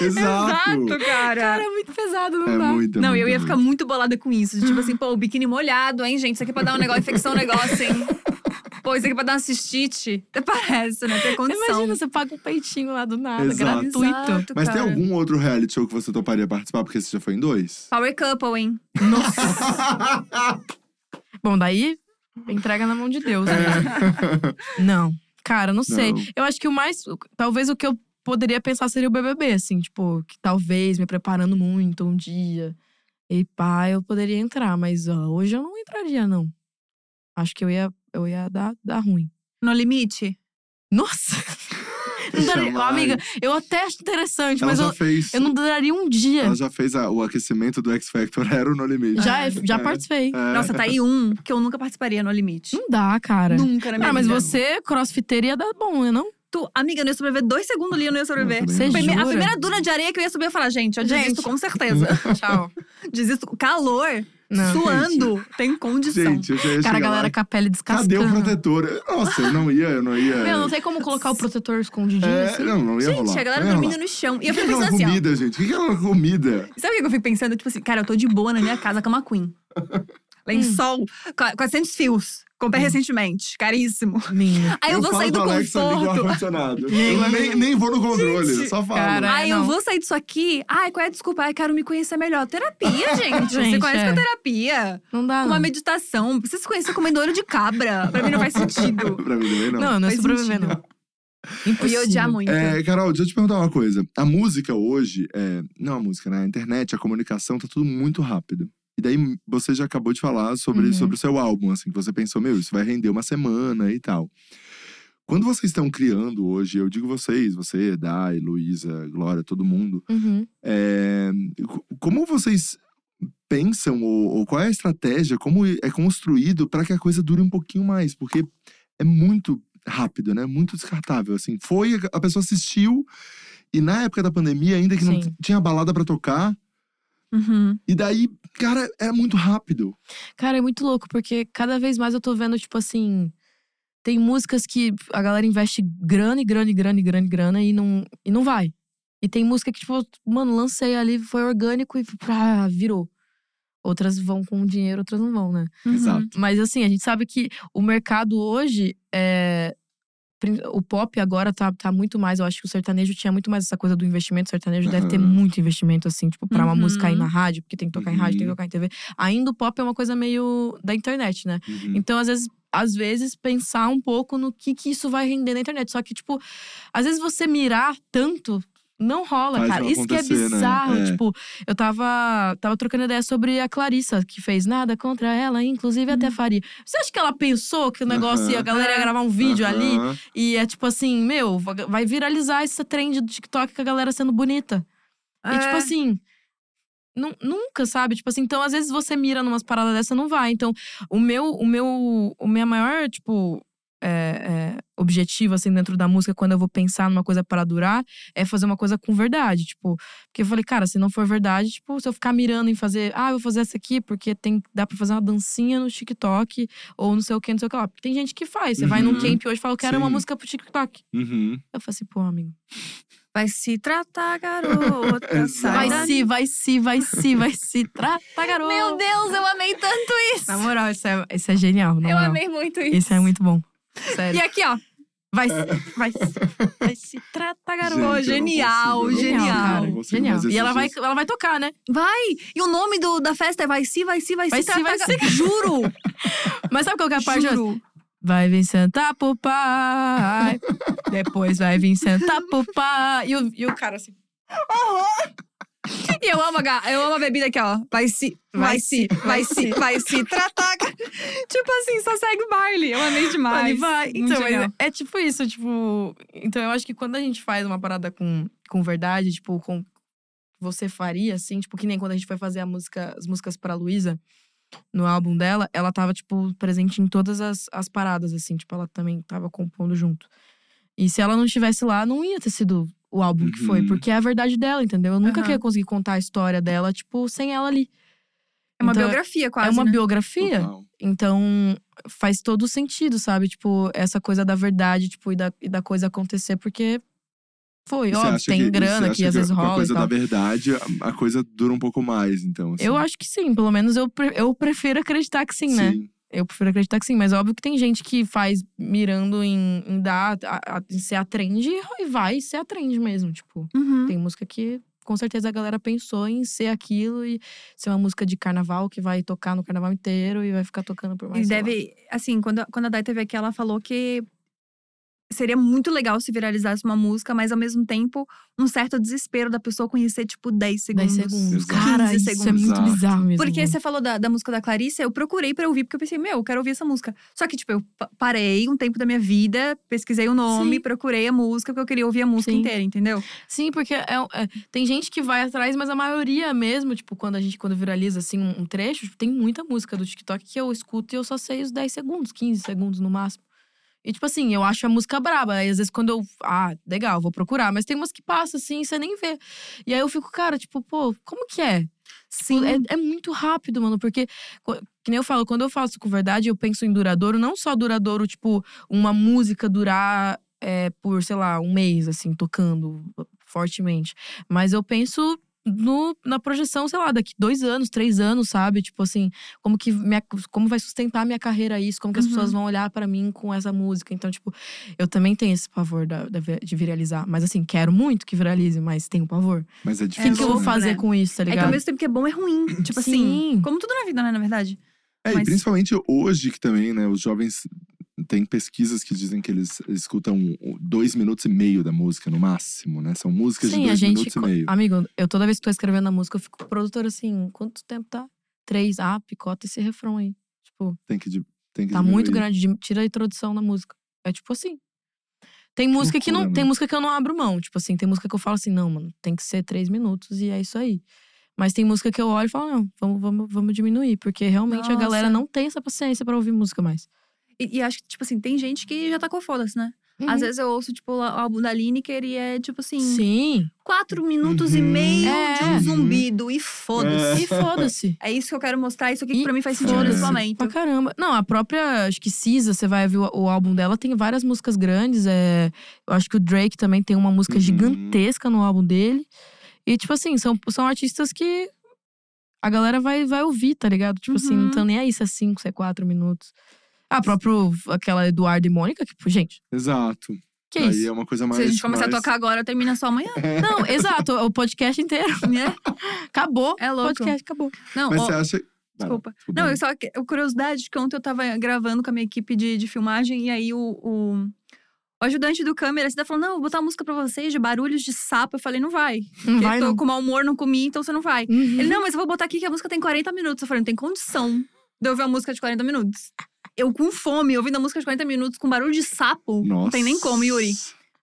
[SPEAKER 3] Exato.
[SPEAKER 1] cara.
[SPEAKER 2] Cara, é muito pesado, não
[SPEAKER 3] É
[SPEAKER 2] dá.
[SPEAKER 3] muito, é
[SPEAKER 1] Não,
[SPEAKER 3] muito,
[SPEAKER 1] eu ia
[SPEAKER 3] muito.
[SPEAKER 1] ficar muito bolada com isso.
[SPEAKER 3] *laughs*
[SPEAKER 1] de Tipo assim, pô, o biquíni molhado, hein, gente? Isso aqui é pra dar um negócio, infecção um negócio, hein? Pô, isso aqui é pra dar uma cistite. Até parece, né? Tem condição.
[SPEAKER 2] Imagina, você paga um peitinho lá do nada,
[SPEAKER 3] Exato.
[SPEAKER 2] gratuito.
[SPEAKER 1] Exato,
[SPEAKER 3] Mas tem
[SPEAKER 1] cara.
[SPEAKER 3] algum outro reality show que você toparia participar? Porque você já foi em
[SPEAKER 2] *laughs*
[SPEAKER 3] dois?
[SPEAKER 1] Power Couple, hein?
[SPEAKER 2] Bom, daí entrega na mão de Deus.
[SPEAKER 3] É.
[SPEAKER 2] né? Não. Cara, não sei.
[SPEAKER 3] Não.
[SPEAKER 2] Eu acho que o mais. o- Talvez o que eu poderia pensar seria o BBB, assim, tipo, que talvez me preparando muito um dia. E pá, eu poderia entrar, mas ó, hoje eu não entraria, não. Acho que eu ia, eu ia dar, dar ruim.
[SPEAKER 1] No Limite?
[SPEAKER 3] *laughs*
[SPEAKER 2] Nossa! Não daria-
[SPEAKER 3] Jamais.
[SPEAKER 2] amiga, eu até acho interessante,
[SPEAKER 3] Ela
[SPEAKER 2] mas
[SPEAKER 3] já
[SPEAKER 2] eu,
[SPEAKER 3] fez.
[SPEAKER 2] eu não daria um dia.
[SPEAKER 3] Ela já fez a- o aquecimento do X Factor, era o No Limite.
[SPEAKER 2] Já, já
[SPEAKER 3] É.
[SPEAKER 2] participei.
[SPEAKER 3] É.
[SPEAKER 1] Nossa, tá aí um que eu nunca participaria no Limite.
[SPEAKER 2] Não dá, cara.
[SPEAKER 1] Nunca na minha
[SPEAKER 3] é
[SPEAKER 2] Ah, mas
[SPEAKER 1] vida.
[SPEAKER 2] você, crossfiteira, ia dar bom, né, não?
[SPEAKER 1] Tu, amiga, eu não ia sobreviver dois segundos ali, eu não ia sobreviver.
[SPEAKER 3] Não,
[SPEAKER 2] Você
[SPEAKER 3] também
[SPEAKER 1] Prime-
[SPEAKER 2] jura?
[SPEAKER 1] A
[SPEAKER 3] *laughs*
[SPEAKER 1] primeira duna de areia que eu ia subir, eu ia falar, gente, eu desisto
[SPEAKER 2] Gente.
[SPEAKER 1] com certeza.
[SPEAKER 2] Tchau.
[SPEAKER 1] desisto. Calor.
[SPEAKER 2] Não.
[SPEAKER 1] suando. Tem condição.
[SPEAKER 3] Gente, eu já ia
[SPEAKER 2] Cara, a
[SPEAKER 3] chegar
[SPEAKER 2] galera
[SPEAKER 3] lá.
[SPEAKER 2] com a
[SPEAKER 3] Cadê
[SPEAKER 2] pele descascando.
[SPEAKER 3] o protetor? Nossa, eu não ia, eu não ia.
[SPEAKER 2] Meu, não tem como colocar o protetor escondidinho
[SPEAKER 3] É,
[SPEAKER 2] assim?
[SPEAKER 3] não, não ia rolar.
[SPEAKER 1] Gente, a galera
[SPEAKER 3] não ia rolar.
[SPEAKER 1] dormindo no chão. E eu
[SPEAKER 3] que
[SPEAKER 1] fico
[SPEAKER 3] é aquela
[SPEAKER 1] pensando assim, ó.
[SPEAKER 3] comida, gente? O que que é uma comida?
[SPEAKER 1] Sabe o que eu fico pensando? Tipo assim, cara, eu tô de boa na minha casa com a
[SPEAKER 2] *laughs*
[SPEAKER 1] Queen.
[SPEAKER 2] Hum.
[SPEAKER 1] Lençol, qua- 400 fios. Comprei recentemente, caríssimo.
[SPEAKER 2] Minha.
[SPEAKER 1] Aí eu, vou
[SPEAKER 3] Hum. falo
[SPEAKER 1] sair do
[SPEAKER 3] pra Alexa, liga o
[SPEAKER 1] conforto.
[SPEAKER 3] é ar-condicionado. Eu nem, nem vou no controle,
[SPEAKER 1] Gente,
[SPEAKER 3] só falo.
[SPEAKER 2] cara.
[SPEAKER 1] Ai,
[SPEAKER 2] É,
[SPEAKER 1] eu
[SPEAKER 2] não.
[SPEAKER 1] vou sair disso aqui. Ai, qual é a desculpa? Ai, quero me conhecer melhor.
[SPEAKER 2] *laughs*
[SPEAKER 1] Terapia, gente. Você
[SPEAKER 2] Gente,
[SPEAKER 1] conhece
[SPEAKER 2] é. Ah.
[SPEAKER 1] com a terapia?
[SPEAKER 2] Não dá.
[SPEAKER 1] Com uma
[SPEAKER 2] não.
[SPEAKER 1] meditação. Você se conhecer comendo olho de cabra. Pra mim não faz sentido.
[SPEAKER 3] pra mim também não.
[SPEAKER 2] Não, é eu não
[SPEAKER 1] Faz
[SPEAKER 2] ia sobreviver, não.
[SPEAKER 1] Eu ia odiar
[SPEAKER 2] *laughs* Impossível.
[SPEAKER 1] muito.
[SPEAKER 3] É, Carol, deixa eu te perguntar uma coisa. A música hoje, é, não a música, né? A internet, a comunicação, tá tudo muito rápido. E daí você já acabou de falar sobre,
[SPEAKER 2] Uhum.
[SPEAKER 3] sobre o seu álbum, assim, que você pensou, meu, isso vai render uma semana e tal. Quando vocês estão criando hoje, eu digo vocês, você, Dai, Luísa, Glória, todo mundo.
[SPEAKER 2] Uhum.
[SPEAKER 3] É, co- como vocês pensam ou, ou qual é a estratégia, como é construído para que a coisa dure um pouquinho mais? Porque é muito rápido, né? Muito descartável, assim. Foi, a- a pessoa assistiu e na época da pandemia, ainda que não
[SPEAKER 2] Sim.
[SPEAKER 3] t- tinha balada para tocar,
[SPEAKER 1] Uhum.
[SPEAKER 3] e daí, cara, era muito rápido.
[SPEAKER 2] Cara, é muito louco, porque cada vez mais eu tô vendo, tipo assim. Tem músicas que a galera investe grana e grana e grana e grana e grana e não, e não vai. E tem música que, tipo, mano, lancei ali, foi orgânico e pá, virou. Outras vão com dinheiro, outras não vão, né?
[SPEAKER 1] uhum.
[SPEAKER 3] Exato.
[SPEAKER 2] Mas assim, a gente sabe que o mercado hoje é. prin- O pop agora tá, tá muito mais. Eu acho que o sertanejo tinha muito mais essa coisa do investimento. O sertanejo deve ter
[SPEAKER 3] Aham.
[SPEAKER 2] muito investimento, assim, tipo, pra uma
[SPEAKER 1] Uhum.
[SPEAKER 2] música ir na rádio, porque tem que tocar em rádio, tem que
[SPEAKER 3] Uhum.
[SPEAKER 2] tocar em TV. Ainda o pop é uma coisa meio da internet, né?
[SPEAKER 3] Uhum.
[SPEAKER 2] Então, às vezes, às vezes, pensar um pouco no que, que isso vai render na internet. Só que, tipo, às vezes você mirar tanto. Não rola,
[SPEAKER 3] Faz
[SPEAKER 2] cara.
[SPEAKER 3] não
[SPEAKER 2] Isso que é
[SPEAKER 3] acontecer, né?
[SPEAKER 2] bizarro.
[SPEAKER 3] É.
[SPEAKER 2] Tipo, eu tava, tava trocando ideia sobre a Clarissa, que fez nada contra ela, inclusive até
[SPEAKER 1] Hum.
[SPEAKER 2] faria. Você acha que ela pensou que o negócio
[SPEAKER 3] Aham.
[SPEAKER 2] ia, a galera ia
[SPEAKER 1] É.
[SPEAKER 2] gravar um vídeo ali?
[SPEAKER 3] Aham.
[SPEAKER 2] E é tipo assim, meu, va- vai viralizar essa trend do TikTok com a galera sendo bonita. E tipo
[SPEAKER 1] É.
[SPEAKER 2] assim. nu- Nunca, sabe? Tipo assim, então às vezes você mira numas paradas dessa não vai. Então, o meu, o meu, o minha maior, tipo, é, é, objetivo, assim, dentro da música, quando eu vou pensar numa coisa para durar, é fazer uma coisa com verdade. Tipo, porque eu falei, cara, se não for verdade, tipo, se eu ficar mirando em fazer, ah, eu vou fazer essa aqui porque tem, dá pra fazer uma dancinha no TikTok ou não sei o que, não sei o que lá. Porque tem gente que faz. Você vai num
[SPEAKER 3] Uhum.
[SPEAKER 2] camp hoje e fala, eu quero uma
[SPEAKER 3] Sim.
[SPEAKER 2] música pro TikTok.
[SPEAKER 3] Uhum.
[SPEAKER 2] Eu falo assim, pô, amigo.
[SPEAKER 1] Vai se tratar,
[SPEAKER 3] *laughs*
[SPEAKER 1] garota. sai
[SPEAKER 3] Vai
[SPEAKER 1] da-
[SPEAKER 2] Vai se, vai se, vai se, vai se. Trata, garoto.
[SPEAKER 1] Tá. Meu Deus, eu amei tanto isso.
[SPEAKER 2] Na moral, isso é, isso é genial. na
[SPEAKER 1] Eu
[SPEAKER 2] moral.
[SPEAKER 1] amei muito isso.
[SPEAKER 2] Isso é muito bom.
[SPEAKER 1] E
[SPEAKER 2] Sério.
[SPEAKER 1] aqui, ó.
[SPEAKER 2] Vai se, vai se, vai se. Trata,
[SPEAKER 3] Gente, eu
[SPEAKER 2] garoto.
[SPEAKER 1] *laughs*
[SPEAKER 3] não
[SPEAKER 1] genial,
[SPEAKER 3] consigo, eu não
[SPEAKER 1] genial.
[SPEAKER 3] consigo, eu não
[SPEAKER 2] cara.
[SPEAKER 3] consigo, assim.
[SPEAKER 2] Genial.
[SPEAKER 3] mas
[SPEAKER 2] E ela
[SPEAKER 3] esses
[SPEAKER 2] vai,
[SPEAKER 3] dias-
[SPEAKER 2] ela vai tocar, né?
[SPEAKER 1] Vai! E o nome do, da festa é Vai Se, Vai Se, Vai Se.
[SPEAKER 2] Vai Se, Vai
[SPEAKER 1] Se. Juro!
[SPEAKER 2] Mas sabe qual que é *laughs* a parte?
[SPEAKER 1] juro.
[SPEAKER 2] Vai vir sentar pro
[SPEAKER 1] *laughs*
[SPEAKER 2] pai. Depois vai vir sentar pro pai. E o, e o cara assim.
[SPEAKER 1] E eu amo, a, ga- eu amo a bebida aqui, ó. Vai se, vai se, vai se, vai se tratar. *laughs* tipo assim, só segue o baile. Eu amei
[SPEAKER 2] Vai,
[SPEAKER 1] demais.
[SPEAKER 2] vai.
[SPEAKER 1] Muito
[SPEAKER 2] Então, mas
[SPEAKER 1] legal.
[SPEAKER 2] é, é tipo isso, tipo. Então, eu acho que quando a gente faz uma parada com, com verdade, tipo, com você faria, assim, tipo, que nem quando a gente foi fazer a música, as músicas pra Luísa no álbum dela, ela tava, tipo, presente em todas as, as paradas, assim, tipo, ela também tava compondo junto. E se ela não estivesse lá, não ia ter sido o álbum que foi,
[SPEAKER 3] Uhum.
[SPEAKER 2] porque é a verdade dela, entendeu? Eu nunca
[SPEAKER 1] Aham.
[SPEAKER 2] ia conseguir contar a história dela, tipo, sem ela ali.
[SPEAKER 1] É uma
[SPEAKER 2] Então,
[SPEAKER 1] biografia quase,
[SPEAKER 2] É uma
[SPEAKER 1] né?
[SPEAKER 2] biografia.
[SPEAKER 3] Total.
[SPEAKER 2] Então, faz todo sentido, sabe? Tipo, essa coisa da verdade, tipo, e da, e da coisa acontecer, porque foi,
[SPEAKER 3] E você
[SPEAKER 2] ó,
[SPEAKER 3] acha
[SPEAKER 2] tem
[SPEAKER 3] que- e você
[SPEAKER 2] grana
[SPEAKER 3] acha
[SPEAKER 2] que às vezes
[SPEAKER 3] com a
[SPEAKER 2] rola e
[SPEAKER 3] coisa da
[SPEAKER 2] tal.
[SPEAKER 3] verdade, a- a coisa dura um pouco mais, então. assim.
[SPEAKER 2] Eu acho que sim, pelo menos eu, pre- eu prefiro acreditar que sim, né?
[SPEAKER 3] Sim.
[SPEAKER 2] Eu prefiro acreditar que sim, mas óbvio que tem gente que faz mirando em, em dar, a, a- em ser a trend e vai ser a trend mesmo, tipo.
[SPEAKER 1] Uhum.
[SPEAKER 2] Tem música que com certeza a galera pensou em ser aquilo e ser uma música de carnaval que vai tocar no carnaval inteiro e vai ficar tocando por mais
[SPEAKER 1] E
[SPEAKER 2] sei lá.
[SPEAKER 1] deve, assim, quando, quando a Dai teve aqui, ela falou que seria muito legal se viralizasse uma música, mas ao mesmo tempo, um certo desespero da pessoa conhecer, tipo, 10 segundos.
[SPEAKER 2] 10 segundos.
[SPEAKER 3] Exato.
[SPEAKER 2] Cara,
[SPEAKER 1] 15
[SPEAKER 2] isso é
[SPEAKER 1] segundos.
[SPEAKER 2] muito
[SPEAKER 3] Exato.
[SPEAKER 2] bizarro mesmo. né?
[SPEAKER 1] Porque você falou da, da música da Clarice, eu procurei pra ouvir, porque eu pensei, meu, eu quero ouvir essa música. Só que, tipo, eu pa- parei um tempo da minha vida, pesquisei o nome,
[SPEAKER 2] Sim.
[SPEAKER 1] procurei a música, porque eu queria ouvir a música
[SPEAKER 2] Sim.
[SPEAKER 1] inteira, entendeu?
[SPEAKER 2] Sim, porque é- é- tem gente que vai atrás, mas a maioria mesmo, tipo, quando a gente quando viraliza assim um, um trecho, tipo, tem muita música do TikTok que eu escuto e eu só sei os 10 segundos, 15 segundos no máximo. E tipo assim, eu acho a música braba. Aí às vezes quando eu. Ah, legal, vou procurar. Mas tem umas que passam assim, e você nem vê. E aí eu fico, cara, tipo, pô, como que é?
[SPEAKER 1] Sim.
[SPEAKER 2] É, é muito rápido, mano, porque, co- que nem eu falo, quando eu faço com verdade, eu penso em duradouro, não só duradouro, tipo, uma música durar é, por, sei lá, um mês, assim, tocando fortemente. Mas eu penso. No, na projeção, sei lá, daqui dois anos, três anos, sabe? Tipo assim, como que minha- como vai sustentar minha carreira isso? Como que as
[SPEAKER 1] Uhum.
[SPEAKER 2] pessoas vão olhar pra mim com essa música? Então, tipo, eu também tenho esse pavor da- da vi- de viralizar. Mas assim, quero muito que viralize, mas tenho pavor.
[SPEAKER 3] Mas é
[SPEAKER 2] O que,
[SPEAKER 3] difícil.
[SPEAKER 2] que eu vou
[SPEAKER 1] louco,
[SPEAKER 3] né?
[SPEAKER 2] fazer
[SPEAKER 1] né?
[SPEAKER 2] com isso, tá
[SPEAKER 1] É que ao
[SPEAKER 2] ligado?
[SPEAKER 1] mesmo tempo que é bom, é ruim.
[SPEAKER 2] *clears throat*
[SPEAKER 1] Tipo
[SPEAKER 2] Sim.
[SPEAKER 1] assim, como tudo na vida, né, na verdade.
[SPEAKER 3] É, e
[SPEAKER 1] Mas-
[SPEAKER 3] principalmente hoje que também, né, os jovens tem pesquisas que dizem que eles escutam um- dois minutos e meio da música, no máximo, né? São músicas de
[SPEAKER 2] Sim, a
[SPEAKER 3] dois
[SPEAKER 2] gente.
[SPEAKER 3] minutos e
[SPEAKER 1] ah,
[SPEAKER 3] meio.
[SPEAKER 2] Amigo, eu toda vez que tô escrevendo a música, eu fico com o produtor assim, quanto tempo tá? Três, ah, picota esse refrão aí. Tipo,
[SPEAKER 3] Tem que, di- tem que
[SPEAKER 2] tá muito
[SPEAKER 3] diminuir.
[SPEAKER 2] grande, dim- tira a introdução da música. É tipo assim. Tem música que, não.
[SPEAKER 3] loucura,
[SPEAKER 2] Tem
[SPEAKER 3] né?
[SPEAKER 2] música que eu não abro mão. Tipo assim, tem música que eu falo assim, não, mano, tem que ser três minutos e é isso aí. Mas tem música que eu olho e falo, não, vamos, vamos, vamos diminuir, porque realmente a galera
[SPEAKER 1] Nossa.
[SPEAKER 2] não tem essa paciência pra ouvir música mais.
[SPEAKER 1] E, e acho que, tipo assim, tem gente que já tacou foda-se, né?
[SPEAKER 2] Uhum.
[SPEAKER 1] Às vezes eu ouço, tipo, o álbum da Lineker e é, tipo assim,
[SPEAKER 2] Sim.
[SPEAKER 3] *laughs*
[SPEAKER 1] quatro minutos e
[SPEAKER 3] Uhum.
[SPEAKER 1] meio de
[SPEAKER 2] É.
[SPEAKER 1] um zumbido. E foda-se.
[SPEAKER 2] E foda-se.
[SPEAKER 1] É isso que eu quero mostrar, isso aqui
[SPEAKER 2] E
[SPEAKER 1] que pra mim faz sentido
[SPEAKER 3] foda-se.
[SPEAKER 1] nesse momento.
[SPEAKER 2] Pra caramba. Não, a própria, acho que Cisa, você vai ver o, o álbum dela, tem várias músicas grandes. É, eu acho que o Drake também tem uma música
[SPEAKER 3] Uhum.
[SPEAKER 2] gigantesca no álbum dele. E, tipo assim, são, são artistas que a galera vai, vai ouvir, tá ligado? Tipo assim,
[SPEAKER 1] Uhum.
[SPEAKER 2] não tão nem aí se é 5, se é 4 minutos. Ah, próprio aquela Eduardo e Mônica, que, gente,
[SPEAKER 3] Exato.
[SPEAKER 2] que
[SPEAKER 3] Aí
[SPEAKER 2] isso?
[SPEAKER 3] é uma coisa mais.
[SPEAKER 1] Se a gente começar
[SPEAKER 3] mais-
[SPEAKER 1] a tocar agora, termina só
[SPEAKER 2] *laughs*
[SPEAKER 1] amanhã,
[SPEAKER 2] Não, exato, o podcast inteiro.
[SPEAKER 1] né?
[SPEAKER 2] Acabou.
[SPEAKER 1] É
[SPEAKER 2] O
[SPEAKER 1] louco.
[SPEAKER 2] podcast acabou.
[SPEAKER 1] Não,
[SPEAKER 3] Mas
[SPEAKER 1] ó,
[SPEAKER 2] tá
[SPEAKER 3] você acha. Vai lá,
[SPEAKER 1] desculpa. Não, eu só que- curiosidade é que ontem eu tava gravando com a minha equipe de, de filmagem e aí o, o, o ajudante do câmera assim, tá falando: não, vou botar uma música pra vocês de barulhos de sapo. Eu falei: não vai.
[SPEAKER 2] Não
[SPEAKER 1] Porque
[SPEAKER 2] vai,
[SPEAKER 1] tô
[SPEAKER 2] não.
[SPEAKER 1] com mau humor, não comi, então você não vai.
[SPEAKER 2] Uhum.
[SPEAKER 1] Ele: não, mas eu vou botar aqui que a música tem 40 minutos. Eu falei: não tem condição de eu ouvir uma música de 40 minutos. Eu com fome, ouvindo a música de 40 minutos com barulho de sapo.
[SPEAKER 3] Nossa.
[SPEAKER 1] Não tem nem como, Yuri.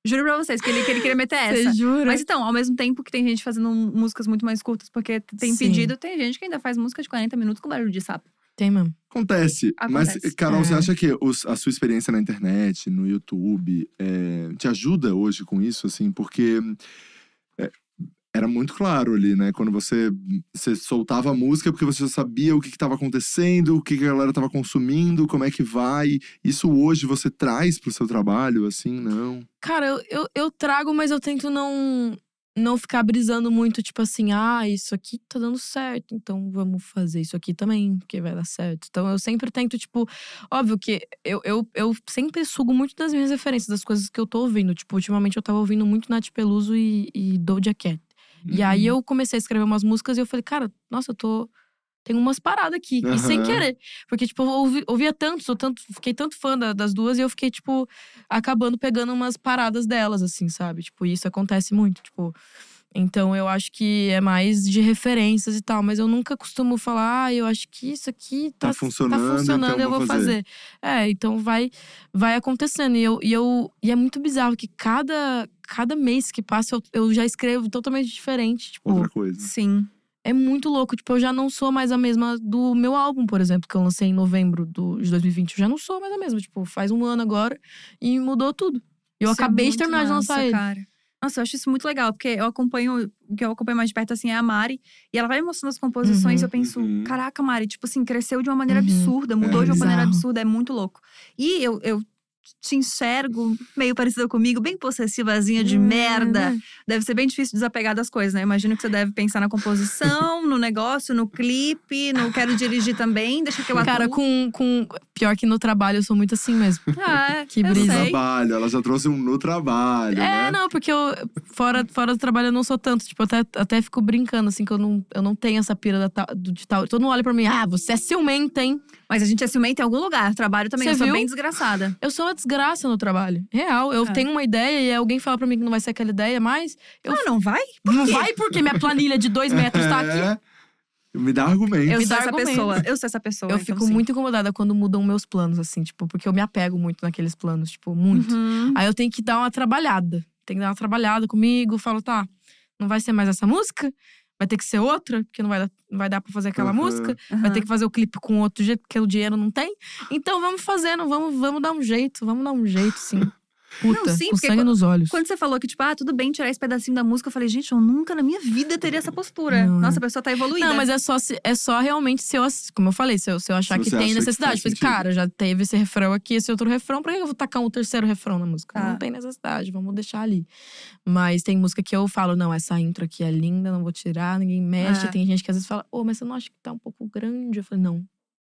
[SPEAKER 1] Juro pra vocês que ele, que ele queria meter essa.
[SPEAKER 2] Você jura?
[SPEAKER 1] Mas então, ao mesmo tempo que tem gente fazendo músicas muito mais curtas, porque tem
[SPEAKER 2] Sim.
[SPEAKER 1] pedido, tem gente que ainda faz música de 40 minutos com barulho de sapo.
[SPEAKER 2] Tem mesmo.
[SPEAKER 3] Acontece.
[SPEAKER 1] Acontece.
[SPEAKER 3] Mas, Carol, você
[SPEAKER 2] É.
[SPEAKER 3] acha que os- a sua experiência na internet, no YouTube, é, te ajuda hoje com isso, assim? Porque é, era muito claro ali, né? Quando você, você soltava a música, porque você já sabia o que estava acontecendo, o que, que a galera estava consumindo, como é que vai. Isso hoje você traz pro seu trabalho, assim, não?
[SPEAKER 2] Cara, eu, eu, eu trago, mas eu tento não não ficar brisando muito, tipo assim, ah, isso aqui tá dando certo, então vamos fazer isso aqui também, porque vai dar certo. Então eu sempre tento, tipo, óbvio que eu, eu, eu sempre sugo muito das minhas referências, das coisas que eu tô ouvindo. Tipo, ultimamente eu tava ouvindo muito Nath Peluso e, e Doja Cat. E aí eu comecei a escrever umas músicas e eu falei, cara, nossa, eu tô. Tem umas paradas aqui. E sem
[SPEAKER 3] Aham.
[SPEAKER 2] querer. Porque, tipo, eu ouvi- ouvia tanto, sou tanto, fiquei tanto fã da- das duas e eu fiquei, tipo, acabando pegando umas paradas delas, assim, sabe? Tipo, isso acontece muito. Tipo. Então eu acho que é mais de referências e tal, mas eu nunca costumo falar, ah, eu acho que isso aqui tá,
[SPEAKER 3] Tá funcionando,
[SPEAKER 2] tá funcionando
[SPEAKER 3] então
[SPEAKER 2] eu vou
[SPEAKER 3] vou fazer."
[SPEAKER 2] fazer. É, então vai vai acontecendo. E, eu, e, eu, e é muito bizarro que cada, cada mês que passa eu, eu já escrevo totalmente diferente. Tipo,
[SPEAKER 3] Outra coisa.
[SPEAKER 1] Sim.
[SPEAKER 2] é muito louco. Tipo, eu já não sou mais a mesma do meu álbum, por exemplo, que eu lancei em novembro do, de 2020. Eu já não sou mais a mesma. Tipo, faz um ano agora e mudou tudo. E eu
[SPEAKER 1] Isso é
[SPEAKER 2] acabei de
[SPEAKER 1] muito
[SPEAKER 2] terminar de
[SPEAKER 1] massa,
[SPEAKER 2] lançar ele.
[SPEAKER 1] Cara. Nossa, eu acho isso muito legal, porque eu acompanho, o que eu acompanho mais de perto assim é a Mari, e ela vai me mostrando as composições e
[SPEAKER 2] Uhum,
[SPEAKER 1] eu penso,
[SPEAKER 3] uhum.
[SPEAKER 1] caraca, Mari, tipo assim, cresceu de uma maneira
[SPEAKER 2] Uhum.
[SPEAKER 1] absurda, mudou
[SPEAKER 3] É,
[SPEAKER 1] de uma maneira
[SPEAKER 2] bizarro.
[SPEAKER 1] absurda, é muito louco. E eu, eu te enxergo meio parecida comigo, bem possessivazinha de
[SPEAKER 2] Hum,
[SPEAKER 1] merda.
[SPEAKER 2] né?
[SPEAKER 1] Deve ser bem difícil desapegar das coisas, né? Imagino que você deve pensar na
[SPEAKER 2] *laughs*
[SPEAKER 1] composição, no negócio, no clipe, no quero dirigir também, deixa que eu atuo.
[SPEAKER 2] Cara, com, com. Pior que no trabalho eu sou muito assim mesmo.
[SPEAKER 1] ah, é,
[SPEAKER 2] que
[SPEAKER 1] eu
[SPEAKER 3] No
[SPEAKER 2] brisa.
[SPEAKER 1] sei.
[SPEAKER 3] trabalho, ela já trouxe um no
[SPEAKER 1] Uhum.
[SPEAKER 3] trabalho,
[SPEAKER 2] É,
[SPEAKER 3] né?
[SPEAKER 2] não, porque eu, fora, fora do trabalho eu não sou tanto. Tipo, eu até, até fico brincando, assim, que eu não, eu não tenho essa pira da, tal- do, de tal. Todo mundo olha pra mim, ah, você é ciumenta, hein?
[SPEAKER 1] Mas a gente é ciumenta em algum lugar. Trabalho também,
[SPEAKER 2] Você
[SPEAKER 1] eu sou
[SPEAKER 2] viu?
[SPEAKER 1] bem desgraçada.
[SPEAKER 2] Eu sou uma desgraça no trabalho. Real. Eu
[SPEAKER 1] É.
[SPEAKER 2] tenho uma ideia e alguém fala pra mim que não vai ser aquela ideia, mas. Eu-
[SPEAKER 1] ah, não vai?
[SPEAKER 2] não vai porque minha planilha de dois metros tá aqui.
[SPEAKER 3] É. *laughs* Me dá argumento.
[SPEAKER 1] Eu
[SPEAKER 2] Me
[SPEAKER 1] sou
[SPEAKER 2] dá
[SPEAKER 1] essa
[SPEAKER 2] argumento.
[SPEAKER 1] pessoa. Eu sou essa pessoa.
[SPEAKER 2] Eu
[SPEAKER 1] então,
[SPEAKER 2] fico
[SPEAKER 1] sim.
[SPEAKER 2] muito incomodada quando mudam meus planos, assim, tipo, porque eu me apego muito naqueles planos, tipo, muito.
[SPEAKER 1] Uhum.
[SPEAKER 2] Aí eu tenho que dar uma trabalhada. Tem que dar uma trabalhada comigo. Falo, tá, não vai ser mais essa música? Vai ter que ser outra, porque não vai dar, não vai dar pra fazer aquela
[SPEAKER 1] Uhum.
[SPEAKER 3] Aham.
[SPEAKER 2] música. Vai
[SPEAKER 1] Aham.
[SPEAKER 2] ter que fazer o clipe com outro jeito, porque o dinheiro não tem. Então vamos fazendo, vamos, vamos dar um jeito, vamos dar um jeito, sim. Puta,
[SPEAKER 1] Não, sim,
[SPEAKER 2] com
[SPEAKER 1] porque
[SPEAKER 2] sangue nos olhos.
[SPEAKER 1] Quando você falou que, tipo, ah, tudo bem tirar esse pedacinho da música, eu falei, gente, eu nunca na minha vida teria essa postura.
[SPEAKER 2] Não, né?
[SPEAKER 1] Nossa, a pessoa tá evoluindo.
[SPEAKER 2] Não, mas é só, se- é só realmente se eu, ass- como eu falei, se eu, se eu achar
[SPEAKER 3] Se
[SPEAKER 2] que
[SPEAKER 3] você acha
[SPEAKER 2] tem
[SPEAKER 3] que faz
[SPEAKER 2] necessidade. Tipo, assim,
[SPEAKER 3] sentido.
[SPEAKER 2] cara, já teve esse refrão aqui, esse outro refrão, por que eu vou tacar um terceiro refrão na música?
[SPEAKER 1] Tá.
[SPEAKER 2] Não tem necessidade, vamos deixar ali. Mas tem música que eu falo, não, essa intro aqui é linda, não vou tirar, ninguém mexe.
[SPEAKER 1] Ah.
[SPEAKER 2] Tem gente que às vezes fala, ô, mas você não acha que tá um pouco grande? Eu falei, não,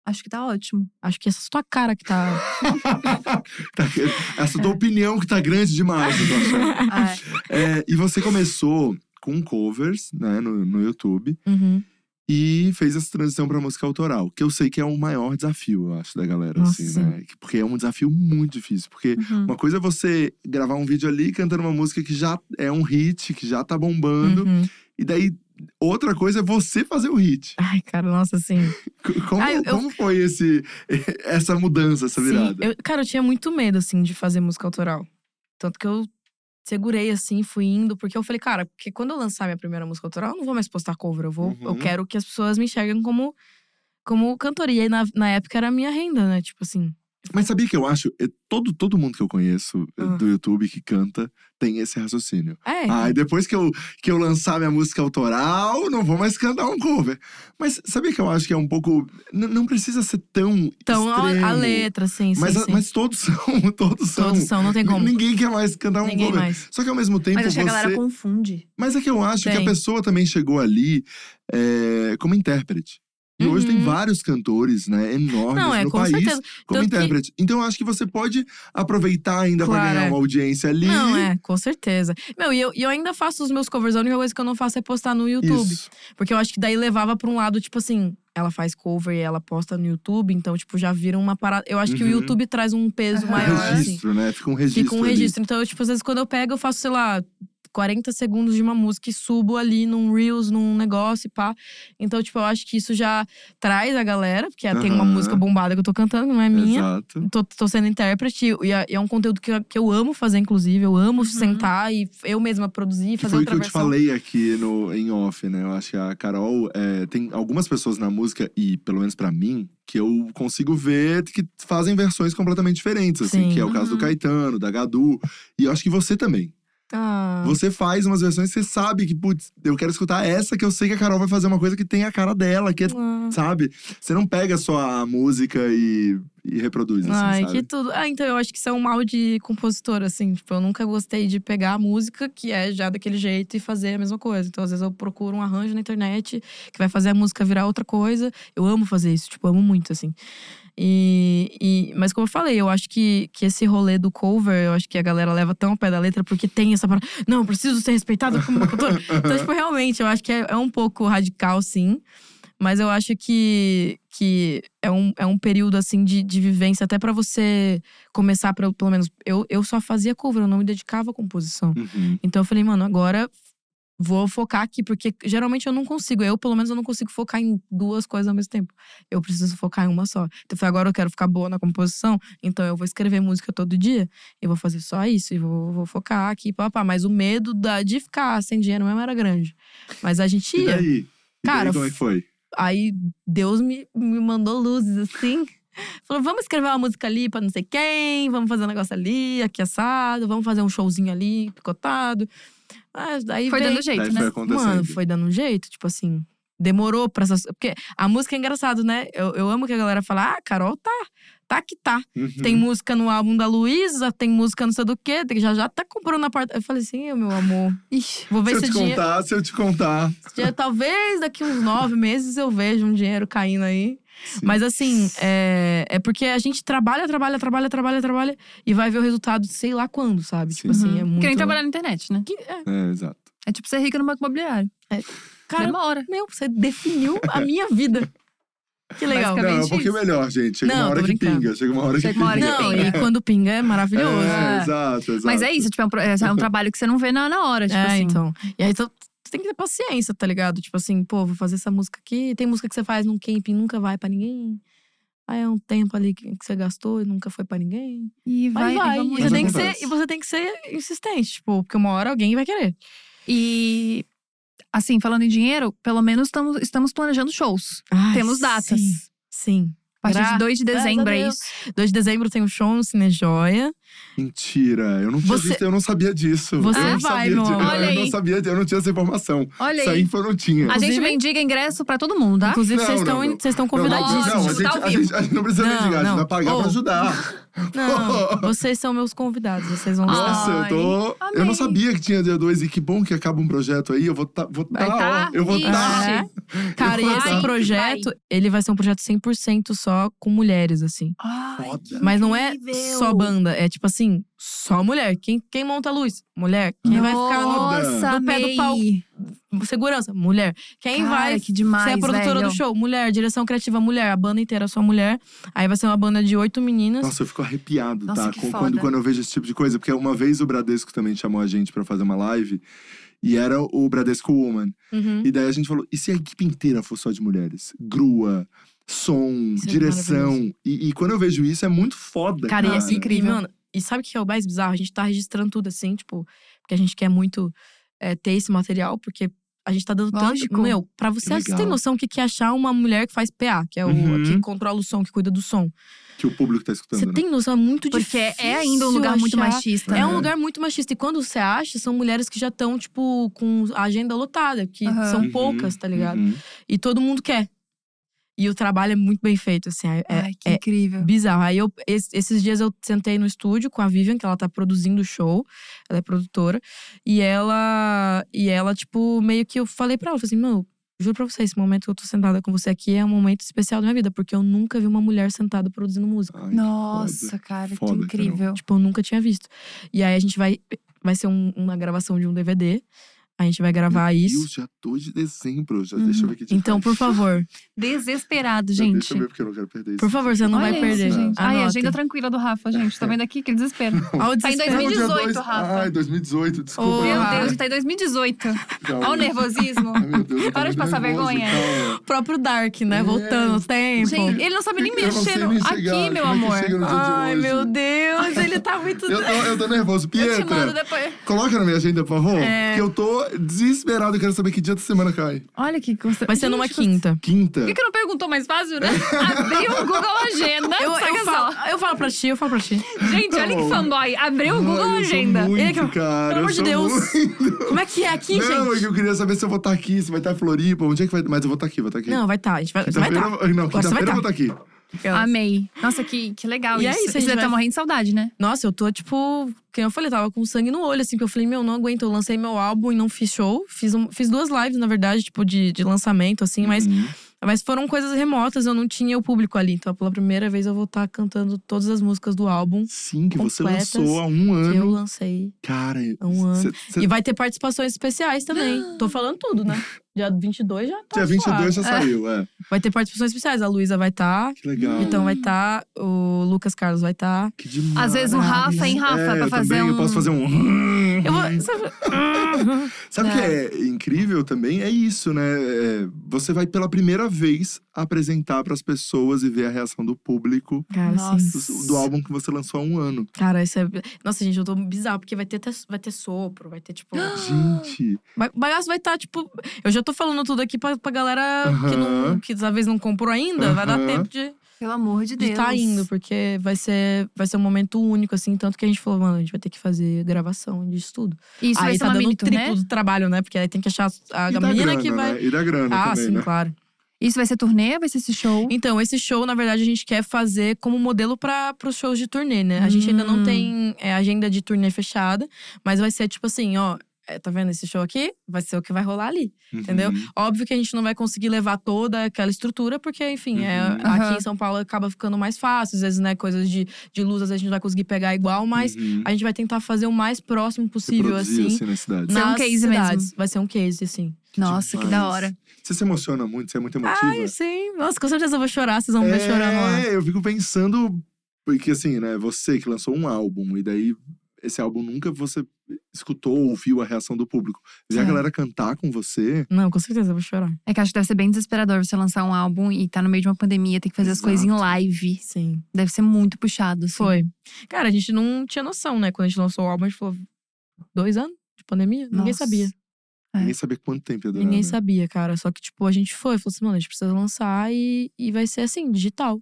[SPEAKER 1] Acho que tá *laughs* ótimo.
[SPEAKER 2] acho que essa é sua cara que tá.
[SPEAKER 3] *laughs* Tá- Essa tua opinião que tá grande demais, eu tô achando.
[SPEAKER 1] Ah,
[SPEAKER 3] É, e você começou com covers, né, no, no YouTube.
[SPEAKER 2] Uhum.
[SPEAKER 3] E fez essa transição pra música autoral. Que eu sei que é o maior desafio, eu acho, da galera,
[SPEAKER 2] Nossa,
[SPEAKER 3] assim, né? Que- Porque é um desafio muito difícil. Porque
[SPEAKER 1] uhum.
[SPEAKER 3] uma coisa é você gravar um vídeo ali cantando uma música que já é um hit, que já tá bombando.
[SPEAKER 2] uhum.
[SPEAKER 3] E daí, outra coisa é você fazer o hit.
[SPEAKER 2] Ai, cara, nossa, assim.
[SPEAKER 3] C- Como,
[SPEAKER 2] Ah, eu- eu-
[SPEAKER 3] como foi esse, *laughs* essa mudança, essa virada?
[SPEAKER 2] Sim, eu- cara, eu tinha muito medo, assim, de fazer música autoral. Tanto que eu segurei, assim, fui indo, porque eu falei, cara, porque quando eu lançar minha primeira música autoral, eu não vou mais postar cover, eu vou. Eu
[SPEAKER 3] Uhum.
[SPEAKER 2] quero que as pessoas me enxerguem como, como cantora. E aí, na, na época, era a minha renda, né? Tipo assim.
[SPEAKER 3] Mas sabia que eu acho? eh, Todo, todo mundo que eu conheço eh,
[SPEAKER 2] Ah.
[SPEAKER 3] do YouTube que canta tem esse raciocínio.
[SPEAKER 2] É.
[SPEAKER 3] Ah, e depois que eu, que eu lançar minha música autoral, não vou mais cantar um cover. Mas sabia que eu acho que é um pouco. n- Não precisa ser tão.
[SPEAKER 2] então,
[SPEAKER 3] extremo.
[SPEAKER 2] a, a letra, assim, sim,
[SPEAKER 3] Mas, a-
[SPEAKER 2] sim.
[SPEAKER 3] mas todos *laughs* são. Todos são.
[SPEAKER 2] Todos são, não tem como.
[SPEAKER 3] N- Ninguém quer mais cantar um
[SPEAKER 2] Ninguém
[SPEAKER 3] cover.
[SPEAKER 2] mais.
[SPEAKER 3] Só que ao mesmo tempo
[SPEAKER 1] Mas acho
[SPEAKER 3] você.
[SPEAKER 1] que a galera confunde.
[SPEAKER 3] Mas é que eu acho que
[SPEAKER 2] Tem.
[SPEAKER 3] a pessoa também chegou ali eh, como intérprete. E hoje tem
[SPEAKER 2] Uhum.
[SPEAKER 3] vários cantores, né, enormes
[SPEAKER 2] Não, é,
[SPEAKER 3] no
[SPEAKER 2] com
[SPEAKER 3] país
[SPEAKER 2] certeza.
[SPEAKER 3] como
[SPEAKER 2] Tanto que-
[SPEAKER 3] intérprete. Então eu acho que você pode aproveitar ainda pra
[SPEAKER 2] Claro,
[SPEAKER 3] ganhar
[SPEAKER 2] é.
[SPEAKER 3] uma audiência ali.
[SPEAKER 2] Não, é, com certeza. Meu, e eu, e eu ainda faço os meus covers, a única coisa que eu não faço é postar no YouTube.
[SPEAKER 3] Isso.
[SPEAKER 2] Porque eu acho que daí levava pra um lado, tipo assim, ela faz cover e ela posta no YouTube, então, tipo, já vira uma parada. Eu acho que o
[SPEAKER 3] Uhum.
[SPEAKER 2] YouTube traz um peso
[SPEAKER 1] Aham.
[SPEAKER 3] Um
[SPEAKER 2] maior, assim.
[SPEAKER 3] registro, né? Fica um registro.
[SPEAKER 2] Fica um
[SPEAKER 3] ali.
[SPEAKER 2] registro. Então, eu, tipo, às vezes quando eu pego, eu faço, sei lá, 40 segundos de uma música e subo ali num Reels, num negócio e pá. Então, tipo, eu acho que isso já traz a galera, porque ah, tem uma
[SPEAKER 3] Aham.
[SPEAKER 2] música bombada que eu tô cantando, que não é minha.
[SPEAKER 3] Exato.
[SPEAKER 2] Tô, tô sendo intérprete e é, e é um conteúdo que eu, que eu amo fazer, inclusive. Eu amo
[SPEAKER 1] Uhum.
[SPEAKER 2] sentar e eu mesma produzir,
[SPEAKER 3] Que
[SPEAKER 2] fazer
[SPEAKER 3] foi o que
[SPEAKER 2] outra
[SPEAKER 3] eu te
[SPEAKER 2] versão.
[SPEAKER 3] falei aqui no, em off, né? Eu acho que a Carol é, tem algumas pessoas na música, e pelo menos pra mim, que eu consigo ver que fazem versões completamente diferentes, assim,
[SPEAKER 2] Sim.
[SPEAKER 3] que é o caso
[SPEAKER 1] Uhum.
[SPEAKER 3] do Caetano, da Gadu. E eu acho que você também.
[SPEAKER 2] Ah.
[SPEAKER 3] Você faz umas versões que você sabe que, putz, eu quero escutar essa que eu sei que a Carol vai fazer uma coisa que tem a cara dela, que é
[SPEAKER 2] ah.
[SPEAKER 3] sabe? Você não pega só a música e, e reproduz, assim,
[SPEAKER 2] Ai,
[SPEAKER 3] sabe?
[SPEAKER 2] que tudo. Ah, então eu acho que isso é um mal de compositor, assim. Tipo, eu nunca gostei de pegar a música que é já daquele jeito e fazer a mesma coisa. Então, às vezes, eu procuro um arranjo na internet que vai fazer a música virar outra coisa. Eu amo fazer isso, tipo, amo muito, assim. E, e- mas como eu falei, eu acho que, que esse rolê do cover, eu acho que a galera leva tão ao pé da letra porque tem essa parada. Não, eu preciso ser respeitada como
[SPEAKER 3] *laughs*
[SPEAKER 2] uma cantora. então, tipo, realmente, eu acho que é, é um pouco radical, sim. Mas eu acho que, que é, um, é um período, assim, de, de vivência até pra você começar, pra, eu- pelo menos… Eu, eu só fazia cover, eu não me dedicava à composição.
[SPEAKER 3] Uhum.
[SPEAKER 2] Então eu falei, mano, agora vou focar aqui, porque geralmente eu não consigo. Eu, pelo menos, eu não consigo focar em duas coisas ao mesmo tempo. Eu preciso focar em uma só. Então eu falei, agora eu quero ficar boa na composição, então eu vou escrever música todo dia e vou fazer só isso, e vou, vou focar aqui, papá. Mas o medo da, de ficar sem dinheiro mesmo era grande. Mas a gente
[SPEAKER 3] E
[SPEAKER 2] ia.
[SPEAKER 3] daí? E
[SPEAKER 2] Cara,
[SPEAKER 3] daí, como é que foi?
[SPEAKER 2] Aí Deus me, me mandou luzes assim. *laughs* Falou, vamos escrever uma música ali pra não sei quem, vamos fazer um negócio ali, aqui assado, vamos fazer um showzinho ali, picotado. Mas daí
[SPEAKER 1] Foi
[SPEAKER 2] veio-
[SPEAKER 1] dando jeito,
[SPEAKER 3] Daí
[SPEAKER 1] né?
[SPEAKER 3] foi acontecendo.
[SPEAKER 2] Mano, foi dando um jeito, tipo assim. Demorou pra essas. Porque a música é engraçado, né? Eu, eu amo que a galera fala, ah, Carol tá. Tá que tá.
[SPEAKER 3] Uhum.
[SPEAKER 2] Tem música no álbum da Luísa, tem música não sei do quê, tem- já já tá comprando na porta. Eu falei assim, "Ih, meu amor. Ixi, vou
[SPEAKER 3] Se
[SPEAKER 2] ver
[SPEAKER 3] eu
[SPEAKER 2] se
[SPEAKER 3] te
[SPEAKER 2] esse dinheiro.
[SPEAKER 3] contar, se eu te contar.
[SPEAKER 2] esse dinheiro- Talvez daqui uns nove meses eu veja um dinheiro caindo aí.
[SPEAKER 3] Sim.
[SPEAKER 2] Mas assim, é, é porque a gente trabalha, trabalha, trabalha, trabalha, trabalha e vai ver o resultado sei lá quando, sabe? Tipo
[SPEAKER 3] Sim.
[SPEAKER 2] assim, é muito.
[SPEAKER 1] Querem Uhum. trabalhar na internet, né?
[SPEAKER 2] Que- é,
[SPEAKER 3] É, exato.
[SPEAKER 1] É tipo ser rica no banco imobiliário. é
[SPEAKER 2] cara,
[SPEAKER 1] Demora.
[SPEAKER 2] meu, você definiu a minha vida. Que legal.
[SPEAKER 1] Basicamente.
[SPEAKER 3] Não, é um
[SPEAKER 1] isso.
[SPEAKER 3] pouquinho melhor, gente. Chega
[SPEAKER 2] Não,
[SPEAKER 3] uma hora
[SPEAKER 2] tô
[SPEAKER 3] que
[SPEAKER 2] brincando.
[SPEAKER 3] pinga. Chega uma hora
[SPEAKER 1] Chega
[SPEAKER 3] que
[SPEAKER 1] uma hora
[SPEAKER 3] pinga.
[SPEAKER 1] que
[SPEAKER 2] Não,
[SPEAKER 1] pinga.
[SPEAKER 2] e quando pinga é maravilhoso.
[SPEAKER 3] É,
[SPEAKER 1] Ah.
[SPEAKER 3] exato, exato.
[SPEAKER 1] Mas é isso, tipo, é um, pro- é um trabalho que você não vê na, na hora, tipo
[SPEAKER 2] é,
[SPEAKER 1] assim.
[SPEAKER 2] então. E aí então, tu tem que ter paciência, tá ligado? Tipo assim, pô, vou fazer essa música aqui. Tem música que você faz num camping e nunca vai pra ninguém. Aí é um tempo ali que que você gastou e nunca foi pra ninguém.
[SPEAKER 1] E vai,
[SPEAKER 2] Aí vai.
[SPEAKER 1] e
[SPEAKER 2] E,
[SPEAKER 1] vamos
[SPEAKER 3] Mas
[SPEAKER 2] você tem
[SPEAKER 1] indo.
[SPEAKER 2] que ser,
[SPEAKER 3] acontece.
[SPEAKER 2] e você tem que ser insistente, tipo, porque uma hora alguém vai querer.
[SPEAKER 1] E, assim, falando em dinheiro, pelo menos estamos, estamos planejando shows.
[SPEAKER 2] Ai,
[SPEAKER 1] Temos datas.
[SPEAKER 2] Sim. sim.
[SPEAKER 1] A partir de
[SPEAKER 2] Graças
[SPEAKER 1] 2 de
[SPEAKER 2] a
[SPEAKER 1] dezembro, é
[SPEAKER 2] Deus.
[SPEAKER 1] isso.
[SPEAKER 2] 2 de dezembro tem um show no Cinejoia.
[SPEAKER 3] Mentira, eu não tinha
[SPEAKER 2] Você-
[SPEAKER 3] visto, eu não sabia disso.
[SPEAKER 2] Você
[SPEAKER 3] eu não
[SPEAKER 2] vai,
[SPEAKER 3] sabia
[SPEAKER 2] meu
[SPEAKER 3] de-
[SPEAKER 2] amor.
[SPEAKER 1] Olha
[SPEAKER 3] Eu não
[SPEAKER 1] aí.
[SPEAKER 3] sabia, eu não tinha essa informação.
[SPEAKER 1] Olha
[SPEAKER 3] Essa
[SPEAKER 1] aí.
[SPEAKER 3] info eu não tinha.
[SPEAKER 1] A gente
[SPEAKER 2] Inclusive-
[SPEAKER 1] mendiga ingresso pra todo mundo, tá?
[SPEAKER 2] Inclusive,
[SPEAKER 3] Não,
[SPEAKER 2] vocês
[SPEAKER 3] não,
[SPEAKER 2] estão
[SPEAKER 3] não.
[SPEAKER 2] in- vocês estão
[SPEAKER 3] Não, não, não,
[SPEAKER 1] Ótimo,
[SPEAKER 3] a,
[SPEAKER 1] tá
[SPEAKER 2] convidadíssimos.
[SPEAKER 3] gente,
[SPEAKER 1] ao
[SPEAKER 3] a,
[SPEAKER 1] vivo.
[SPEAKER 3] gente, a gente não precisa
[SPEAKER 2] Não,
[SPEAKER 3] mendigar, a gente
[SPEAKER 2] não.
[SPEAKER 3] vai pagar
[SPEAKER 2] Oh.
[SPEAKER 3] pra ajudar.
[SPEAKER 2] Não, *laughs* vocês são meus convidados, vocês
[SPEAKER 3] Ah,
[SPEAKER 2] vão gostar.
[SPEAKER 3] Nossa, eu tô.
[SPEAKER 1] Ai,
[SPEAKER 3] Eu
[SPEAKER 1] amei.
[SPEAKER 3] não sabia que tinha dia 2 e que bom que acaba um projeto aí. Eu vou tá, vou tá,
[SPEAKER 1] Vai tá?
[SPEAKER 3] ó, Eu vou
[SPEAKER 1] Ixi.
[SPEAKER 3] tá.
[SPEAKER 2] É. Cara, e
[SPEAKER 3] Vai,
[SPEAKER 2] esse
[SPEAKER 1] vai.
[SPEAKER 2] projeto, ele vai ser um projeto 100% só com mulheres, assim.
[SPEAKER 1] Ai,
[SPEAKER 3] Foda.
[SPEAKER 1] que
[SPEAKER 2] Mas não é
[SPEAKER 1] incrível.
[SPEAKER 2] só banda, é tipo assim, só mulher. Quem, quem monta a luz? Mulher. Quem vai ficar no
[SPEAKER 1] Nossa,
[SPEAKER 2] no pé do
[SPEAKER 1] amei.
[SPEAKER 2] palco? segurança? Mulher. Quem
[SPEAKER 1] Cara,
[SPEAKER 2] vai
[SPEAKER 1] que demais,
[SPEAKER 2] ser é a produtora
[SPEAKER 1] velho.
[SPEAKER 2] do show? Mulher. Direção criativa, mulher. A banda inteira só mulher. Aí vai ser uma banda de oito meninas.
[SPEAKER 3] Nossa, eu fico arrepiado,
[SPEAKER 1] Nossa,
[SPEAKER 3] tá?
[SPEAKER 1] que
[SPEAKER 3] Com-
[SPEAKER 1] foda.
[SPEAKER 3] quando, quando eu vejo esse tipo de coisa. Porque uma vez o Bradesco também chamou a gente pra fazer uma live. E era o Bradesco Woman.
[SPEAKER 2] Uhum.
[SPEAKER 3] E daí a gente falou: e se a equipe inteira for só de mulheres? Grua, som,
[SPEAKER 2] Isso é
[SPEAKER 3] direção. E, e quando eu vejo isso, é muito foda.
[SPEAKER 2] Cara,
[SPEAKER 3] Cara,
[SPEAKER 2] e assim,
[SPEAKER 1] incrível.
[SPEAKER 2] incrível. mano, e sabe o que é o mais bizarro? A gente tá registrando tudo assim, tipo, porque a gente quer muito é, ter esse material, porque a gente tá dando
[SPEAKER 1] Lógico.
[SPEAKER 2] tanto. Meu, pra você,
[SPEAKER 3] Que
[SPEAKER 2] você tem
[SPEAKER 3] legal.
[SPEAKER 2] noção do que que é achar uma mulher que faz PA, que é o
[SPEAKER 3] Uhum.
[SPEAKER 2] que controla o som, que cuida do som.
[SPEAKER 3] que o público tá escutando.
[SPEAKER 2] Você
[SPEAKER 3] né?
[SPEAKER 2] tem noção, é muito
[SPEAKER 1] Porque
[SPEAKER 2] difícil.
[SPEAKER 1] é ainda um lugar muito
[SPEAKER 2] achar.
[SPEAKER 1] machista.
[SPEAKER 2] É
[SPEAKER 3] É.
[SPEAKER 2] um lugar muito machista. E quando você acha, são mulheres que já estão, tipo, com a agenda lotada, que
[SPEAKER 1] Aham.
[SPEAKER 2] são
[SPEAKER 3] Uhum,
[SPEAKER 2] poucas, tá ligado?
[SPEAKER 3] uhum.
[SPEAKER 2] E todo mundo quer. E o trabalho é muito bem feito, assim. é- é-
[SPEAKER 1] Ai, que incrível.
[SPEAKER 2] Bizarro. Aí eu, es- esses dias eu sentei no estúdio com a Vivian, que ela tá produzindo o show, ela é produtora, e ela, e ela tipo, meio que eu falei pra ela, eu falei assim, meu, juro pra você, esse momento que eu tô sentada com você aqui é um momento especial da minha vida, porque eu nunca vi uma mulher sentada produzindo música.
[SPEAKER 3] Ai, que
[SPEAKER 1] Nossa,
[SPEAKER 3] foda.
[SPEAKER 1] cara,
[SPEAKER 3] Foda, então.
[SPEAKER 1] que
[SPEAKER 3] Carol.
[SPEAKER 1] incrível.
[SPEAKER 2] Tipo, eu nunca tinha visto. E aí a gente vai, vai ser um- uma gravação de um DVD, a gente vai gravar
[SPEAKER 3] Meu
[SPEAKER 2] isso.
[SPEAKER 3] Deus, já 2 de dezembro. Já
[SPEAKER 1] Uhum.
[SPEAKER 3] deixa eu ver que dia
[SPEAKER 2] Então,
[SPEAKER 3] faz.
[SPEAKER 2] por favor,
[SPEAKER 1] Tipo, Desesperado,
[SPEAKER 3] Já
[SPEAKER 1] gente.
[SPEAKER 3] Deixa eu ver porque eu não quero perder isso.
[SPEAKER 2] por favor, você não
[SPEAKER 1] Olha
[SPEAKER 2] vai
[SPEAKER 1] isso,
[SPEAKER 2] perder.
[SPEAKER 1] gente. Ai,
[SPEAKER 2] Anota.
[SPEAKER 1] agenda tranquila do Rafa, gente. Tô vendo aqui que desespero.
[SPEAKER 2] Olha o
[SPEAKER 1] Tá em
[SPEAKER 2] desespero.
[SPEAKER 3] Não, dia
[SPEAKER 1] 2018,
[SPEAKER 3] dois.
[SPEAKER 1] Rafa.
[SPEAKER 3] Ai, 2018, desculpa.
[SPEAKER 2] Ô,
[SPEAKER 1] Meu
[SPEAKER 2] Ah.
[SPEAKER 1] Deus, tá em 2018.
[SPEAKER 3] Já,
[SPEAKER 1] Olha o nervosismo.
[SPEAKER 3] Ai, meu Deus, eu tô
[SPEAKER 1] Para de
[SPEAKER 3] muito
[SPEAKER 1] passar
[SPEAKER 3] nervoso,
[SPEAKER 1] vergonha.
[SPEAKER 3] calma.
[SPEAKER 2] O próprio Dark, né?
[SPEAKER 3] É.
[SPEAKER 2] Voltando o tempo.
[SPEAKER 1] Gente, ele não sabe nem
[SPEAKER 3] Eu não sei
[SPEAKER 1] mexer no-
[SPEAKER 3] nem
[SPEAKER 1] aqui,
[SPEAKER 3] chegar,
[SPEAKER 1] meu
[SPEAKER 3] como é que
[SPEAKER 1] amor.
[SPEAKER 3] chega no dia de
[SPEAKER 2] Ai,
[SPEAKER 3] hoje?
[SPEAKER 2] meu Deus, ele tá muito.
[SPEAKER 1] *laughs*
[SPEAKER 3] Eu tô, eu tô nervoso.
[SPEAKER 1] Eu te mando
[SPEAKER 3] Pietra,
[SPEAKER 1] depois.
[SPEAKER 3] coloca na minha agenda, por favor.
[SPEAKER 2] né?
[SPEAKER 3] Porque
[SPEAKER 2] É.
[SPEAKER 3] eu tô desesperado. Eu quero saber que dia da semana cai.
[SPEAKER 1] Olha que gostoso.
[SPEAKER 2] Vai ser numa
[SPEAKER 1] Gente, tipo assim,
[SPEAKER 2] quinta.
[SPEAKER 3] Quinta.
[SPEAKER 1] é Por que, que não perguntou mais
[SPEAKER 3] *laughs*
[SPEAKER 1] fácil, né? Abriu o Google Agenda.
[SPEAKER 2] Eu,
[SPEAKER 1] saca
[SPEAKER 2] eu,
[SPEAKER 1] só. assim,
[SPEAKER 2] falo, eu falo pra ti, eu falo pra ti.
[SPEAKER 1] Gente, olha que fanboy. Abriu o Google
[SPEAKER 3] Ai, eu sou
[SPEAKER 1] Agenda.
[SPEAKER 3] Muito,
[SPEAKER 2] Ele é que-
[SPEAKER 3] cara,
[SPEAKER 2] Pelo
[SPEAKER 3] eu
[SPEAKER 2] amor de
[SPEAKER 3] sou
[SPEAKER 2] Deus.
[SPEAKER 3] muito.
[SPEAKER 2] Como é que é aqui,
[SPEAKER 3] Não, é
[SPEAKER 2] gente?
[SPEAKER 3] que eu queria saber se eu vou estar aqui, se vai estar em Floripa, onde é que vai. Mas eu vou estar aqui, vou estar aqui.
[SPEAKER 2] Não, vai tá. A gente vai, vai
[SPEAKER 3] Quinta-feira,
[SPEAKER 2] tá.
[SPEAKER 3] não,
[SPEAKER 2] Agora você vai
[SPEAKER 3] quinta-feira eu
[SPEAKER 2] tá.
[SPEAKER 3] vou estar aqui.
[SPEAKER 1] Amei. Nossa, que, que legal
[SPEAKER 2] E é
[SPEAKER 1] isso.
[SPEAKER 2] isso, a
[SPEAKER 1] Você
[SPEAKER 2] gente
[SPEAKER 1] deve
[SPEAKER 2] vai-
[SPEAKER 1] tá morrendo de saudade, né?
[SPEAKER 2] Nossa, eu tô tipo. Quem eu falei, eu tava com sangue no olho, assim, porque eu falei, meu, não aguento. Eu lancei meu álbum e não fiz show. Fiz, um- fiz duas lives, na verdade, tipo, de, de lançamento, assim, mas,
[SPEAKER 3] Uhum.
[SPEAKER 2] mas foram coisas remotas, eu não tinha o público ali. Então, pela primeira vez, eu vou estar cantando todas as músicas do álbum
[SPEAKER 3] Sim, que você
[SPEAKER 2] completas
[SPEAKER 3] lançou há um
[SPEAKER 2] que eu
[SPEAKER 3] ano.
[SPEAKER 2] lancei.
[SPEAKER 3] Cara,
[SPEAKER 2] há um ano.
[SPEAKER 3] cê- cê-
[SPEAKER 2] E vai ter participações
[SPEAKER 3] *gasps*
[SPEAKER 2] especiais também. Tô falando tudo, né? Dia 22 já tá
[SPEAKER 3] dia 22 já
[SPEAKER 2] suave.
[SPEAKER 3] saiu, é.
[SPEAKER 2] Vai ter participações especiais. A Luísa vai estar,
[SPEAKER 3] Que legal.
[SPEAKER 2] então vai estar, o Lucas Carlos vai tá. estar.
[SPEAKER 3] Que demais.
[SPEAKER 1] Às vezes o Rafa, hein, Rafa,
[SPEAKER 3] É,
[SPEAKER 1] pra
[SPEAKER 3] eu
[SPEAKER 1] fazer
[SPEAKER 3] também,
[SPEAKER 1] um-
[SPEAKER 3] Eu posso fazer um… *laughs*
[SPEAKER 2] Eu vou. sabe-
[SPEAKER 3] Sabe o que é incrível também? É isso, né? É, você vai pela primeira vez apresentar pras pessoas e ver a reação do público
[SPEAKER 2] Cara, assim,
[SPEAKER 3] do, do álbum que você lançou há um ano.
[SPEAKER 2] cara, isso é. Nossa, gente, eu tô bizarro, porque vai ter, até- vai ter sopro, vai
[SPEAKER 3] *gasps*
[SPEAKER 2] ter, tipo.
[SPEAKER 3] Gente…
[SPEAKER 2] ba- Bagaço vai estar, tipo. Eu já tô falando tudo aqui pra, pra galera que, não,
[SPEAKER 3] Aham.
[SPEAKER 2] que dessa vez não comprou ainda. Vai dar
[SPEAKER 3] Aham.
[SPEAKER 2] tempo de
[SPEAKER 1] Pelo amor de Deus.
[SPEAKER 2] estar tá indo, porque vai ser, vai ser um momento único, assim. Tanto que a gente falou, mano, a gente vai ter que fazer gravação disso tudo.
[SPEAKER 1] Isso vai
[SPEAKER 2] aí
[SPEAKER 1] ser
[SPEAKER 2] tá
[SPEAKER 1] uma
[SPEAKER 2] dando
[SPEAKER 1] mini
[SPEAKER 2] o triplo
[SPEAKER 1] turnê?
[SPEAKER 2] do trabalho, né? Porque aí tem que achar a
[SPEAKER 1] Ah,
[SPEAKER 3] E da
[SPEAKER 2] menina
[SPEAKER 3] grana,
[SPEAKER 2] que vai.
[SPEAKER 3] né? E da grana
[SPEAKER 2] Ah,
[SPEAKER 3] também,
[SPEAKER 2] sim,
[SPEAKER 3] né?
[SPEAKER 2] claro.
[SPEAKER 1] Isso vai ser turnê? Vai ser esse show?
[SPEAKER 2] Então, esse show, na verdade, a gente quer fazer como modelo para os shows de turnê, né? A gente ainda
[SPEAKER 1] Hum.
[SPEAKER 2] não tem é, agenda de turnê fechada, mas vai ser tipo assim, ó. é, Tá vendo esse show aqui? Vai ser o que vai rolar ali. Entendeu?
[SPEAKER 3] Uhum.
[SPEAKER 2] Óbvio que a gente não vai conseguir levar toda aquela estrutura, porque, enfim, é,
[SPEAKER 3] Uhum.
[SPEAKER 2] aqui
[SPEAKER 1] Aham.
[SPEAKER 2] em São Paulo acaba ficando mais fácil, às vezes, né? Coisas de, de luz, às vezes a gente não vai conseguir pegar igual, mas
[SPEAKER 3] Uhum.
[SPEAKER 2] a gente vai tentar fazer o mais próximo possível,
[SPEAKER 3] Reproduzir,
[SPEAKER 2] assim.
[SPEAKER 3] assim, na cidade.
[SPEAKER 1] Ser um
[SPEAKER 2] nas
[SPEAKER 1] case mesmo.
[SPEAKER 2] cidades. Vai ser um case, assim.
[SPEAKER 1] Nossa, que da hora.
[SPEAKER 3] Você se emociona muito, você é muito emotiva.
[SPEAKER 2] Ai, sim. Nossa, com certeza eu vou chorar, vocês vão me ver chorando lá.
[SPEAKER 3] É, eu fico pensando, porque assim, né, você que lançou um álbum, e daí esse álbum nunca você escutou ou viu a reação do público. Ver a
[SPEAKER 2] É.
[SPEAKER 3] galera cantar com você.
[SPEAKER 2] Não, com certeza eu vou chorar.
[SPEAKER 1] É que acho que deve ser bem desesperador você lançar um álbum e tá no meio de uma pandemia, tem que fazer as
[SPEAKER 3] Exato.
[SPEAKER 1] coisas em live.
[SPEAKER 2] Sim.
[SPEAKER 1] Deve ser muito puxado. assim.
[SPEAKER 2] Foi. Cara, a gente não tinha noção, né? Quando a gente lançou o álbum, a gente falou dois anos de pandemia? Ninguém
[SPEAKER 1] Nossa.
[SPEAKER 2] sabia.
[SPEAKER 1] É.
[SPEAKER 3] Ninguém sabia quanto tempo ia durar.
[SPEAKER 2] Ninguém
[SPEAKER 3] né?
[SPEAKER 2] sabia, cara. Só que, tipo, a gente foi, falou assim, mano, a gente precisa lançar e, e vai ser assim, digital.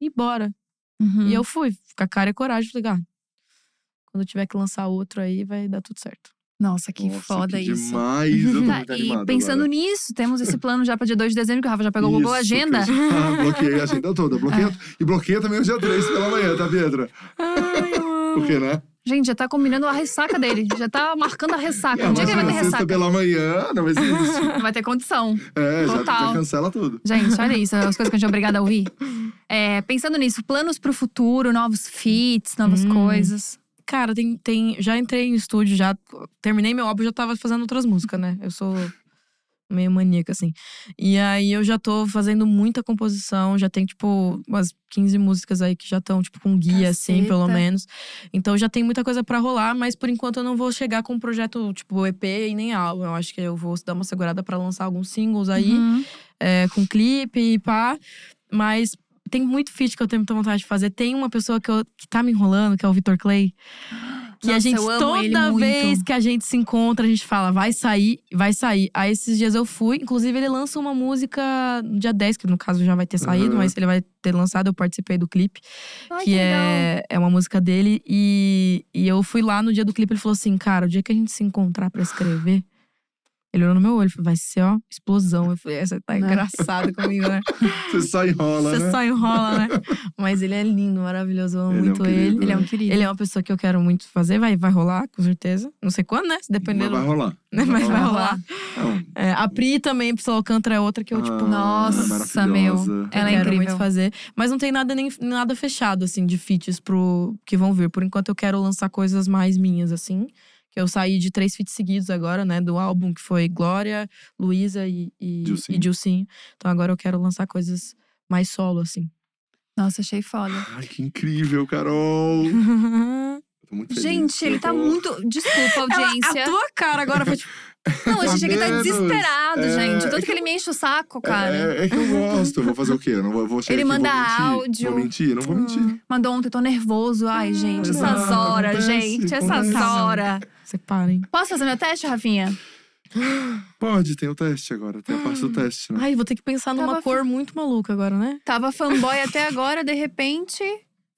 [SPEAKER 2] E bora.
[SPEAKER 1] Uhum.
[SPEAKER 2] E eu fui, com a cara e coragem, falei, ah, Quando eu tiver que lançar outro aí, vai dar tudo certo.
[SPEAKER 1] Nossa, que
[SPEAKER 3] Nossa,
[SPEAKER 1] foda
[SPEAKER 3] que
[SPEAKER 1] isso. *laughs*
[SPEAKER 3] Demais, eu tô
[SPEAKER 1] Tá, e
[SPEAKER 3] muito animado
[SPEAKER 1] pensando
[SPEAKER 3] agora.
[SPEAKER 1] nisso, temos esse plano já pra dia 2 de dezembro, que o Rafa já pegou o Google
[SPEAKER 3] Isso,
[SPEAKER 1] Agenda. É.
[SPEAKER 3] que eu- Ah, bloqueei a agenda
[SPEAKER 1] *laughs*
[SPEAKER 3] toda. Bloqueia, E bloqueia também o dia 3 pela manhã, tá, Pietra?
[SPEAKER 2] Ai, eu amo.
[SPEAKER 3] Porque, né?
[SPEAKER 1] Gente, já tá combinando a ressaca dele. Já tá marcando a ressaca.
[SPEAKER 3] Ah,
[SPEAKER 1] Um dia que ele vai
[SPEAKER 3] imagina,
[SPEAKER 1] ter
[SPEAKER 3] sexta
[SPEAKER 1] ressaca.
[SPEAKER 3] pela manhã, não vai ser isso.
[SPEAKER 1] Vai ter condição.
[SPEAKER 3] É, já,
[SPEAKER 1] Total.
[SPEAKER 3] já cancela tudo.
[SPEAKER 1] Gente, olha isso, as coisas que a gente é obrigada a ouvir. É, pensando nisso, planos pro futuro, novos feats, novas
[SPEAKER 2] Hum.
[SPEAKER 1] coisas.
[SPEAKER 2] Cara, tem, tem, já entrei em estúdio, já terminei meu álbum, já tava fazendo outras músicas, né? Eu sou meio maníaca, assim. E aí eu já tô fazendo muita composição, já tem, tipo, umas 15 músicas aí que já estão, tipo, com guia, assim, pelo
[SPEAKER 1] Caceta.
[SPEAKER 2] menos. Então já tem muita coisa pra rolar, mas por enquanto eu não vou chegar com um projeto, tipo, EP e nem álbum. Eu acho que eu vou dar uma segurada pra lançar alguns singles aí
[SPEAKER 1] Uhum.
[SPEAKER 2] é, com clipe e pá. Mas tem muito feat que eu tenho muita vontade de fazer. Tem uma pessoa que, eu- que tá me enrolando, que é o Vitor Clay. Que a
[SPEAKER 1] Nossa,
[SPEAKER 2] gente,
[SPEAKER 1] eu amo ele
[SPEAKER 2] toda
[SPEAKER 1] muito.
[SPEAKER 2] vez que a gente se encontra, a gente fala, vai sair, vai sair. Aí esses dias eu fui, inclusive ele lança uma música no dia 10, que no caso já vai ter saído,
[SPEAKER 3] Uhum.
[SPEAKER 2] mas ele vai ter lançado, eu participei do clipe
[SPEAKER 1] Ai,
[SPEAKER 2] que
[SPEAKER 1] legal.
[SPEAKER 2] é, é uma música dele. E, e eu fui lá no dia do clipe, ele falou assim, cara, o dia que a gente se encontrar pra escrever. Ele olhou no meu olho e falou, vai ser, ó, explosão. Eu falei, essa tá
[SPEAKER 1] Né?
[SPEAKER 2] engraçado comigo, né?
[SPEAKER 3] Você só enrola,
[SPEAKER 2] Você
[SPEAKER 3] né?
[SPEAKER 2] só enrola,
[SPEAKER 3] *laughs*
[SPEAKER 2] né? Mas ele é lindo, maravilhoso, eu amo
[SPEAKER 3] Ele é um
[SPEAKER 2] muito
[SPEAKER 3] querido,
[SPEAKER 2] ele.
[SPEAKER 3] né?
[SPEAKER 2] Ele é, um,
[SPEAKER 1] querido.
[SPEAKER 2] ele é uma pessoa que eu quero muito fazer, vai, vai rolar, com certeza. Não sei quando, né? Se depender
[SPEAKER 3] Mas vai
[SPEAKER 2] do-
[SPEAKER 3] rolar.
[SPEAKER 2] né? Mas vai rolar.
[SPEAKER 3] Não.
[SPEAKER 2] É, a Pri também, Priscila Alcântara, é outra que eu, tipo,
[SPEAKER 3] Ah,
[SPEAKER 1] nossa,
[SPEAKER 3] maravilhosa.
[SPEAKER 1] meu.
[SPEAKER 2] eu
[SPEAKER 1] Ela é
[SPEAKER 2] quero
[SPEAKER 1] incrível.
[SPEAKER 2] muito fazer. Mas não tem nada nem nada fechado, assim, de feats pro que vão vir. Por enquanto, eu quero lançar coisas mais minhas, assim. Que eu saí de três feats seguidos agora, né? Do álbum, que foi Glória, Luísa e, e,
[SPEAKER 3] Dilcinho.
[SPEAKER 2] e Dilcinho. Então agora eu quero lançar coisas mais solo, assim.
[SPEAKER 1] Nossa, achei foda.
[SPEAKER 3] Ai, que
[SPEAKER 1] *laughs*
[SPEAKER 3] incrível, Carol. Eu Tô muito feliz.
[SPEAKER 1] Gente, ele tá
[SPEAKER 3] Eu tô-
[SPEAKER 1] muito. Desculpa, audiência.
[SPEAKER 2] a tua cara agora foi tipo… *laughs*
[SPEAKER 1] Não, a gente aqui tá
[SPEAKER 3] Menos.
[SPEAKER 1] desesperado,
[SPEAKER 3] É,
[SPEAKER 1] gente.
[SPEAKER 3] é
[SPEAKER 1] Tanto
[SPEAKER 3] que-
[SPEAKER 1] que ele me enche o saco, cara.
[SPEAKER 3] É, é que eu gosto. Eu Vou fazer o quê? Eu não vou, eu vou chegar
[SPEAKER 1] Ele
[SPEAKER 3] aqui,
[SPEAKER 1] manda
[SPEAKER 3] vou mentir.
[SPEAKER 1] áudio.
[SPEAKER 3] Vou mentir? Não vou mentir.
[SPEAKER 1] Mandou ontem, tô nervoso. Ai, gente, essas
[SPEAKER 3] Ah,
[SPEAKER 1] horas,
[SPEAKER 3] acontece,
[SPEAKER 1] gente, essas
[SPEAKER 3] acontece.
[SPEAKER 1] horas.
[SPEAKER 2] Você para, hein?
[SPEAKER 1] Posso fazer meu teste, Rafinha? Ah.
[SPEAKER 3] Pode, tem o teste agora. Tem a parte do teste, né?
[SPEAKER 2] Ai, vou ter que pensar numa
[SPEAKER 1] Tava
[SPEAKER 2] cor muito maluca agora, né?
[SPEAKER 1] Tava fanboy até agora, de repente.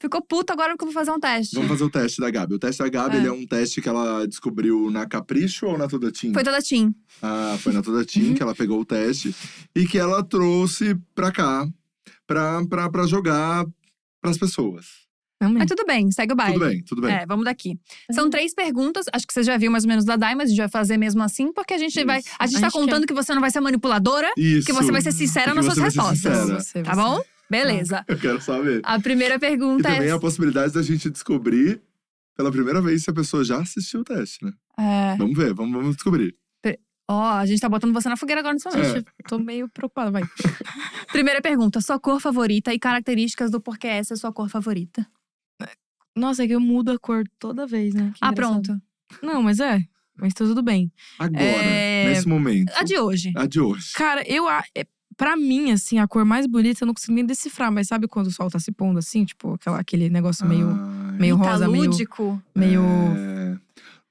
[SPEAKER 1] Ficou puta agora porque eu vou fazer um teste.
[SPEAKER 3] Vamos fazer o teste da Gabi. O teste da Gabi,
[SPEAKER 1] É.
[SPEAKER 3] ele é um teste que ela descobriu na Capricho ou na Toda Team?
[SPEAKER 1] Foi toda Tim.
[SPEAKER 3] Ah, foi na Toda Team que ela pegou o teste. E que ela trouxe pra cá, pra, pra, pra jogar pras pessoas.
[SPEAKER 2] Amém.
[SPEAKER 1] Mas tudo bem, segue o baile.
[SPEAKER 3] Tudo bem, tudo bem.
[SPEAKER 1] É, vamos daqui. São três perguntas, acho que você já viu mais ou menos da Dai, mas a gente vai fazer mesmo assim, porque a gente vai. A gente
[SPEAKER 2] A
[SPEAKER 1] tá
[SPEAKER 2] gente
[SPEAKER 1] contando que você não vai ser manipuladora,
[SPEAKER 3] Isso.
[SPEAKER 1] que você vai ser sincera
[SPEAKER 3] Que
[SPEAKER 1] nas
[SPEAKER 3] você
[SPEAKER 1] suas
[SPEAKER 3] vai ser
[SPEAKER 1] respostas.
[SPEAKER 3] sincera.
[SPEAKER 2] Você,
[SPEAKER 1] Tá
[SPEAKER 2] você.
[SPEAKER 1] bom? Beleza.
[SPEAKER 3] Eu quero saber.
[SPEAKER 1] A primeira
[SPEAKER 3] E
[SPEAKER 1] pergunta é.
[SPEAKER 3] também a possibilidade da gente descobrir pela primeira vez se a pessoa já assistiu o teste, né?
[SPEAKER 1] É.
[SPEAKER 3] Vamos ver, vamos, vamos descobrir.
[SPEAKER 1] Ó, a gente tá botando você na fogueira agora
[SPEAKER 3] É.
[SPEAKER 1] nesse momento.
[SPEAKER 2] Gente, eu Tipo, tô meio preocupada, vai.
[SPEAKER 1] Primeira pergunta: sua cor favorita e características do porquê essa é sua cor favorita.
[SPEAKER 2] Nossa, é que eu mudo a cor toda vez, né? Que
[SPEAKER 1] ah,
[SPEAKER 2] engraçado.
[SPEAKER 1] pronto.
[SPEAKER 2] Não, mas é. Mas tá tudo bem.
[SPEAKER 3] Agora,
[SPEAKER 2] É.
[SPEAKER 3] nesse momento.
[SPEAKER 1] A de hoje.
[SPEAKER 3] A de hoje.
[SPEAKER 2] Cara, eu. a- é- Pra mim, assim, a cor mais bonita eu não consigo nem decifrar, mas sabe quando o sol tá se pondo assim? Tipo, aquela, aquele negócio meio.
[SPEAKER 3] Ai,
[SPEAKER 2] meio rosa,
[SPEAKER 1] tá
[SPEAKER 2] meio.
[SPEAKER 1] lúdico.
[SPEAKER 3] assim,
[SPEAKER 2] meio...
[SPEAKER 3] Ah, é.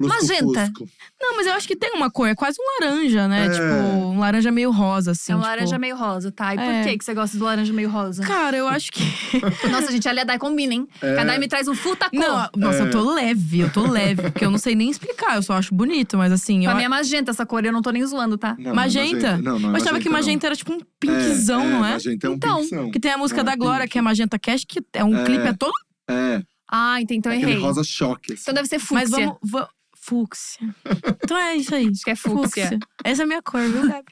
[SPEAKER 3] Lusco
[SPEAKER 1] Magenta.
[SPEAKER 3] fusco.
[SPEAKER 2] Não, mas eu acho que tem uma cor, é quase um laranja, né?
[SPEAKER 3] É.
[SPEAKER 2] Tipo, um laranja meio rosa, assim.
[SPEAKER 1] é um
[SPEAKER 2] tipo-
[SPEAKER 1] laranja meio rosa, tá? E por
[SPEAKER 2] É.
[SPEAKER 1] que que você gosta do laranja meio rosa?
[SPEAKER 2] Cara, eu
[SPEAKER 3] *laughs*
[SPEAKER 2] acho que.
[SPEAKER 1] *laughs* Nossa, gente, olha a Dai combina, hein?
[SPEAKER 3] É.
[SPEAKER 1] Cada Dai me traz um futa cor.
[SPEAKER 2] Não, nossa,
[SPEAKER 3] É.
[SPEAKER 2] eu tô leve, eu tô leve, porque eu não sei nem explicar, eu só acho bonito, mas assim.
[SPEAKER 1] Pra
[SPEAKER 2] eu...
[SPEAKER 1] mim é magenta essa cor, eu não tô nem zoando, tá?
[SPEAKER 3] Não, não é
[SPEAKER 2] Magenta?
[SPEAKER 3] Não, não é
[SPEAKER 2] Eu achava que
[SPEAKER 3] não.
[SPEAKER 2] magenta era tipo um
[SPEAKER 3] É,
[SPEAKER 2] pinkzão, não é?
[SPEAKER 3] Magenta é um
[SPEAKER 1] Então,
[SPEAKER 3] pinkzão.
[SPEAKER 2] Que tem a música
[SPEAKER 3] É,
[SPEAKER 2] da Glória,
[SPEAKER 3] pink.
[SPEAKER 2] que é Magenta Cash, que é um
[SPEAKER 3] É.
[SPEAKER 2] clipe, é todo
[SPEAKER 3] É,
[SPEAKER 1] Ah, ent- então
[SPEAKER 3] aquele
[SPEAKER 1] errei.
[SPEAKER 3] rosa choque. assim.
[SPEAKER 1] Então deve ser fúcsia.
[SPEAKER 2] Mas vamos. va- fúcsia. Então é isso aí.
[SPEAKER 1] Acho que é fúcsia.
[SPEAKER 2] Essa é a minha cor, viu, Gabi?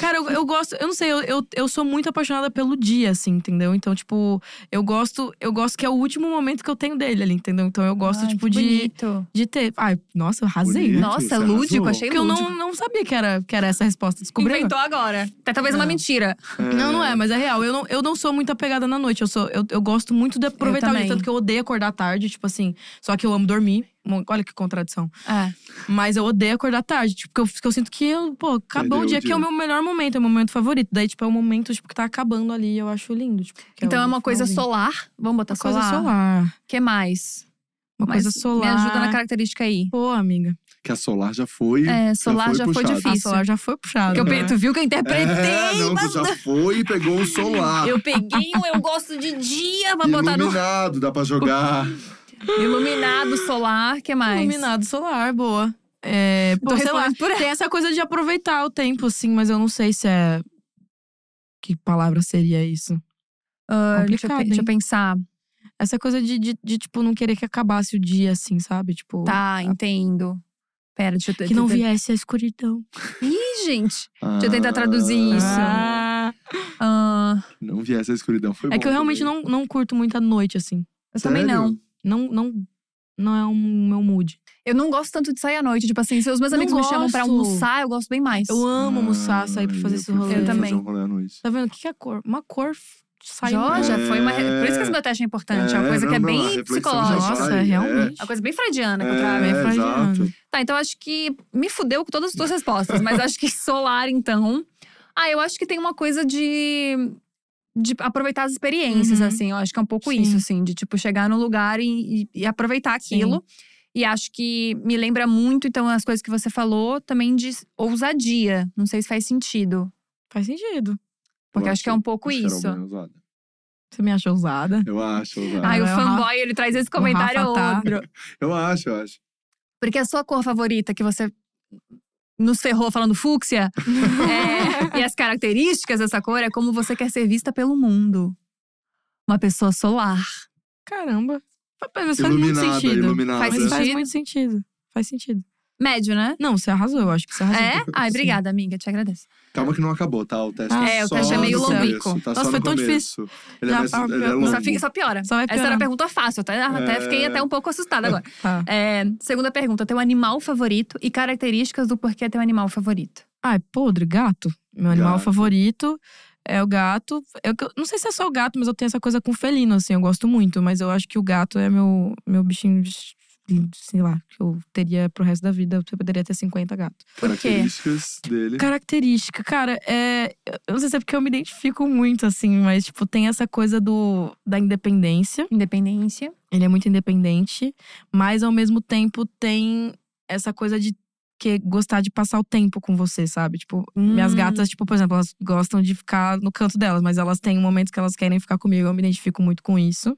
[SPEAKER 2] Cara, eu, eu gosto, eu não sei, eu, eu, eu sou muito apaixonada pelo dia, assim, entendeu? Então, tipo, eu gosto, eu gosto que é o último momento que eu tenho dele ali, entendeu? Então eu gosto,
[SPEAKER 1] Ai,
[SPEAKER 2] tipo,
[SPEAKER 1] que
[SPEAKER 2] de,
[SPEAKER 1] bonito.
[SPEAKER 2] de ter. Ai, nossa, eu arrasei,
[SPEAKER 3] Bonito.
[SPEAKER 2] né?
[SPEAKER 1] Nossa,
[SPEAKER 3] você arrasou.
[SPEAKER 1] lúdico, achei
[SPEAKER 2] Porque eu
[SPEAKER 1] lúdico.
[SPEAKER 2] não, não sabia que era, que era essa a resposta. Descobriu?
[SPEAKER 1] Inventou agora. Tá, talvez uma
[SPEAKER 2] Não.
[SPEAKER 1] mentira.
[SPEAKER 2] Não, não é, mas é real. Eu não, eu não sou muito apegada na noite. Eu, sou, eu, eu gosto muito de aproveitar o dia,
[SPEAKER 1] também.
[SPEAKER 2] tanto que eu odeio acordar tarde, tipo assim. Só que eu amo dormir. Mo- Olha que contradição.
[SPEAKER 1] É.
[SPEAKER 2] Mas eu odeio acordar tarde, tipo, porque eu, porque eu sinto que, eu, pô,
[SPEAKER 3] Perdeu
[SPEAKER 2] acabou o dia,
[SPEAKER 3] o
[SPEAKER 2] que é o
[SPEAKER 3] dia.
[SPEAKER 2] meu melhor momento, é o meu momento favorito. Daí, tipo, é o momento tipo, que tá acabando ali eu acho lindo. Tipo, que
[SPEAKER 1] Então é
[SPEAKER 2] o
[SPEAKER 1] uma coisa
[SPEAKER 2] finalzinho.
[SPEAKER 1] solar. Vamos botar
[SPEAKER 2] Uma coisa
[SPEAKER 1] solar?
[SPEAKER 2] solar.
[SPEAKER 1] que mais?
[SPEAKER 2] Uma
[SPEAKER 1] Mas
[SPEAKER 2] coisa solar.
[SPEAKER 1] Me ajuda na característica aí.
[SPEAKER 2] Pô, amiga.
[SPEAKER 3] Que a solar já foi.
[SPEAKER 1] É, solar já foi
[SPEAKER 3] puxada.
[SPEAKER 1] difícil.
[SPEAKER 2] A solar já foi puxada.
[SPEAKER 1] Porque eu
[SPEAKER 2] né?
[SPEAKER 1] pe- tu viu que eu interpretei?
[SPEAKER 3] É, não, tu
[SPEAKER 1] mas-
[SPEAKER 3] já foi e pegou o solar.
[SPEAKER 1] um, Eu peguei um eu gosto de dia, vamos botar no.
[SPEAKER 3] Iluminado, dá pra jogar.
[SPEAKER 1] Iluminado solar, que mais?
[SPEAKER 2] Tá
[SPEAKER 1] Então,
[SPEAKER 2] Iluminado solar, boa. É,
[SPEAKER 1] Tô
[SPEAKER 2] pô, sei lá,
[SPEAKER 1] respondendo por ela.
[SPEAKER 2] tem essa coisa de aproveitar o tempo, assim, mas eu não sei se é. Que palavra seria isso?
[SPEAKER 1] Ah, deixa, eu,
[SPEAKER 2] Complicado,
[SPEAKER 1] pe- deixa eu
[SPEAKER 2] hein?
[SPEAKER 1] pensar.
[SPEAKER 2] Essa coisa de, de, de, tipo, não querer que acabasse o dia, assim, sabe? Tipo.
[SPEAKER 1] Tá, entendo. Pera, deixa eu…
[SPEAKER 2] Que não viesse a escuridão.
[SPEAKER 1] Ih, gente.
[SPEAKER 3] Deixa
[SPEAKER 1] eu tentar traduzir Isso.
[SPEAKER 2] Ah,
[SPEAKER 1] Ah,
[SPEAKER 3] Não viesse a escuridão. Foi
[SPEAKER 2] é que eu realmente não, não curto muito a noite, assim.
[SPEAKER 1] eu também não.
[SPEAKER 2] Não, não, não é o meu mood.
[SPEAKER 1] Eu não gosto tanto de sair à noite. Tipo assim, se os meus
[SPEAKER 2] Não
[SPEAKER 1] amigos me chamam pra
[SPEAKER 2] gosto.
[SPEAKER 1] almoçar, eu gosto bem mais.
[SPEAKER 2] Eu amo almoçar, sair pra fazer esse rolê.
[SPEAKER 1] Eu também.
[SPEAKER 3] Fazer um rolê à noite.
[SPEAKER 2] Tá vendo? O que, que é cor? Uma cor f- sai.
[SPEAKER 1] Jó, já foi uma. re-
[SPEAKER 3] É.
[SPEAKER 1] Por isso que esse meu teste é importante. É uma coisa
[SPEAKER 3] não,
[SPEAKER 1] que é
[SPEAKER 3] não, a
[SPEAKER 1] bem
[SPEAKER 3] reflexão já
[SPEAKER 1] psicológica.
[SPEAKER 2] Nossa,
[SPEAKER 3] sai, é.
[SPEAKER 2] realmente.
[SPEAKER 1] É uma coisa bem freudiana que eu trago.
[SPEAKER 2] bem
[SPEAKER 3] É,
[SPEAKER 2] freudiana.
[SPEAKER 3] exato.
[SPEAKER 1] Tá, então acho que me fudeu com todas as tuas respostas, mas acho que solar, então. Ah, eu acho que tem uma coisa de. De aproveitar as experiências,
[SPEAKER 2] Uhum.
[SPEAKER 1] assim. Eu acho que é um pouco
[SPEAKER 2] Sim.
[SPEAKER 1] isso, assim, de tipo chegar no lugar e, e- e aproveitar
[SPEAKER 2] Sim.
[SPEAKER 1] aquilo. E acho que me lembra muito, então, as coisas que você falou também de ousadia. Não sei se faz sentido,
[SPEAKER 2] Faz sentido.
[SPEAKER 1] porque
[SPEAKER 3] Eu
[SPEAKER 1] acho, que é um pouco
[SPEAKER 3] acho
[SPEAKER 1] isso.
[SPEAKER 3] Carol bem ousada.
[SPEAKER 2] Você me acha *laughs* ousada?
[SPEAKER 3] Eu acho, ousada.
[SPEAKER 1] Ai, Ah, o
[SPEAKER 2] É, o Rafa-
[SPEAKER 1] fanboy, ele traz esse comentário
[SPEAKER 2] Rafa tá.
[SPEAKER 1] outro.
[SPEAKER 3] Eu acho, eu acho.
[SPEAKER 1] Porque a sua cor favorita que você nos ferrou falando fúcsia é- e as características dessa cor é como você quer ser vista pelo mundo. Uma pessoa solar.
[SPEAKER 2] Caramba. Mas faz muito
[SPEAKER 3] Iluminada,
[SPEAKER 2] sentido.
[SPEAKER 3] iluminada.
[SPEAKER 2] Mas faz
[SPEAKER 1] Sentido?
[SPEAKER 2] muito sentido. Faz sentido.
[SPEAKER 1] Médio, né?
[SPEAKER 2] Não, você arrasou, eu acho que você arrasou.
[SPEAKER 1] É? Ai,
[SPEAKER 2] Sim.
[SPEAKER 1] obrigada, amiga. Te agradeço.
[SPEAKER 3] Calma que não acabou, tá? O teste
[SPEAKER 2] Ah,
[SPEAKER 3] tá
[SPEAKER 1] é, o
[SPEAKER 3] só
[SPEAKER 1] teste é
[SPEAKER 3] no
[SPEAKER 1] meio
[SPEAKER 3] começo,
[SPEAKER 1] lombrico.
[SPEAKER 3] Tá
[SPEAKER 2] Nossa,
[SPEAKER 3] só
[SPEAKER 2] foi
[SPEAKER 3] no
[SPEAKER 2] tão
[SPEAKER 3] difícil. Ele é,
[SPEAKER 2] Já
[SPEAKER 3] mais,
[SPEAKER 2] tava-
[SPEAKER 3] ele é
[SPEAKER 2] Só
[SPEAKER 3] longo.
[SPEAKER 1] Só, fica- só piora.
[SPEAKER 2] Só vai
[SPEAKER 1] Essa era
[SPEAKER 2] piorar.
[SPEAKER 1] a pergunta fácil, tá? Até
[SPEAKER 3] É.
[SPEAKER 1] fiquei até um pouco assustada agora.
[SPEAKER 2] Tá.
[SPEAKER 1] É, segunda pergunta: teu animal favorito e características do porquê é teu animal favorito.
[SPEAKER 2] Ai, podre, gato. Meu animal
[SPEAKER 3] Gato.
[SPEAKER 2] favorito é o gato. Eu, que- não sei se é só o gato, mas eu tenho essa coisa com felino, assim. Eu gosto muito, mas eu acho que o gato é meu, meu bichinho, sei lá, que eu teria pro resto da vida. Eu poderia ter 50 gatos.
[SPEAKER 1] Por quê?
[SPEAKER 3] Características dele.
[SPEAKER 2] Característica, cara, é. Eu não sei se é porque eu me identifico muito, assim, mas, tipo, tem essa coisa do, da independência.
[SPEAKER 1] Independência.
[SPEAKER 2] Ele é muito independente, mas ao mesmo tempo tem essa coisa de que gostar de passar o tempo com você, sabe? Tipo, minhas
[SPEAKER 1] Hum.
[SPEAKER 2] gatas, tipo, por exemplo, elas gostam de ficar no canto delas, mas elas têm momentos que elas querem ficar comigo, eu me identifico muito com isso.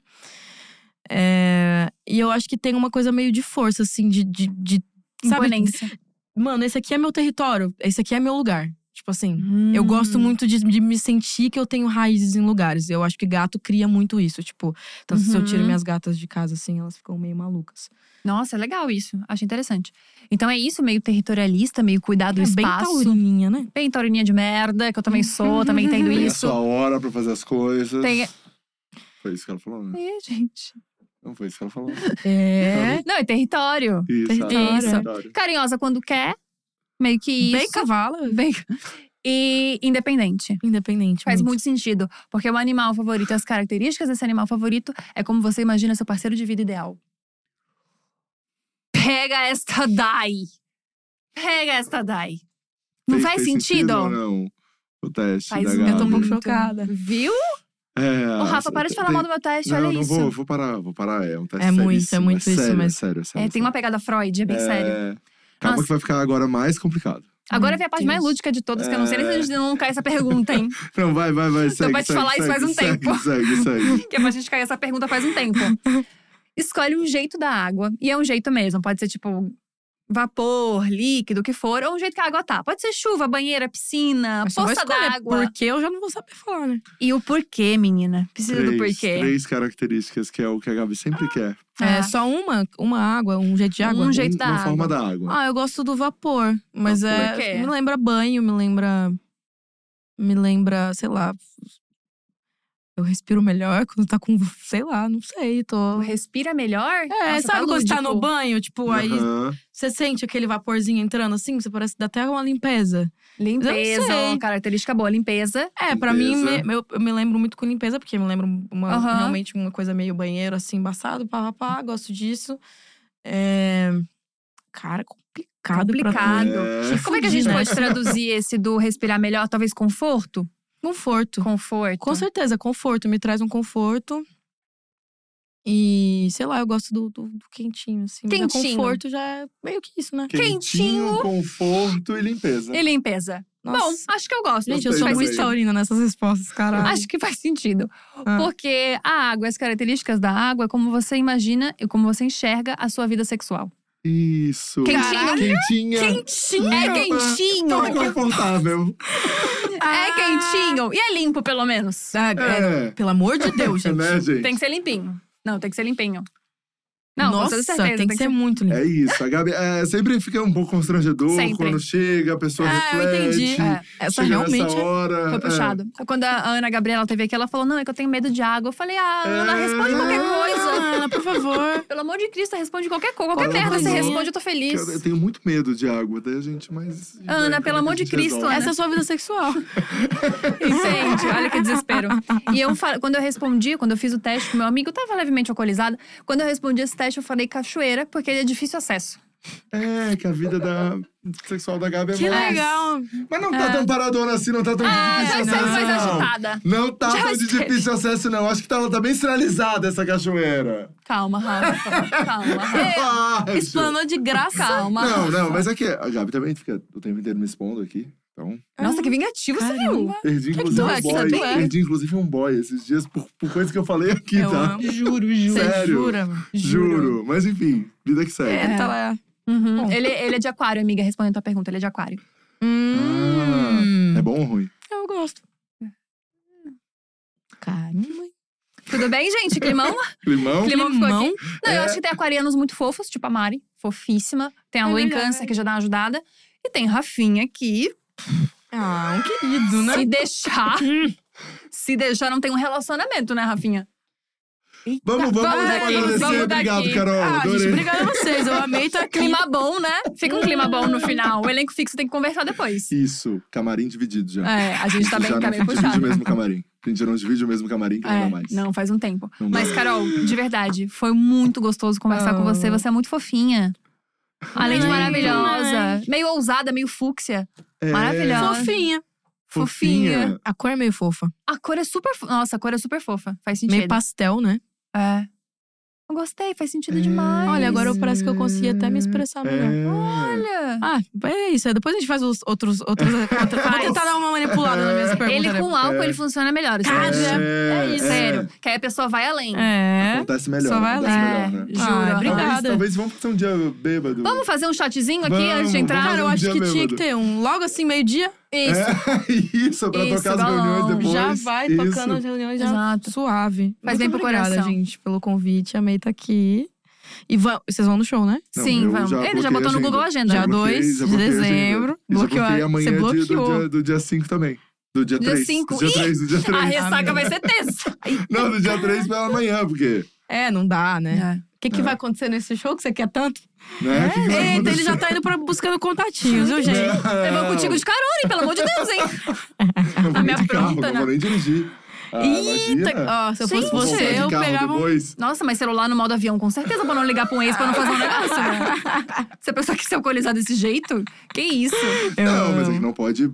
[SPEAKER 2] É, e eu acho que tem uma coisa meio de força, assim, de. de, de sabe?
[SPEAKER 1] Imponência.
[SPEAKER 2] Mano, esse aqui é meu território, esse aqui é meu lugar. Tipo assim. Eu gosto
[SPEAKER 1] Hum.
[SPEAKER 2] muito de, de me sentir que eu tenho raízes em lugares. Eu acho que gato cria muito isso. Tipo, então se eu tiro
[SPEAKER 1] Uhum.
[SPEAKER 2] minhas gatas de casa assim, elas ficam meio malucas.
[SPEAKER 1] Nossa, é legal isso. Acho interessante. Então é isso, meio territorialista, meio cuidado do
[SPEAKER 2] é bem
[SPEAKER 1] espaço.
[SPEAKER 2] taurininha, né?
[SPEAKER 1] Bem taurininha de merda, que eu também sou, também entendo
[SPEAKER 3] Tem a
[SPEAKER 1] isso.
[SPEAKER 3] sua hora pra fazer as coisas.
[SPEAKER 1] Tem- é,
[SPEAKER 3] Foi isso que ela falou, né?
[SPEAKER 1] Ih, gente.
[SPEAKER 3] Não foi isso que ela falou.
[SPEAKER 2] É.
[SPEAKER 1] Não, é território.
[SPEAKER 3] Isso,
[SPEAKER 2] Território.
[SPEAKER 3] ah, território.
[SPEAKER 1] Carinhosa quando quer, meio que isso.
[SPEAKER 2] Bem cavala.
[SPEAKER 1] Bem- E independente.
[SPEAKER 2] Independente.
[SPEAKER 1] Faz muito sentido. Porque o animal favorito, as características desse animal favorito é como você imagina seu parceiro de vida ideal. Pega esta dai. Pega esta dai. Não
[SPEAKER 3] Fez- né?
[SPEAKER 1] faz
[SPEAKER 3] fez
[SPEAKER 1] sentido?
[SPEAKER 3] ou não? O teste
[SPEAKER 1] Faz
[SPEAKER 3] da
[SPEAKER 1] um-
[SPEAKER 2] Eu tô um
[SPEAKER 3] Gabi.
[SPEAKER 2] pouco chocada.
[SPEAKER 1] Viu?
[SPEAKER 3] É,
[SPEAKER 1] Ô, Rafa, para de falar
[SPEAKER 3] tem-
[SPEAKER 1] mal do meu teste,
[SPEAKER 3] Não,
[SPEAKER 1] olha
[SPEAKER 3] não
[SPEAKER 1] isso.
[SPEAKER 3] vou, vou parar, vou parar. É um teste
[SPEAKER 2] É muito, é
[SPEAKER 3] seríssimo,
[SPEAKER 2] muito isso
[SPEAKER 3] sério,
[SPEAKER 2] mesmo.
[SPEAKER 3] sério, sério.
[SPEAKER 1] É, tem uma pegada Freud, é bem sério.
[SPEAKER 3] Calma
[SPEAKER 1] Nossa.
[SPEAKER 3] que vai ficar agora mais complicado.
[SPEAKER 1] Agora
[SPEAKER 2] Meu
[SPEAKER 1] vem a parte
[SPEAKER 2] Deus.
[SPEAKER 1] mais lúdica de todas, que eu não sei nem se a
[SPEAKER 3] É.
[SPEAKER 1] gente não cai essa pergunta,
[SPEAKER 2] *laughs*
[SPEAKER 1] hein?
[SPEAKER 3] Não, vai,
[SPEAKER 1] *laughs*
[SPEAKER 3] vai, vai, segue,
[SPEAKER 1] pra te
[SPEAKER 3] segue,
[SPEAKER 1] falar isso
[SPEAKER 3] segue,
[SPEAKER 1] faz um
[SPEAKER 3] segue,
[SPEAKER 1] tempo. *laughs*
[SPEAKER 3] Segue, segue.
[SPEAKER 1] que é pra gente cair essa pergunta faz um tempo. Escolhe um jeito da água, e é um jeito mesmo, pode ser tipo vapor, líquido, o que for, ou um jeito que a água tá. Pode ser chuva, banheira, piscina,
[SPEAKER 2] Mas só vai
[SPEAKER 1] poça
[SPEAKER 2] escolher,
[SPEAKER 1] d'água.
[SPEAKER 2] Porque eu já não vou saber falar, né?
[SPEAKER 1] E o porquê, menina? Precisa do
[SPEAKER 3] três,
[SPEAKER 1] porquê.
[SPEAKER 3] três características que é o que a Gabi sempre quer.
[SPEAKER 1] Ah.
[SPEAKER 2] É só uma, uma água, um jeito de água.
[SPEAKER 1] Um jeito da
[SPEAKER 3] na
[SPEAKER 1] água.
[SPEAKER 3] forma da água.
[SPEAKER 2] Ah, eu gosto do vapor, mas
[SPEAKER 3] Vapor.
[SPEAKER 1] Por quê?
[SPEAKER 2] é. Me lembra banho, me lembra. Me lembra, sei lá. Eu respiro melhor quando tá com. Sei lá, não sei,
[SPEAKER 1] O
[SPEAKER 2] tô.
[SPEAKER 1] Respira melhor?
[SPEAKER 2] É,
[SPEAKER 1] Nossa,
[SPEAKER 2] sabe quando você tá
[SPEAKER 1] lúdico.
[SPEAKER 2] no banho? Tipo, aí
[SPEAKER 3] Aham.
[SPEAKER 2] você sente aquele vaporzinho entrando assim, você parece que dá até uma limpeza. Eu
[SPEAKER 1] Limpeza,
[SPEAKER 2] não sei.
[SPEAKER 1] ó, característica boa, limpeza.
[SPEAKER 2] É, pra mim,
[SPEAKER 3] Limpeza.
[SPEAKER 2] me- eu, eu me lembro muito com limpeza, porque me lembro uma-
[SPEAKER 1] Aham.
[SPEAKER 2] realmente uma coisa meio banheiro, assim, embaçado, pá, pá, pá, gosto disso. É. Cara, complicado, pra
[SPEAKER 1] Complicado.
[SPEAKER 3] É.
[SPEAKER 1] Como é que a gente
[SPEAKER 2] Né?
[SPEAKER 1] pode traduzir esse do respirar melhor? Talvez conforto?
[SPEAKER 2] Conforto.
[SPEAKER 1] Conforto.
[SPEAKER 2] Com certeza, conforto. Me traz um conforto. E E sei lá, eu gosto do, do, do quentinho, assim. Mas é
[SPEAKER 1] Quentinho.
[SPEAKER 2] conforto já é meio que isso, né?
[SPEAKER 1] Quentinho.
[SPEAKER 3] Quentinho, conforto e limpeza.
[SPEAKER 1] E limpeza. Bom, acho que eu gosto.
[SPEAKER 2] Gente,
[SPEAKER 3] Gostei
[SPEAKER 2] eu sou
[SPEAKER 1] Faz
[SPEAKER 2] muito
[SPEAKER 1] sentido.
[SPEAKER 2] taurina nessas respostas, caralho.
[SPEAKER 1] Acho que faz sentido.
[SPEAKER 2] Ah.
[SPEAKER 1] Porque a água, as características da água, é como você imagina e como você enxerga a sua vida sexual.
[SPEAKER 3] Isso.
[SPEAKER 1] Quentinho.
[SPEAKER 3] Quentinha.
[SPEAKER 1] Quentinho! É
[SPEAKER 3] Tá
[SPEAKER 1] quentinho!
[SPEAKER 3] confortável.
[SPEAKER 1] É quentinho! E é limpo, pelo menos.
[SPEAKER 2] Ah, é,
[SPEAKER 3] É.
[SPEAKER 2] Pelo amor de Deus,
[SPEAKER 3] *laughs*
[SPEAKER 2] gente.
[SPEAKER 3] Né, gente?
[SPEAKER 1] Tem que ser limpinho. Não, tem que ser limpinho. Não, com
[SPEAKER 2] Nossa,
[SPEAKER 1] toda certeza,
[SPEAKER 2] tem que ser muito limpo.
[SPEAKER 3] É isso. A Gabi é, sempre fica um pouco constrangedor
[SPEAKER 1] Sempre.
[SPEAKER 3] quando chega, a pessoa
[SPEAKER 2] Ah, eu
[SPEAKER 3] reflete.
[SPEAKER 2] entendi.
[SPEAKER 1] É,
[SPEAKER 2] Essa
[SPEAKER 3] chega
[SPEAKER 2] realmente
[SPEAKER 3] nessa
[SPEAKER 2] é-
[SPEAKER 3] hora,
[SPEAKER 1] Foi
[SPEAKER 3] é.
[SPEAKER 1] puxado. Quando a Ana Gabriela teve aqui, ela falou: Não, é que eu tenho medo de água. Eu falei: Ah, Ana, responde qualquer coisa.
[SPEAKER 2] Ah, Ana, por favor.
[SPEAKER 1] Pelo amor de Cristo, responde qualquer coisa. Qualquer
[SPEAKER 3] Qualquer
[SPEAKER 1] merda você
[SPEAKER 2] coisinha.
[SPEAKER 1] responde, eu tô feliz.
[SPEAKER 3] Eu, eu tenho muito medo de água, daí a gente, mas.
[SPEAKER 1] Ana,
[SPEAKER 3] daí, como
[SPEAKER 1] pelo
[SPEAKER 3] é que
[SPEAKER 1] amor
[SPEAKER 3] a
[SPEAKER 1] de
[SPEAKER 3] gente
[SPEAKER 1] Cristo,
[SPEAKER 3] resolve?
[SPEAKER 1] Ana.
[SPEAKER 2] Essa é a sua vida sexual.
[SPEAKER 1] Entende? Olha que desespero. E eu falo, quando eu respondi, quando eu fiz o teste, meu amigo tava levemente alcoolizado. Quando eu respondi esse teste, eu falei cachoeira, porque ele é difícil acesso.
[SPEAKER 3] É, que a vida da sexual da Gabi é
[SPEAKER 2] Que
[SPEAKER 3] mais-
[SPEAKER 2] legal.
[SPEAKER 3] Mas não tá tão paradona assim, não tá tão
[SPEAKER 1] Ah, já
[SPEAKER 3] difícil
[SPEAKER 1] sei,
[SPEAKER 3] acesso.
[SPEAKER 1] mais
[SPEAKER 3] não.
[SPEAKER 1] agitada.
[SPEAKER 3] Não tá
[SPEAKER 1] Já
[SPEAKER 3] tão de
[SPEAKER 1] esteve.
[SPEAKER 3] difícil acesso, não. Acho que tá, ela tá bem sinalizada essa cachoeira.
[SPEAKER 1] Calma, Rafa. Calma, *laughs*
[SPEAKER 3] *laughs*
[SPEAKER 1] Rafa.
[SPEAKER 3] Relaxa.
[SPEAKER 2] Explanou de graça.
[SPEAKER 1] Calma.
[SPEAKER 3] Não,
[SPEAKER 1] Rafa.
[SPEAKER 3] não, mas aqui a Gabi também fica o tempo inteiro me expondo aqui. Então,
[SPEAKER 1] Nossa, que vingativo você viu.
[SPEAKER 3] perdi
[SPEAKER 2] que
[SPEAKER 3] inclusive
[SPEAKER 2] tu é?
[SPEAKER 3] um
[SPEAKER 2] Que
[SPEAKER 3] boy.
[SPEAKER 2] tu é?
[SPEAKER 3] Perdi inclusive um boy esses dias por, por coisa que eu falei aqui,
[SPEAKER 2] Eu
[SPEAKER 3] tá?
[SPEAKER 2] amo. Juro, juro. Você
[SPEAKER 3] Sério?
[SPEAKER 2] jura? mano?
[SPEAKER 3] Juro. Mas enfim, vida que segue.
[SPEAKER 2] É, tá lá.
[SPEAKER 1] Uhum. Ele, ele é de aquário, amiga, respondendo a tua pergunta. Ele é de aquário.
[SPEAKER 2] Hum,
[SPEAKER 3] É bom ou ruim?
[SPEAKER 2] Eu gosto. Caramba.
[SPEAKER 1] Tudo bem, gente? *laughs* Climão?
[SPEAKER 3] Limão?
[SPEAKER 1] Climão que ficou aqui. Não, eu
[SPEAKER 3] É.
[SPEAKER 1] acho que tem aquarianos muito fofos, tipo a Mari, fofíssima. Tem a
[SPEAKER 2] É
[SPEAKER 1] Lu em
[SPEAKER 2] verdade.
[SPEAKER 1] câncer, que já dá uma ajudada. E tem Rafinha aqui.
[SPEAKER 2] Ah, um querido, né?
[SPEAKER 1] Se deixar. se deixar, não tem um relacionamento, né, Rafinha?
[SPEAKER 3] Vamos, vamos,
[SPEAKER 1] Vamos
[SPEAKER 3] vamos,
[SPEAKER 1] daqui,
[SPEAKER 3] agradecer.
[SPEAKER 1] vamos
[SPEAKER 3] Obrigado,
[SPEAKER 1] daqui.
[SPEAKER 3] Carol.
[SPEAKER 2] Ah, gente,
[SPEAKER 3] Adorei.
[SPEAKER 2] obrigada a vocês. Eu amei estar aqui.
[SPEAKER 1] Clima bom, né? Fica um clima bom no final. O elenco fixo tem que conversar depois.
[SPEAKER 3] Isso, camarim dividido já.
[SPEAKER 1] É, a gente tá bem,
[SPEAKER 3] já
[SPEAKER 1] tá
[SPEAKER 3] não
[SPEAKER 1] bem
[SPEAKER 3] divide o
[SPEAKER 1] puxado.
[SPEAKER 3] mesmo camarim. A gente não divide o mesmo camarim que não dá mais.
[SPEAKER 1] É, não, faz um tempo.
[SPEAKER 3] Não dá.
[SPEAKER 1] Mas, Carol, de verdade, foi muito gostoso conversar com
[SPEAKER 2] Oh.
[SPEAKER 1] você. Você é muito fofinha. Além de
[SPEAKER 2] Ai,
[SPEAKER 1] maravilhosa.
[SPEAKER 2] ai.
[SPEAKER 1] Meio ousada, meio fúcsia.
[SPEAKER 3] É,
[SPEAKER 1] Maravilhosa.
[SPEAKER 2] Tá Fofinha.
[SPEAKER 1] Fofinha.
[SPEAKER 2] A cor é meio fofa.
[SPEAKER 1] A cor é super. fo- Nossa, a cor é super fofa. Faz sentido.
[SPEAKER 2] Meio pastel, né?
[SPEAKER 1] É. Eu gostei, faz sentido
[SPEAKER 3] É.
[SPEAKER 1] demais.
[SPEAKER 2] Olha, agora eu parece que eu consegui até me expressar melhor.
[SPEAKER 3] É.
[SPEAKER 1] Olha.
[SPEAKER 2] Ah, é isso. aí Depois a gente faz os outros.
[SPEAKER 3] *laughs*
[SPEAKER 2] outros outra- Vou
[SPEAKER 1] Faz.
[SPEAKER 2] tentar dar uma manipulada na minha pergunta.
[SPEAKER 1] Ele com álcool,
[SPEAKER 3] É.
[SPEAKER 1] ele funciona melhor. isso
[SPEAKER 2] Cara,
[SPEAKER 1] eu acho.
[SPEAKER 3] É,
[SPEAKER 2] isso.
[SPEAKER 1] Sério. Que aí a pessoa vai além.
[SPEAKER 2] É.
[SPEAKER 3] Acontece melhor.
[SPEAKER 2] Só vai
[SPEAKER 3] acontece
[SPEAKER 1] lá.
[SPEAKER 3] melhor, né?
[SPEAKER 1] Juro.
[SPEAKER 2] Ah,
[SPEAKER 3] Talvez,
[SPEAKER 2] obrigada.
[SPEAKER 3] talvez vamos fazer um dia bêbado.
[SPEAKER 1] Vamos fazer um shotzinho aqui
[SPEAKER 3] Vamos,
[SPEAKER 1] antes de entrar?
[SPEAKER 3] vamos.
[SPEAKER 2] Cara, eu
[SPEAKER 3] um
[SPEAKER 2] acho
[SPEAKER 3] dia
[SPEAKER 2] que tinha
[SPEAKER 3] bêbado.
[SPEAKER 2] que ter um. Logo assim, meio-dia,
[SPEAKER 1] Isso.
[SPEAKER 3] É, *laughs* isso, pra
[SPEAKER 1] Isso,
[SPEAKER 3] tocar as
[SPEAKER 1] balão.
[SPEAKER 3] reuniões depois.
[SPEAKER 2] já vai
[SPEAKER 3] isso.
[SPEAKER 2] tocando as reuniões já
[SPEAKER 1] Exato.
[SPEAKER 2] suave.
[SPEAKER 1] Faz bem pro
[SPEAKER 2] obrigada,
[SPEAKER 1] coração.
[SPEAKER 2] gente, pelo convite. Amei tá aqui. E va- vocês vão no show, né?
[SPEAKER 3] Não,
[SPEAKER 1] Sim,
[SPEAKER 3] eu
[SPEAKER 1] vamos.
[SPEAKER 3] já
[SPEAKER 1] Ele já
[SPEAKER 3] bloqueei
[SPEAKER 1] botou
[SPEAKER 3] a
[SPEAKER 1] no
[SPEAKER 3] agenda.
[SPEAKER 1] Google Agenda.
[SPEAKER 2] Já
[SPEAKER 3] Já bloqueei,
[SPEAKER 2] dois
[SPEAKER 3] já
[SPEAKER 2] de
[SPEAKER 3] bloqueei a agenda.
[SPEAKER 2] dezembro.
[SPEAKER 3] E já
[SPEAKER 2] Bloqueou a-
[SPEAKER 3] bloqueei
[SPEAKER 2] você
[SPEAKER 3] amanhã de-
[SPEAKER 2] bloqueou.
[SPEAKER 3] do dia- do dia 5 também. Do dia
[SPEAKER 1] Dia
[SPEAKER 3] 3.
[SPEAKER 1] cinco.
[SPEAKER 3] Do dia
[SPEAKER 1] Ih!
[SPEAKER 3] 3, do dia
[SPEAKER 1] A
[SPEAKER 3] 3.
[SPEAKER 1] ressaca vai ser tensa.
[SPEAKER 3] Não, do dia 3 pela manhã, porque.
[SPEAKER 2] É, não dá, né? O que, que
[SPEAKER 3] É.
[SPEAKER 2] vai acontecer nesse show que você quer tanto?
[SPEAKER 3] Né? que que vai
[SPEAKER 2] É, Eita, ele
[SPEAKER 3] acontecer?
[SPEAKER 2] já tá indo pra, buscando contatinhos,
[SPEAKER 3] *laughs*
[SPEAKER 2] viu, gente?
[SPEAKER 1] Eu vou contigo de carona, hein? Pelo amor de Deus, hein?
[SPEAKER 3] Não vou
[SPEAKER 1] me
[SPEAKER 3] nem de carro,
[SPEAKER 1] apronta,
[SPEAKER 3] não vou
[SPEAKER 1] né?
[SPEAKER 3] nem dirigir. Ah, imagina.
[SPEAKER 2] Eita, ó, se eu fosse
[SPEAKER 1] Gente.
[SPEAKER 3] Vou voltar
[SPEAKER 2] você,
[SPEAKER 3] de
[SPEAKER 2] eu
[SPEAKER 3] carro
[SPEAKER 2] pegava um.
[SPEAKER 3] depois.
[SPEAKER 1] Nossa, mas celular no modo avião, com certeza, pra não ligar pra um ex pra não fazer um negócio, né? Se a pessoa quer se alcoolizar desse jeito, que isso?
[SPEAKER 3] Não, mas é que não pode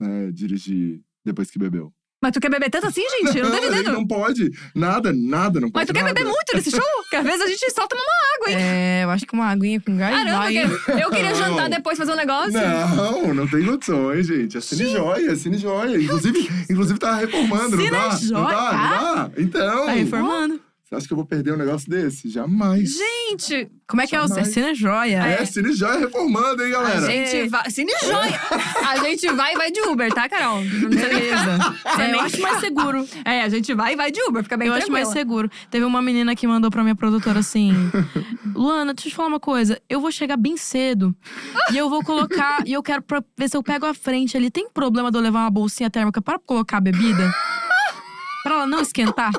[SPEAKER 3] né, dirigir depois que bebeu.
[SPEAKER 1] Mas tu quer beber tanto assim, gente? Eu não tô
[SPEAKER 2] Tá
[SPEAKER 3] mas é que
[SPEAKER 1] entendendo.
[SPEAKER 3] não pode. Nada, nada, não
[SPEAKER 1] Mas
[SPEAKER 3] pode.
[SPEAKER 1] tu quer
[SPEAKER 3] nada.
[SPEAKER 1] beber muito nesse show? Porque às vezes a gente só toma uma água, hein?
[SPEAKER 2] É, eu acho que uma aguinha com gás
[SPEAKER 1] Caramba,
[SPEAKER 2] vai.
[SPEAKER 1] eu queria- eu queria jantar depois, fazer um negócio.
[SPEAKER 3] Não, não tem condições, gente. É Cine Joia, é Cine Joia. Inclusive, inclusive tá reformando, não dá?
[SPEAKER 2] Cine
[SPEAKER 3] Não
[SPEAKER 2] Joia?
[SPEAKER 3] dá? Não dá? Então.
[SPEAKER 2] Tá reformando.
[SPEAKER 3] Você acha que eu vou perder um negócio desse? Jamais.
[SPEAKER 1] Gente,
[SPEAKER 2] Como é que é o
[SPEAKER 3] Jamais.
[SPEAKER 2] Cena Joia?
[SPEAKER 3] É, Cine Joia reformando, hein,
[SPEAKER 1] a
[SPEAKER 3] galera?
[SPEAKER 1] gente vai. Cine joia! A gente vai e vai de Uber, tá, Carol? Não precisa nem ficar-
[SPEAKER 2] Beleza.
[SPEAKER 1] Você
[SPEAKER 2] É,
[SPEAKER 1] nem
[SPEAKER 2] eu acho mais seguro.
[SPEAKER 1] É, a gente vai e vai de Uber, fica bem
[SPEAKER 2] Eu acho
[SPEAKER 1] tranquila.
[SPEAKER 2] mais seguro. Teve uma menina que mandou pra minha produtora
[SPEAKER 3] *laughs*
[SPEAKER 2] assim: Luana, deixa eu te falar uma coisa. Eu vou chegar bem cedo e eu vou colocar. E eu quero pra- ver se eu pego a frente ali. Tem problema de eu levar uma bolsinha térmica para colocar a bebida? Pra ela não esquentar?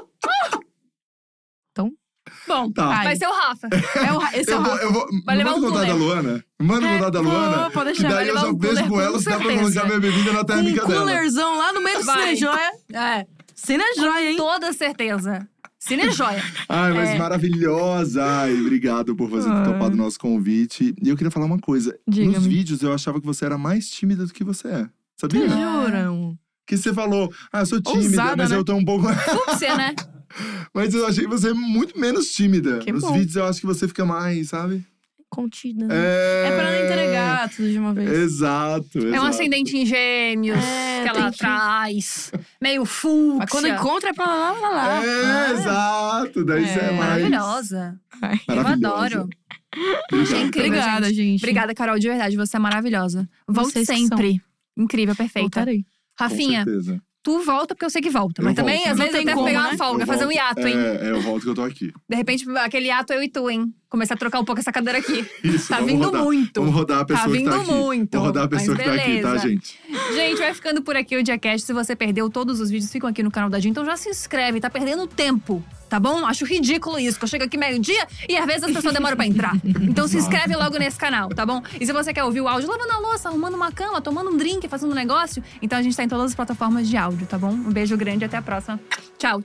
[SPEAKER 1] Bom,
[SPEAKER 3] Tá.
[SPEAKER 1] vai ser o Rafa.
[SPEAKER 2] É o, ra- esse é o
[SPEAKER 3] Eu vou,
[SPEAKER 2] Rafa.
[SPEAKER 3] eu vou,
[SPEAKER 1] Vai levar
[SPEAKER 3] manda
[SPEAKER 1] um
[SPEAKER 3] o
[SPEAKER 1] cooler.
[SPEAKER 3] contato da Luana. Manda o
[SPEAKER 2] É,
[SPEAKER 3] contato da
[SPEAKER 2] vou,
[SPEAKER 3] Luana.
[SPEAKER 2] pode
[SPEAKER 3] e
[SPEAKER 2] deixar,
[SPEAKER 1] vai
[SPEAKER 3] daí eu
[SPEAKER 1] levar
[SPEAKER 3] já
[SPEAKER 1] um cooler,
[SPEAKER 3] vejo com
[SPEAKER 1] com
[SPEAKER 3] ela se dá pra
[SPEAKER 1] certeza.
[SPEAKER 3] colocar minha bebida na
[SPEAKER 2] Com um
[SPEAKER 3] térmica dela.
[SPEAKER 2] coolerzão lá no meio do
[SPEAKER 1] Vai.
[SPEAKER 2] Cinejoia.
[SPEAKER 1] É,
[SPEAKER 2] Cinejoia, hein?
[SPEAKER 1] toda certeza. Cine joia.
[SPEAKER 3] Ai, mas
[SPEAKER 1] É.
[SPEAKER 3] maravilhosa! Ai, obrigado por você ter
[SPEAKER 2] Ah.
[SPEAKER 3] topado o nosso convite. E eu queria falar uma coisa. Nos
[SPEAKER 2] Diga-me.
[SPEAKER 3] vídeos eu achava que você era mais tímida do que você é. Sabia?
[SPEAKER 1] É.
[SPEAKER 2] Juram.
[SPEAKER 3] Que você falou, ah, eu sou tímida,
[SPEAKER 2] Hum. Ousada,
[SPEAKER 3] mas
[SPEAKER 2] né?
[SPEAKER 3] eu tô um pouco. *laughs*
[SPEAKER 1] Fúcsia, né?
[SPEAKER 3] Mas eu achei você é muito menos tímida.
[SPEAKER 2] Que
[SPEAKER 3] Nos
[SPEAKER 2] bom.
[SPEAKER 3] vídeos eu acho que você fica mais, sabe?
[SPEAKER 2] Contida. né?
[SPEAKER 3] É,
[SPEAKER 2] É pra não entregar tudo de uma vez.
[SPEAKER 3] Exato, exato.
[SPEAKER 1] É um ascendente em gêmeos
[SPEAKER 2] É,
[SPEAKER 1] que ela
[SPEAKER 2] tem que-
[SPEAKER 1] traz. Meio fúcsia.
[SPEAKER 2] Mas quando encontra, é pra lá, lá, lá,
[SPEAKER 1] Ah,
[SPEAKER 2] lá.
[SPEAKER 3] É, exato. Daí você é,
[SPEAKER 2] É.
[SPEAKER 3] mais.
[SPEAKER 1] Maravilhosa.
[SPEAKER 2] Ai.
[SPEAKER 1] Eu
[SPEAKER 3] Maravilhosa.
[SPEAKER 1] adoro.
[SPEAKER 3] Obrigado.
[SPEAKER 1] É incrível,
[SPEAKER 2] Obrigada,
[SPEAKER 1] gente.
[SPEAKER 2] gente.
[SPEAKER 1] Obrigada, Carol, de verdade. Você é maravilhosa. Volte
[SPEAKER 2] Vocês que
[SPEAKER 1] sempre. Incrível, perfeita.
[SPEAKER 2] Voltarei.
[SPEAKER 3] Com
[SPEAKER 1] Rafinha,
[SPEAKER 3] certeza.
[SPEAKER 1] tu volta porque eu sei que volta.
[SPEAKER 3] Eu
[SPEAKER 1] Mas também,
[SPEAKER 3] volto,
[SPEAKER 1] às
[SPEAKER 3] né?
[SPEAKER 1] vezes,
[SPEAKER 2] Não
[SPEAKER 1] eu
[SPEAKER 2] tem
[SPEAKER 1] deve
[SPEAKER 2] como,
[SPEAKER 1] pegar uma
[SPEAKER 2] né?
[SPEAKER 1] folga,
[SPEAKER 3] Eu
[SPEAKER 1] fazer um
[SPEAKER 3] volto.
[SPEAKER 1] hiato, hein?
[SPEAKER 3] É, é, eu volto que eu tô aqui.
[SPEAKER 1] De repente, aquele hiato eu e tu, hein? Começar a trocar um pouco essa cadeira
[SPEAKER 3] *laughs*
[SPEAKER 1] aqui.
[SPEAKER 3] Isso,
[SPEAKER 1] Tá
[SPEAKER 3] vamos
[SPEAKER 1] vindo
[SPEAKER 3] rodar.
[SPEAKER 1] muito.
[SPEAKER 3] Vamos rodar a pessoa
[SPEAKER 1] Tá
[SPEAKER 3] que tá
[SPEAKER 1] vindo
[SPEAKER 3] aqui.
[SPEAKER 1] muito.
[SPEAKER 3] Vamos rodar a
[SPEAKER 1] Mas
[SPEAKER 3] pessoa que tá aqui, tá,
[SPEAKER 1] beleza.
[SPEAKER 3] gente?
[SPEAKER 1] Gente, vai ficando por aqui o Diacast. Se você perdeu todos os vídeos, ficam aqui no canal da Dia. Então já se inscreve, tá perdendo tempo, tá bom? Acho ridículo isso, que eu chego aqui meio-dia e às vezes as pessoas demoram pra entrar. Então se inscreve logo nesse canal, tá bom? E se você quer ouvir o áudio lavando a louça, arrumando uma cama, tomando um drink, fazendo um negócio, então a gente tá em todas as plataformas de áudio, tá bom? Um beijo grande e até a próxima. Tchau!